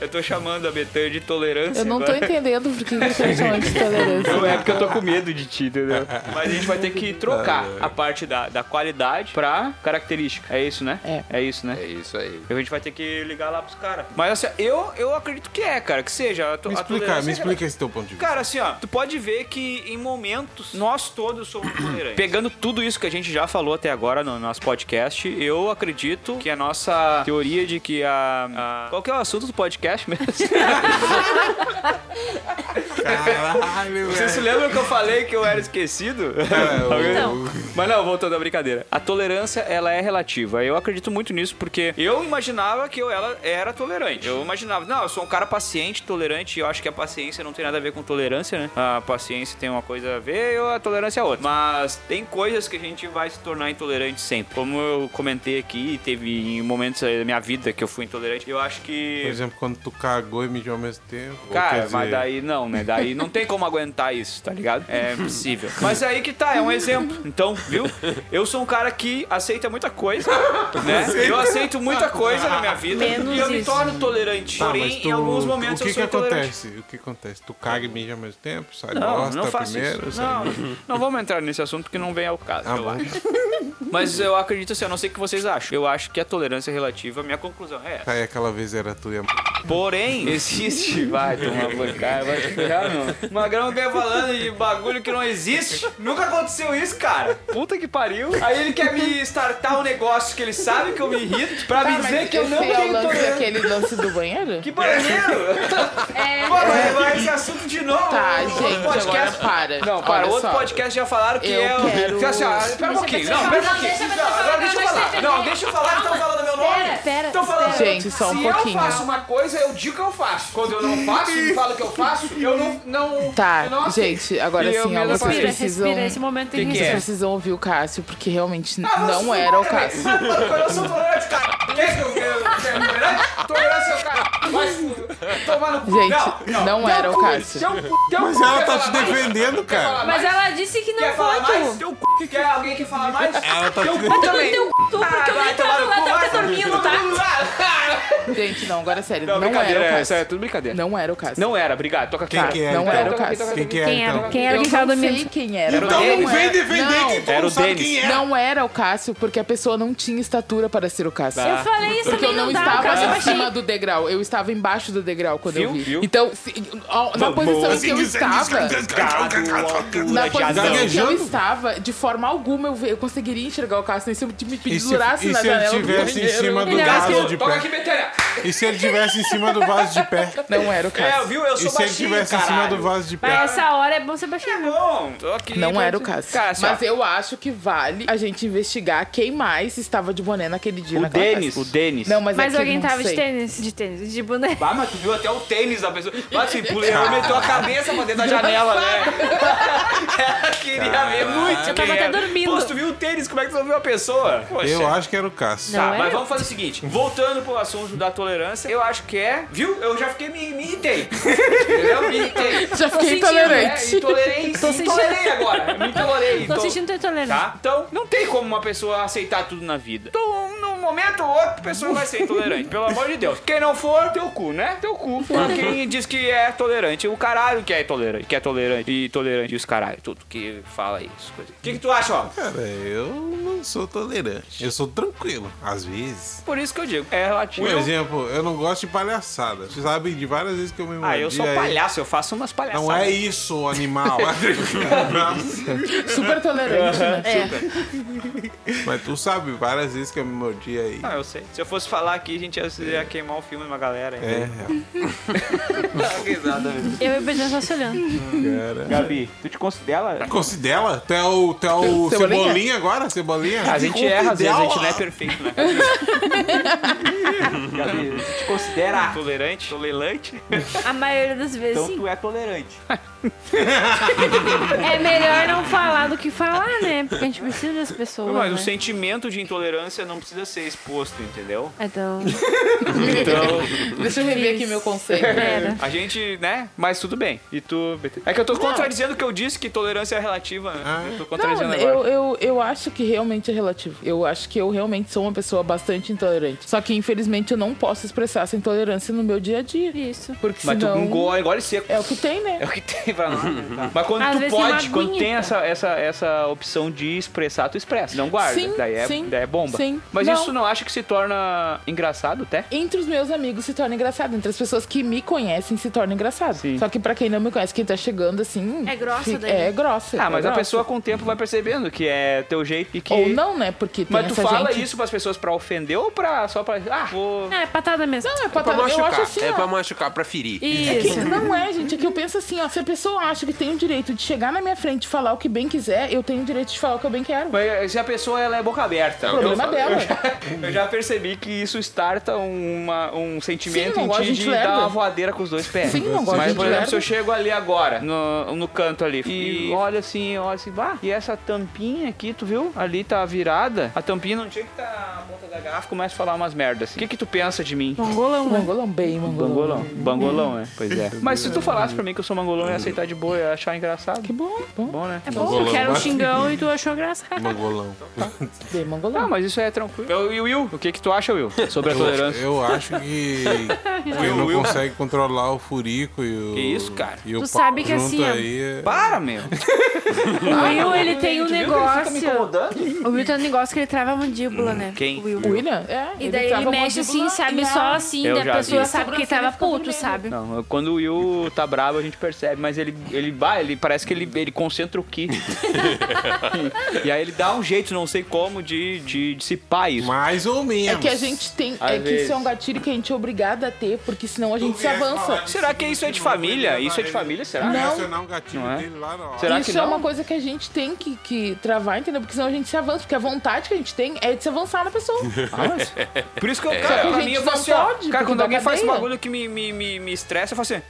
Speaker 7: Eu tô chamando a Betânia de tolerância.
Speaker 11: Eu não tô
Speaker 7: agora.
Speaker 11: entendendo porque que estão chamando de tolerância.
Speaker 7: Não é porque eu tô com medo de ti, entendeu? Mas a gente vai ter que trocar a parte da, da qualidade pra característica. É isso, né?
Speaker 11: É.
Speaker 7: É isso, né?
Speaker 9: É isso aí.
Speaker 7: A gente vai ter que ligar lá pros caras. Mas assim, eu, eu acredito que é, cara, que seja. A to-
Speaker 5: Me
Speaker 7: a
Speaker 5: explica,
Speaker 7: tolerância
Speaker 5: me
Speaker 7: é
Speaker 5: explica esse teu ponto de vista.
Speaker 7: Cara, assim, ó, tu pode ver que em momentos nós todos somos tolerantes. Pegando tudo isso que a gente já falou até agora no nosso podcast, eu acredito que a nossa teoria de que a. a- Qual que é o assunto do podcast mesmo?
Speaker 5: Caralho,
Speaker 7: Vocês se lembram que eu falei que eu era esquecido? Alguém-
Speaker 6: Então.
Speaker 7: Mas não, voltando à brincadeira. A tolerância, ela é relativa. Eu acredito muito nisso, porque eu imaginava que eu ela era tolerante. Eu imaginava, não, eu sou um cara paciente, tolerante, e eu acho que a paciência não tem nada a ver com tolerância, né? A paciência tem uma coisa a ver e a tolerância é outra. Mas tem coisas que a gente vai se tornar intolerante sempre. Como eu comentei aqui, teve em momentos aí da minha vida que eu fui intolerante. Eu acho que...
Speaker 1: é,
Speaker 5: Por exemplo, quando tu cagou e mijou ao mesmo tempo. ou
Speaker 7: Cara,
Speaker 5: quer
Speaker 7: mas
Speaker 5: dizer,
Speaker 7: daí não, né? Daí não tem como aguentar isso, tá ligado? É impossível. Mas aí que tá, é um exemplo. Então, viu? Eu sou um cara que aceita muita coisa, né? Eu aceito muita coisa na minha vida
Speaker 6: Menos
Speaker 7: e eu me
Speaker 6: isso.
Speaker 7: torno tolerante.
Speaker 5: Ah, Tá, mas
Speaker 7: Porém,
Speaker 5: tu-
Speaker 7: em alguns momentos
Speaker 5: o que
Speaker 7: eu sou
Speaker 5: que
Speaker 7: intolerante.
Speaker 5: acontece? O que acontece? Tu caga e mija ao mesmo tempo? Sai
Speaker 7: Não,
Speaker 5: bosta
Speaker 7: não faço
Speaker 5: primeiro?
Speaker 7: isso.
Speaker 5: sai-
Speaker 7: Não, não vamos entrar nesse assunto porque não vem ao caso.
Speaker 5: Ah,
Speaker 7: eu
Speaker 5: bom.
Speaker 7: acho. Mas eu acredito assim, eu não sei o que vocês acham. Eu acho que a tolerância relativa, minha conclusão é essa.
Speaker 5: Aí aquela vez era tu e a...
Speaker 7: Porém, existe. Vai tomar bancada, vai te ferrar, meu. O Magrão quer falando de bagulho que não existe. Nunca aconteceu isso, cara. Puta que pariu. Aí ele quer me startar um negócio que ele sabe que eu me irrito pra me
Speaker 8: mas
Speaker 7: dizer que eu não
Speaker 8: esse é o
Speaker 7: tenho
Speaker 8: lance
Speaker 7: tolerância.
Speaker 8: daquele lance do banheiro?
Speaker 7: Que banheiro!
Speaker 10: É,
Speaker 7: Pô, vai levar esse assunto de novo.
Speaker 8: Tá,
Speaker 7: Outro
Speaker 8: gente, agora
Speaker 7: podcast.
Speaker 8: para.
Speaker 7: Não, para,
Speaker 8: Olha
Speaker 7: outro
Speaker 8: só.
Speaker 7: podcast já falaram que
Speaker 8: Eu
Speaker 7: é o.
Speaker 8: quero-
Speaker 7: Que assim, ah, pera um pouquinho. Não, pera um
Speaker 10: Não,
Speaker 7: pouquinho.
Speaker 10: deixa a pessoa
Speaker 7: Não,
Speaker 10: falar,
Speaker 7: agora deixa
Speaker 10: vai se
Speaker 7: eu falar.
Speaker 10: defender.
Speaker 7: Não, deixa eu falar, estão falando meu nome.
Speaker 6: Pera, pera,
Speaker 7: Estão falando.
Speaker 6: pera.
Speaker 8: Gente, só um
Speaker 7: Se
Speaker 8: pouquinho.
Speaker 7: eu faço uma coisa, eu digo que eu faço. Quando eu não faço, eu falo que eu faço, eu não. não eu não
Speaker 8: Tá,
Speaker 7: aceito.
Speaker 8: gente, agora
Speaker 7: E eu
Speaker 8: sim, ó,
Speaker 7: mesmo
Speaker 8: vocês
Speaker 7: falei.
Speaker 6: Respira,
Speaker 8: precisam.
Speaker 6: respira. Esse momento tem que
Speaker 7: Que que é?
Speaker 8: Vocês precisam ouvir o Cássio, porque realmente
Speaker 7: Ah, vai
Speaker 8: não
Speaker 7: se
Speaker 8: era o
Speaker 7: fuder, velho.
Speaker 8: Cássio.
Speaker 7: Sabe, mano, quando eu sou tolerante, cara. Quer que eu quero tolerante? Tolerância é o cara. Vai se fuder. tomar no cu.
Speaker 8: Gente,
Speaker 7: não,
Speaker 8: não era o
Speaker 7: cu,
Speaker 8: Cássio.
Speaker 7: Teu cu, teu
Speaker 5: Mas
Speaker 7: cu,
Speaker 5: ela
Speaker 7: quer
Speaker 5: tá
Speaker 7: falar
Speaker 5: te
Speaker 7: mais?
Speaker 5: defendendo,
Speaker 7: Quer falar
Speaker 5: cara.
Speaker 7: mais?
Speaker 6: Mas ela disse que não
Speaker 7: Quer falar mais?
Speaker 6: foi tu.
Speaker 7: Teu cu. Quer alguém que fala mais?
Speaker 5: Ela tá
Speaker 7: Teu
Speaker 5: te
Speaker 7: cu também.
Speaker 6: Teu Ah, c... tu, porque eu não tava lá, tava até dormindo, tá?
Speaker 8: Gente, não, agora é sério,
Speaker 7: Não,
Speaker 8: não,
Speaker 7: brincadeira,
Speaker 8: era o
Speaker 7: essa é
Speaker 8: Cássio.
Speaker 7: tudo brincadeira.
Speaker 8: Não era o Cássio.
Speaker 7: Não era, obrigado, toca aqui.
Speaker 5: Quem que é,
Speaker 8: não
Speaker 5: então?
Speaker 8: era o Cássio.
Speaker 5: Quem que é,
Speaker 6: Quem era?
Speaker 5: então?
Speaker 6: Quem era
Speaker 11: Eu
Speaker 6: que tava
Speaker 11: não sei
Speaker 6: dormindo?
Speaker 11: quem era.
Speaker 5: Então
Speaker 7: Denis.
Speaker 5: não vem defender
Speaker 8: Não,
Speaker 5: quem tu
Speaker 7: era
Speaker 5: não
Speaker 7: o
Speaker 5: sabe
Speaker 7: Denis.
Speaker 5: quem é.
Speaker 8: Não era o Cássio, porque a pessoa não tinha estatura para ser o Cássio.
Speaker 7: Tá.
Speaker 6: Eu falei isso
Speaker 8: Porque eu
Speaker 6: também
Speaker 8: não
Speaker 6: não dá, o
Speaker 8: estava
Speaker 6: Cássio é
Speaker 8: em cima
Speaker 6: baixinho.
Speaker 8: do degrau, eu estava embaixo do degrau quando eu
Speaker 7: Viu?
Speaker 8: vi.
Speaker 7: Viu?
Speaker 8: Então, se- ó, na posição
Speaker 1: Assim
Speaker 7: Assim
Speaker 8: em que eu
Speaker 7: é um
Speaker 8: estava, na posição em que eu
Speaker 5: Gaguejando?
Speaker 8: estava, de forma alguma eu, ve- eu conseguiria enxergar o Cássio nem se eu te- me
Speaker 5: E se,
Speaker 8: pendurasse
Speaker 5: e
Speaker 8: na
Speaker 5: se ele
Speaker 8: janela do
Speaker 5: tivesse em
Speaker 8: banheiro.
Speaker 5: cima do
Speaker 6: Ele
Speaker 5: vaso de
Speaker 7: Toca aqui,
Speaker 5: pé?
Speaker 7: Betânia.
Speaker 5: E se ele tivesse em cima do vaso de pé?
Speaker 8: Não era o
Speaker 7: É,
Speaker 8: Cássio.
Speaker 7: viu? Eu sou
Speaker 5: E se ele
Speaker 7: baixinho,
Speaker 5: tivesse em cima do
Speaker 7: caralho.
Speaker 5: vaso de
Speaker 6: Mas
Speaker 5: pé?
Speaker 6: essa hora é bom ser baixinho.
Speaker 7: Bom, tô aqui.
Speaker 8: Não
Speaker 7: pra-
Speaker 8: era o Cássio.
Speaker 7: Cara, assim,
Speaker 8: Mas é
Speaker 7: ó,
Speaker 8: eu acho que vale a gente investigar quem mais estava de boné naquele dia.
Speaker 7: O
Speaker 8: naquela
Speaker 7: Denis. O
Speaker 8: festa.
Speaker 7: Denis.
Speaker 8: Não, mas, é
Speaker 6: Mas
Speaker 8: que
Speaker 6: alguém
Speaker 8: não
Speaker 6: tava de
Speaker 8: sei.
Speaker 6: tênis, de tênis, de boneco.
Speaker 7: Ah, mas tu viu até o tênis da pessoa. Mas assim, pulei, ela meteu a cabeça pra dentro da
Speaker 6: um
Speaker 7: janela, né? Ela
Speaker 5: Tá.
Speaker 7: queria ver muito.
Speaker 6: Eu tava
Speaker 7: quem
Speaker 6: até
Speaker 7: era.
Speaker 6: dormindo.
Speaker 7: Pô, se tu viu o tênis, como é que tu não viu a pessoa? Poxa.
Speaker 5: Eu acho que era o Cássio.
Speaker 7: Tá,
Speaker 6: Não
Speaker 7: mas
Speaker 6: é?
Speaker 7: vamos fazer o seguinte. Voltando pro assunto da tolerância, eu acho que é... Viu? Eu já fiquei... Me, me irritei. Entendeu? Me irritei.
Speaker 8: Já fiquei
Speaker 6: sentindo,
Speaker 7: É,
Speaker 8: intolerante.
Speaker 7: intolerei.
Speaker 6: Tô sentindo-
Speaker 7: Intolerei agora. Me intolerei.
Speaker 6: Tô
Speaker 7: to-
Speaker 6: sentindo tua intolerância.
Speaker 7: então. Tá? Então, não tem como uma pessoa aceitar tudo na vida. Então, num momento ou outro, a pessoa vai ser intolerante, pelo amor de Deus. Quem não for, teu cu, né? Teu cu. Quem diz que é tolerante, o caralho que é tolerante, que é tolerante e tolerante e os caralho, tudo que fala isso. coisa. O que, que tu acha, ó?
Speaker 5: Cara, eu não sou tolerante. Eu sou tranquilo, às vezes.
Speaker 7: Por isso que eu digo, é relativo.
Speaker 5: Por exemplo, eu não gosto de palhaçada. Vocês sabem de várias vezes que eu me mordi
Speaker 7: Ah, eu sou Tá
Speaker 5: aí.
Speaker 7: palhaço, eu faço umas palhaçadas.
Speaker 5: Não é isso, animal.
Speaker 8: Super tolerante, né?
Speaker 5: Mas tu sabe várias vezes que eu me mordi aí.
Speaker 7: Ah, eu sei. Se eu fosse falar aqui, a gente ia, ia queimar o filme de uma galera.
Speaker 5: É,
Speaker 7: Hein?
Speaker 6: Eu e o Benjamin só se olhando.
Speaker 5: cara.
Speaker 7: Gabi, tu te considera?
Speaker 5: Considera? Tu é o, tu é o
Speaker 8: Cebolinha?
Speaker 5: cebolinha. agora? Cebolinha?
Speaker 7: A gente erra, às vezes a gente não é perfeito, né? Gabi, tu te considera é tolerante? Tolerante?
Speaker 6: A maioria das vezes, sim.
Speaker 7: é tolerante.
Speaker 6: É melhor não falar do que falar, né? Porque a gente precisa das pessoas,
Speaker 7: Mas o
Speaker 6: né?
Speaker 7: sentimento de intolerância não precisa ser exposto, entendeu?
Speaker 6: Então,
Speaker 7: Então,
Speaker 8: Deixa eu rever aqui meu conceito.
Speaker 6: era.
Speaker 7: A gente, né? Mas tudo bem. E tu, BT? É que eu tô contradizendo o que eu disse, que tolerância é relativa. né? Eu tô contradizendo
Speaker 8: Não,
Speaker 7: agora.
Speaker 8: eu, eu, eu acho que realmente é relativo. Eu acho que eu realmente sou uma pessoa bastante intolerante. Só que, infelizmente, eu não posso expressar essa intolerância no meu dia a dia.
Speaker 6: Isso.
Speaker 8: Porque
Speaker 7: Mas tu
Speaker 8: senão...
Speaker 7: engole, engole seco.
Speaker 8: É o que tem, né?
Speaker 7: É o que tem pra nós. né, Mas quando
Speaker 6: Às
Speaker 7: tu
Speaker 6: vezes tem
Speaker 7: pode,
Speaker 6: uma
Speaker 7: quando
Speaker 6: aguinha,
Speaker 7: tem
Speaker 6: tá?
Speaker 7: essa, essa, essa opção de expressar, tu expressa. Não guarda.
Speaker 8: Sim,
Speaker 7: daí, é,
Speaker 8: sim,
Speaker 7: daí é bomba.
Speaker 8: sim.
Speaker 7: Mas
Speaker 8: Não.
Speaker 7: isso não acha que se torna engraçado até?
Speaker 8: Entre os meus amigos se torna engraçado. Entre as pessoas que me conhecem se torna engraçado.
Speaker 7: Sim.
Speaker 8: Só que pra quem não me conhece, quem tá chegando assim.
Speaker 10: É grossa
Speaker 8: fica-
Speaker 10: daí.
Speaker 8: É grossa.
Speaker 7: Ah,
Speaker 8: é
Speaker 7: mas a
Speaker 8: grossa.
Speaker 7: pessoa com o tempo vai percebendo que é teu jeito e que.
Speaker 8: Ou não, né? Porque tem
Speaker 7: Mas tu
Speaker 8: essa
Speaker 7: fala
Speaker 8: gente...
Speaker 7: isso pras pessoas pra ofender ou pra, só pra. Ah, vou.
Speaker 6: É, patada mesmo.
Speaker 8: Não, é pra,
Speaker 9: É pra
Speaker 8: tá- eu acho
Speaker 9: machucar,
Speaker 8: assim,
Speaker 9: é
Speaker 8: ó.
Speaker 9: pra machucar, pra ferir.
Speaker 6: Isso.
Speaker 8: Não é, gente. É que eu penso assim, ó. Se a pessoa acha que tem o direito de chegar na minha frente e falar o que bem quiser, eu tenho o direito de falar o que eu bem quero.
Speaker 7: Mas se a pessoa ela é boca aberta.
Speaker 8: Problema
Speaker 7: eu,
Speaker 8: dela.
Speaker 7: Eu já, eu já percebi que isso starta uma- um sentimento
Speaker 8: Sim, não
Speaker 7: em
Speaker 8: gosto
Speaker 7: ti
Speaker 8: de gente
Speaker 7: de dar
Speaker 8: lerda.
Speaker 7: uma voadeira com os dois pés.
Speaker 8: Sim, não gosto de
Speaker 7: Mas,
Speaker 8: gente
Speaker 7: por exemplo,
Speaker 8: lerda.
Speaker 7: se eu chego ali agora, no, no canto ali, e olha assim, olha assim, bah, e essa tampinha aqui, tu viu? Ali tá virada. A tampinha não tinha que tá a ponta da garrafa, começa a falar umas merdas. assim. O que que tu pensa de
Speaker 6: Um
Speaker 7: mim?
Speaker 8: Mangolão,
Speaker 6: né?
Speaker 8: Mangolão, bem, mangolão.
Speaker 7: Bangolão. Bangolão, né? Pois é. Mas se tu falasse pra mim que eu sou mangolão, eu ia aceitar de boa, eu ia achar engraçado.
Speaker 8: Que bom, bom,
Speaker 7: Bom, né?
Speaker 6: É bom, eu quero um xingão e tu achou
Speaker 1: Ah,
Speaker 6: engraçado.
Speaker 5: Mangolão.
Speaker 8: bem,
Speaker 7: Ah,
Speaker 8: mangolão.
Speaker 7: mas isso é tranquilo. Eu- E o Will, o que que tu acha, Will? Sobre a tolerância.
Speaker 5: Eu acho que quem não consegue controlar o furico e o.
Speaker 7: Que isso, cara?
Speaker 5: E o
Speaker 6: Tu
Speaker 5: pau
Speaker 6: sabe que
Speaker 5: junto
Speaker 6: assim, ó.
Speaker 5: aí é-
Speaker 7: Para, meu.
Speaker 6: O Will, ele tem um negócio.
Speaker 7: incomodando.
Speaker 6: O Will tem um negócio que ele trava a mandíbula, né?
Speaker 7: Quem?
Speaker 6: O Will.
Speaker 8: William? É.
Speaker 6: E daí ele
Speaker 8: trava a
Speaker 6: mexe assim,
Speaker 8: mandíbula e é
Speaker 6: sabe?
Speaker 8: a-
Speaker 6: Só assim,
Speaker 7: Eu
Speaker 6: daí
Speaker 7: já
Speaker 6: a pessoa
Speaker 7: vi.
Speaker 6: sabe que ele tava puto, sabe?
Speaker 7: Não, quando o Will tá bravo, a gente percebe, mas ele, ele vai, ele parece que ele, ele concentra o ki. e aí ele dá um jeito, não sei como, de, de dissipar isso.
Speaker 5: Mais ou menos.
Speaker 6: assim,
Speaker 8: É que a gente tem.
Speaker 7: Às
Speaker 8: é que
Speaker 7: vezes.
Speaker 8: isso é um gatilho que a gente é obrigada a ter, porque senão a gente se
Speaker 5: vier falar
Speaker 8: avança.
Speaker 5: disso
Speaker 7: Será que isso é de família? Isso é de família, será?
Speaker 5: Vai
Speaker 8: Não.
Speaker 5: acionar um gatilho
Speaker 7: Não é?
Speaker 5: dele lá na hora.
Speaker 7: Será
Speaker 8: isso
Speaker 7: que
Speaker 8: é
Speaker 7: não?
Speaker 8: uma coisa que a gente tem que, que travar, entendeu? Porque senão a gente se avança. Porque a vontade que a gente tem é de se avançar na pessoa.
Speaker 7: Ah, mas- Por isso que eu,
Speaker 8: É. Só
Speaker 7: cara,
Speaker 8: que a
Speaker 7: pra
Speaker 8: gente
Speaker 7: mim, eu
Speaker 8: não
Speaker 7: faço assim, ó,
Speaker 8: pode,
Speaker 7: Cara,
Speaker 8: porque
Speaker 7: quando
Speaker 8: dá
Speaker 7: alguém faz um
Speaker 8: cadeia.
Speaker 7: bagulho que me, me, me, me estressa, eu faço assim...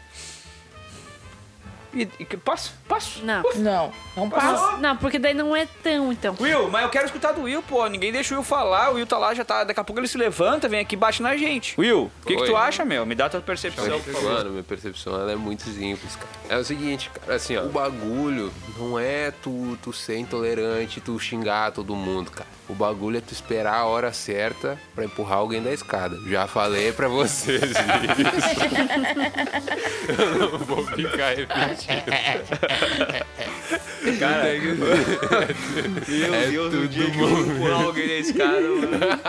Speaker 7: E, e que- passo, passo.
Speaker 6: Não.
Speaker 8: Não, não passa.
Speaker 6: Mas- Não, porque daí não é tão, então.
Speaker 7: Will, mas eu quero escutar do Will, pô. Ninguém deixa o Will falar. O Will tá lá, já tá. Daqui a pouco ele se levanta, vem aqui e bate na gente. Will, o que, que
Speaker 9: Oi.
Speaker 7: tu acha, meu? Me dá tua percepção.
Speaker 9: Mano, minha percepção ela é muito simples, cara. É o seguinte, cara, assim, ó, o bagulho não é tu, tu ser intolerante, tu xingar todo mundo, cara. O bagulho é tu esperar a hora certa pra empurrar alguém da escada. Já falei pra vocês isso. Eu não vou ficar repetindo.
Speaker 7: Cara, meu
Speaker 9: É
Speaker 7: Deus, o dia que eu vou empurrar alguém na escada, mano.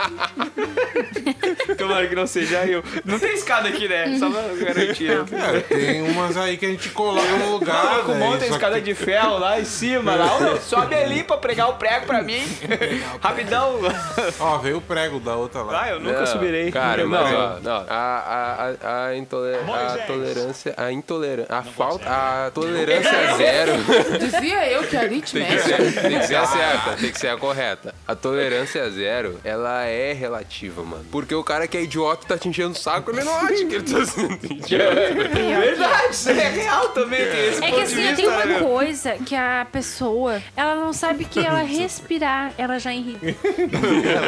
Speaker 7: Tomara que não seja eu. Não tem escada aqui, né? Só pra garantir. né?
Speaker 5: Cara, É, tem umas aí que a gente coloca no lugar.
Speaker 7: Maluco,
Speaker 5: velho,
Speaker 7: monta a
Speaker 5: só
Speaker 7: escada um de ferro lá em cima, lá. Ô, meu, sobe ali pra pregar o prego pra mim. Rapidão.
Speaker 5: que- Ó, veio o prego da outra lá.
Speaker 7: Ah, eu nunca subirei.
Speaker 9: Cara,
Speaker 7: não.
Speaker 9: mas ó, não. A, a, a, a, intole- a tolerância. A intolerância. A falta. A tolerância é zero.
Speaker 8: Dizia eu que a aritmética.
Speaker 9: Tem que ser a certa, tem que ser a correta. A tolerância a zero, ela é relativa, mano. Porque o cara que é idiota e tá te enchendo o saco, ele não acha que ele tá sendo idiota.
Speaker 7: Verdade, isso aí é real também. Tem esse
Speaker 6: É que
Speaker 7: ponto
Speaker 6: assim,
Speaker 7: de
Speaker 6: tem
Speaker 7: vista, né,
Speaker 6: uma
Speaker 7: meu?
Speaker 6: coisa que a pessoa, ela não sabe que ela respirar, ela já irrita.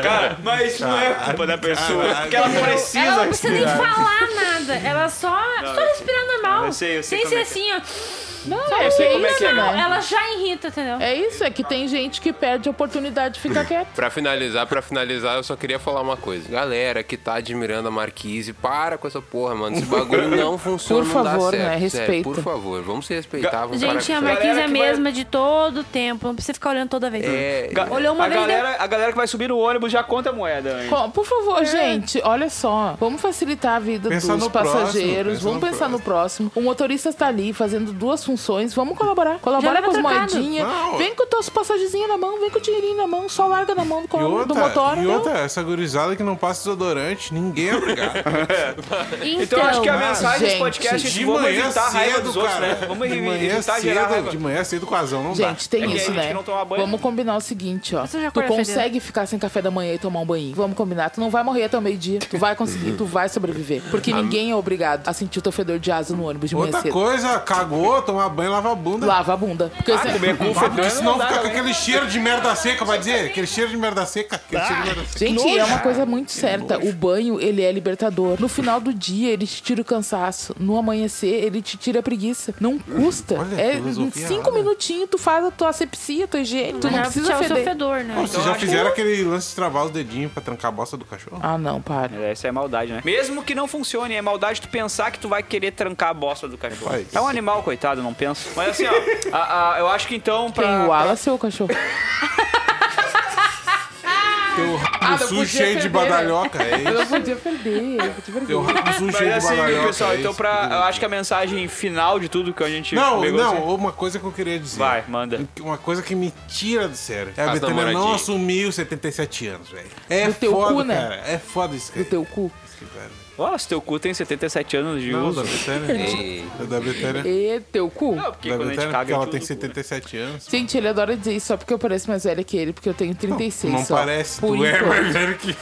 Speaker 7: Cara, mas isso não é culpa da pessoa. Porque ela precisa.
Speaker 6: Ela não precisa nem falar nada, ela só, só respirar normal.
Speaker 7: eu sei, eu sei
Speaker 6: sem
Speaker 7: como
Speaker 6: ser
Speaker 7: é
Speaker 6: assim, ó.
Speaker 8: Não, é, que
Speaker 7: sei
Speaker 8: é
Speaker 7: como é
Speaker 8: isso,
Speaker 7: que é,
Speaker 8: né?
Speaker 6: Ela já irrita, entendeu?
Speaker 8: É isso, é que tem gente que perde a oportunidade de ficar quieto.
Speaker 9: Pra finalizar, pra finalizar, eu só queria falar uma coisa. Galera que tá admirando a Marquise, para com essa porra, mano. Esse bagulho não funciona,
Speaker 8: Por
Speaker 9: não
Speaker 8: favor,
Speaker 9: dá certo.
Speaker 8: né?
Speaker 9: Sério,
Speaker 8: Respeita.
Speaker 9: por favor, vamos se respeitar, vamos parar
Speaker 6: Gente,
Speaker 9: com
Speaker 6: a
Speaker 9: isso.
Speaker 6: Marquinhos é
Speaker 7: Galera
Speaker 6: a
Speaker 7: que vai-
Speaker 6: mesma de todo tempo, não precisa ficar olhando toda vez.
Speaker 9: É,
Speaker 7: Ga-
Speaker 6: Olhou uma
Speaker 7: a
Speaker 6: vez,
Speaker 7: galera, a galera que vai subir no ônibus já conta a moeda. hein?
Speaker 8: Com- Por
Speaker 6: É.
Speaker 8: favor, gente, olha só. Vamos facilitar a vida
Speaker 5: Pensar
Speaker 8: dos
Speaker 5: no próximo,
Speaker 8: passageiros.
Speaker 5: pensa
Speaker 8: vamos
Speaker 5: no
Speaker 8: pensar no próximo. O motorista tá ali fazendo duas funções. Vamos colaborar. Colabora
Speaker 6: leva
Speaker 8: com as
Speaker 6: trocado.
Speaker 8: moedinhas.
Speaker 5: Não.
Speaker 8: Vem com tuas passagenzinhas na mão, vem com o dinheirinho na mão, só larga na mão do,
Speaker 5: E
Speaker 8: colo- do
Speaker 5: outra,
Speaker 8: motor. né?
Speaker 5: e
Speaker 8: deu.
Speaker 5: outra, essa gurizada que não passa desodorante, ninguém é obrigado.
Speaker 7: Então, acho que a mensagem desse
Speaker 8: gente,
Speaker 7: podcast é
Speaker 5: De
Speaker 7: que vamos
Speaker 5: manhã
Speaker 7: evitar a raiva
Speaker 5: cedo,
Speaker 7: dos outros,
Speaker 5: cara.
Speaker 7: né? Vamos
Speaker 5: de
Speaker 7: evi-
Speaker 5: manhã
Speaker 7: evitar gerar
Speaker 5: cedo,
Speaker 7: raiva.
Speaker 5: de manhã cedo com azão, não dá.
Speaker 8: Gente, tem
Speaker 7: É que
Speaker 8: isso,
Speaker 7: a gente
Speaker 8: né?
Speaker 7: que não toma banho.
Speaker 8: Vamos combinar o seguinte, ó.
Speaker 6: Você já
Speaker 8: Tu
Speaker 6: acorda
Speaker 8: consegue ficar sem café da manhã e tomar um banho. Vamos combinar. Tu não vai morrer até o meio-dia. Tu vai conseguir, tu vai sobreviver. Porque ninguém é obrigado a sentir o teu fedor de asa no ônibus de manhã
Speaker 5: Uhum. Outra
Speaker 8: cedo.
Speaker 5: coisa, cagou, tomou
Speaker 1: tomar banho e lavar a bunda.
Speaker 8: Lava a bunda. Porque
Speaker 7: Ah,
Speaker 8: você-
Speaker 7: comer cu,
Speaker 1: Ah, porque
Speaker 7: fedendo,
Speaker 1: senão
Speaker 7: não dá,
Speaker 1: fica com
Speaker 7: né?
Speaker 1: aquele cheiro de merda seca, vai dizer? Aquele cheiro de merda seca.
Speaker 7: Ah,
Speaker 1: Aquele cheiro de merda seca.
Speaker 8: Gente, é uma coisa muito certa. O banho, ele é libertador. No final do dia, ele te tira o cansaço. No amanhecer, ele te tira a preguiça. Não custa.
Speaker 1: Olha,
Speaker 8: é
Speaker 1: filosofia,
Speaker 8: cinco
Speaker 1: olha.
Speaker 8: minutinhos, tu faz a tua asepsia, a tua higiene. Tu não
Speaker 6: Já
Speaker 8: precisa
Speaker 6: tchau, seu
Speaker 8: feder.
Speaker 6: fedor,
Speaker 7: então
Speaker 6: né?
Speaker 1: Vocês já fizeram aquele lance de travar os dedinhos pra trancar a bosta do cachorro?
Speaker 8: Ah, não, para.
Speaker 7: Essa é maldade, né? Mesmo que não funcione, é maldade tu pensar que tu vai querer trancar a bosta do cachorro.
Speaker 1: Faz.
Speaker 7: É um animal, coitado, não pensa. Mas assim, ó, a- a- eu acho que então pra.
Speaker 8: Tem o ala, seu cachorro.
Speaker 1: Teu
Speaker 8: Ah, não
Speaker 1: rabuzu
Speaker 8: podia
Speaker 1: cheio de
Speaker 8: perder, né?
Speaker 1: badalhoca, é
Speaker 8: Eu
Speaker 1: isso?
Speaker 8: não podia perder. Eu podia perder.
Speaker 1: Teu rabuzu
Speaker 7: Mas
Speaker 1: cheio de
Speaker 7: assim,
Speaker 1: badalhoca.
Speaker 7: pessoal,
Speaker 1: é
Speaker 7: então
Speaker 1: isso?
Speaker 7: pra. Eu acho que a mensagem final de tudo que a gente.
Speaker 1: Não,
Speaker 7: pegou,
Speaker 1: não,
Speaker 7: assim-
Speaker 1: uma coisa que eu queria dizer.
Speaker 7: Vai, manda.
Speaker 1: Uma coisa que me tira do sério. É a
Speaker 9: As
Speaker 1: Betânia não
Speaker 9: namoradinhas.
Speaker 1: assumiu 77 anos, velho. É
Speaker 8: Do teu
Speaker 1: foda,
Speaker 8: cu, né?
Speaker 1: cara. É foda isso, cara.
Speaker 8: Do teu cu.
Speaker 7: Olha, se teu cu tem 77 anos de
Speaker 1: Não, da
Speaker 7: uso.
Speaker 1: Betânia. É da Betânia.
Speaker 8: E teu cu.
Speaker 7: Não, porque
Speaker 1: Da
Speaker 7: quando a gente
Speaker 1: Betânia,
Speaker 7: caga.
Speaker 1: porque
Speaker 7: a
Speaker 1: ela
Speaker 7: gente
Speaker 1: tem
Speaker 7: usa o cu, né?
Speaker 1: 77 anos.
Speaker 8: Gente, ele adora dizer isso só porque eu pareço mais velha que ele, porque eu tenho 36
Speaker 1: Não
Speaker 8: só.
Speaker 1: parece,
Speaker 8: Por
Speaker 1: tu é
Speaker 8: enquanto.
Speaker 1: mais velho que...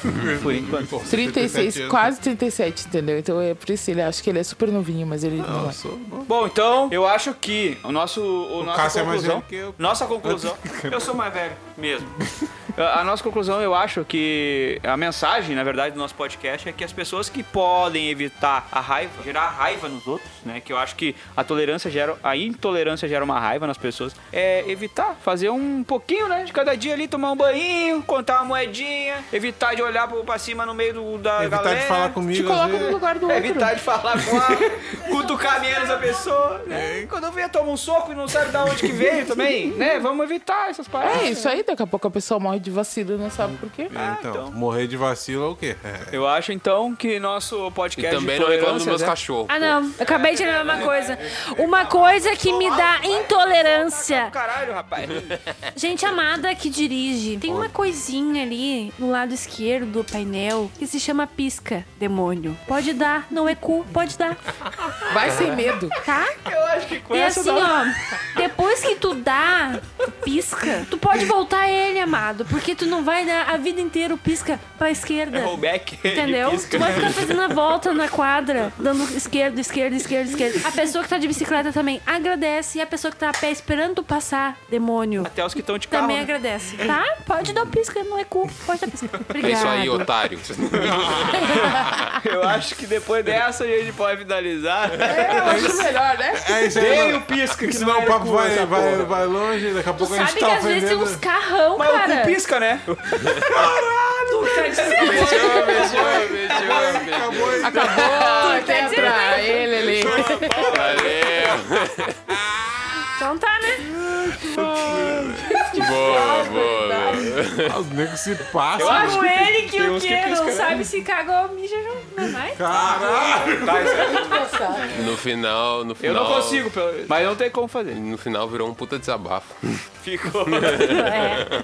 Speaker 7: Por enquanto.
Speaker 8: 36,
Speaker 1: 77 anos.
Speaker 8: quase 37, entendeu? Então é por isso, ele acha que ele é super novinho, mas ele não, é.
Speaker 1: Sou bom.
Speaker 7: Bom, então, eu acho que o nosso. O, nossa
Speaker 1: Cássio é mais
Speaker 7: conclusão,
Speaker 1: velho que eu.
Speaker 7: Nossa conclusão. eu sou mais velho mesmo. A a nossa conclusão, eu acho que a mensagem, na verdade, do nosso podcast é que as pessoas que podem evitar a raiva, gerar raiva nos outros, né? Que eu acho que a tolerância gera, a intolerância gera uma raiva nas pessoas. É evitar, fazer um pouquinho, né? De cada dia ali, tomar um banho, contar uma moedinha, evitar de olhar pro- pra cima no meio do, da
Speaker 1: Evitar
Speaker 7: galera.
Speaker 1: de falar
Speaker 8: Te
Speaker 1: comigo, às
Speaker 8: coloca no
Speaker 1: vezes.
Speaker 8: lugar do
Speaker 7: É
Speaker 8: outro.
Speaker 7: evitar de falar com a, cutucar menos a pessoa, né? Quando vem, toma um soco e não sabe da onde que veio também, né? Vamos evitar essas paradas.
Speaker 8: É isso aí, daqui a pouco a pessoa morre de vacilo e não sabe por quê.
Speaker 1: É, então,
Speaker 7: então.
Speaker 1: morrer de vacilo é o quê? É.
Speaker 7: Eu acho, então, que nosso
Speaker 9: E
Speaker 7: podcast
Speaker 9: também
Speaker 7: de
Speaker 9: não reclamo dos
Speaker 7: tolerância,
Speaker 9: meus
Speaker 7: né?
Speaker 9: cachorros.
Speaker 6: Ah, não. Eu acabei de lembrar uma coisa. Uma coisa que me dá intolerância.
Speaker 7: Caralho, rapaz.
Speaker 6: Gente amada que dirige. Tem uma coisinha ali no lado esquerdo do painel que se chama pisca, demônio. Pode dar, não é cu, pode dar,
Speaker 8: Vai sem medo.
Speaker 6: tá?
Speaker 7: Eu acho que com
Speaker 6: E
Speaker 7: essa...
Speaker 6: assim, ó, depois que tu dá tu pisca, tu pode voltar ele, amado, porque tu não vai dar a vida inteira o pisca pra esquerda.
Speaker 7: É rollback
Speaker 6: Entendeu?
Speaker 7: de pisca.
Speaker 6: Tu vai ficar fazendo a volta na quadra, dando esquerdo, esquerda, esquerda, esquerda. A pessoa que tá de bicicleta também agradece e a pessoa que tá a pé esperando tu passar, demônio.
Speaker 7: Até os que estão de carro.
Speaker 6: Também
Speaker 7: né?
Speaker 6: agradece, tá? Pode dar o pisca, não é cu. Pode dar pisca. Obrigado.
Speaker 9: É isso aí, otário.
Speaker 7: Eu acho que depois dessa a gente pode finalizar.
Speaker 8: Eu acho melhor, né?
Speaker 1: É isso aí,
Speaker 7: Dei
Speaker 1: mano.
Speaker 7: o pisca, que
Speaker 1: Senão
Speaker 7: não
Speaker 1: o papo vai,
Speaker 7: essa
Speaker 1: vai,
Speaker 7: porra.
Speaker 1: vai longe, daqui a pouco a
Speaker 6: Sabe
Speaker 1: gente
Speaker 6: que
Speaker 1: tá
Speaker 6: às vezes tem
Speaker 1: ofendendo.
Speaker 6: uns carrão,
Speaker 7: Mas o
Speaker 6: cara.
Speaker 7: cu pisca, né?
Speaker 1: Acabou aí.
Speaker 8: Acabou,
Speaker 6: tá
Speaker 8: até pra ele ali.
Speaker 6: Então tá, né?
Speaker 9: Boa, boa.
Speaker 1: Ah, Os negros se
Speaker 7: Eu
Speaker 1: passam.
Speaker 7: acho
Speaker 6: Como
Speaker 7: que tem-
Speaker 6: ele que
Speaker 7: tem
Speaker 6: o
Speaker 7: uns que
Speaker 6: quê? Não
Speaker 7: pisca, né?
Speaker 6: sabe se cagou, mija junto, não vai?
Speaker 1: Caralho.
Speaker 7: Tá, isso aí.
Speaker 9: No final, no
Speaker 7: eu
Speaker 9: final.
Speaker 7: não, consigo, pelo- mas não tem como fazer.
Speaker 9: No final virou um puta desabafo.
Speaker 7: Ficou.
Speaker 6: É.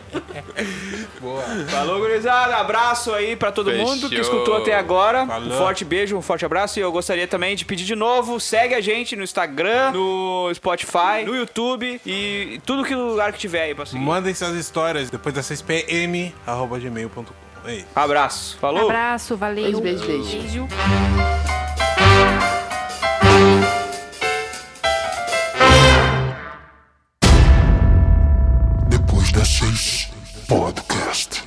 Speaker 7: Falou, gurizada. Abraço aí pra todo
Speaker 9: Fechou.
Speaker 7: mundo que escutou até agora.
Speaker 1: Falou.
Speaker 7: Um forte beijo, um forte abraço. E eu gostaria também de pedir de novo: segue a gente no Instagram, no Spotify, no YouTube e tudo que lugar que tiver aí pra seguir.
Speaker 1: Mandem suas histórias depois da 6pm, arroba gmail.com. É isso.
Speaker 7: Abraço. Falou.
Speaker 6: Abraço,
Speaker 8: Beijo,
Speaker 6: valeu.
Speaker 8: beijo, beijo.
Speaker 6: Beijo.
Speaker 12: Depois das seis, podcast.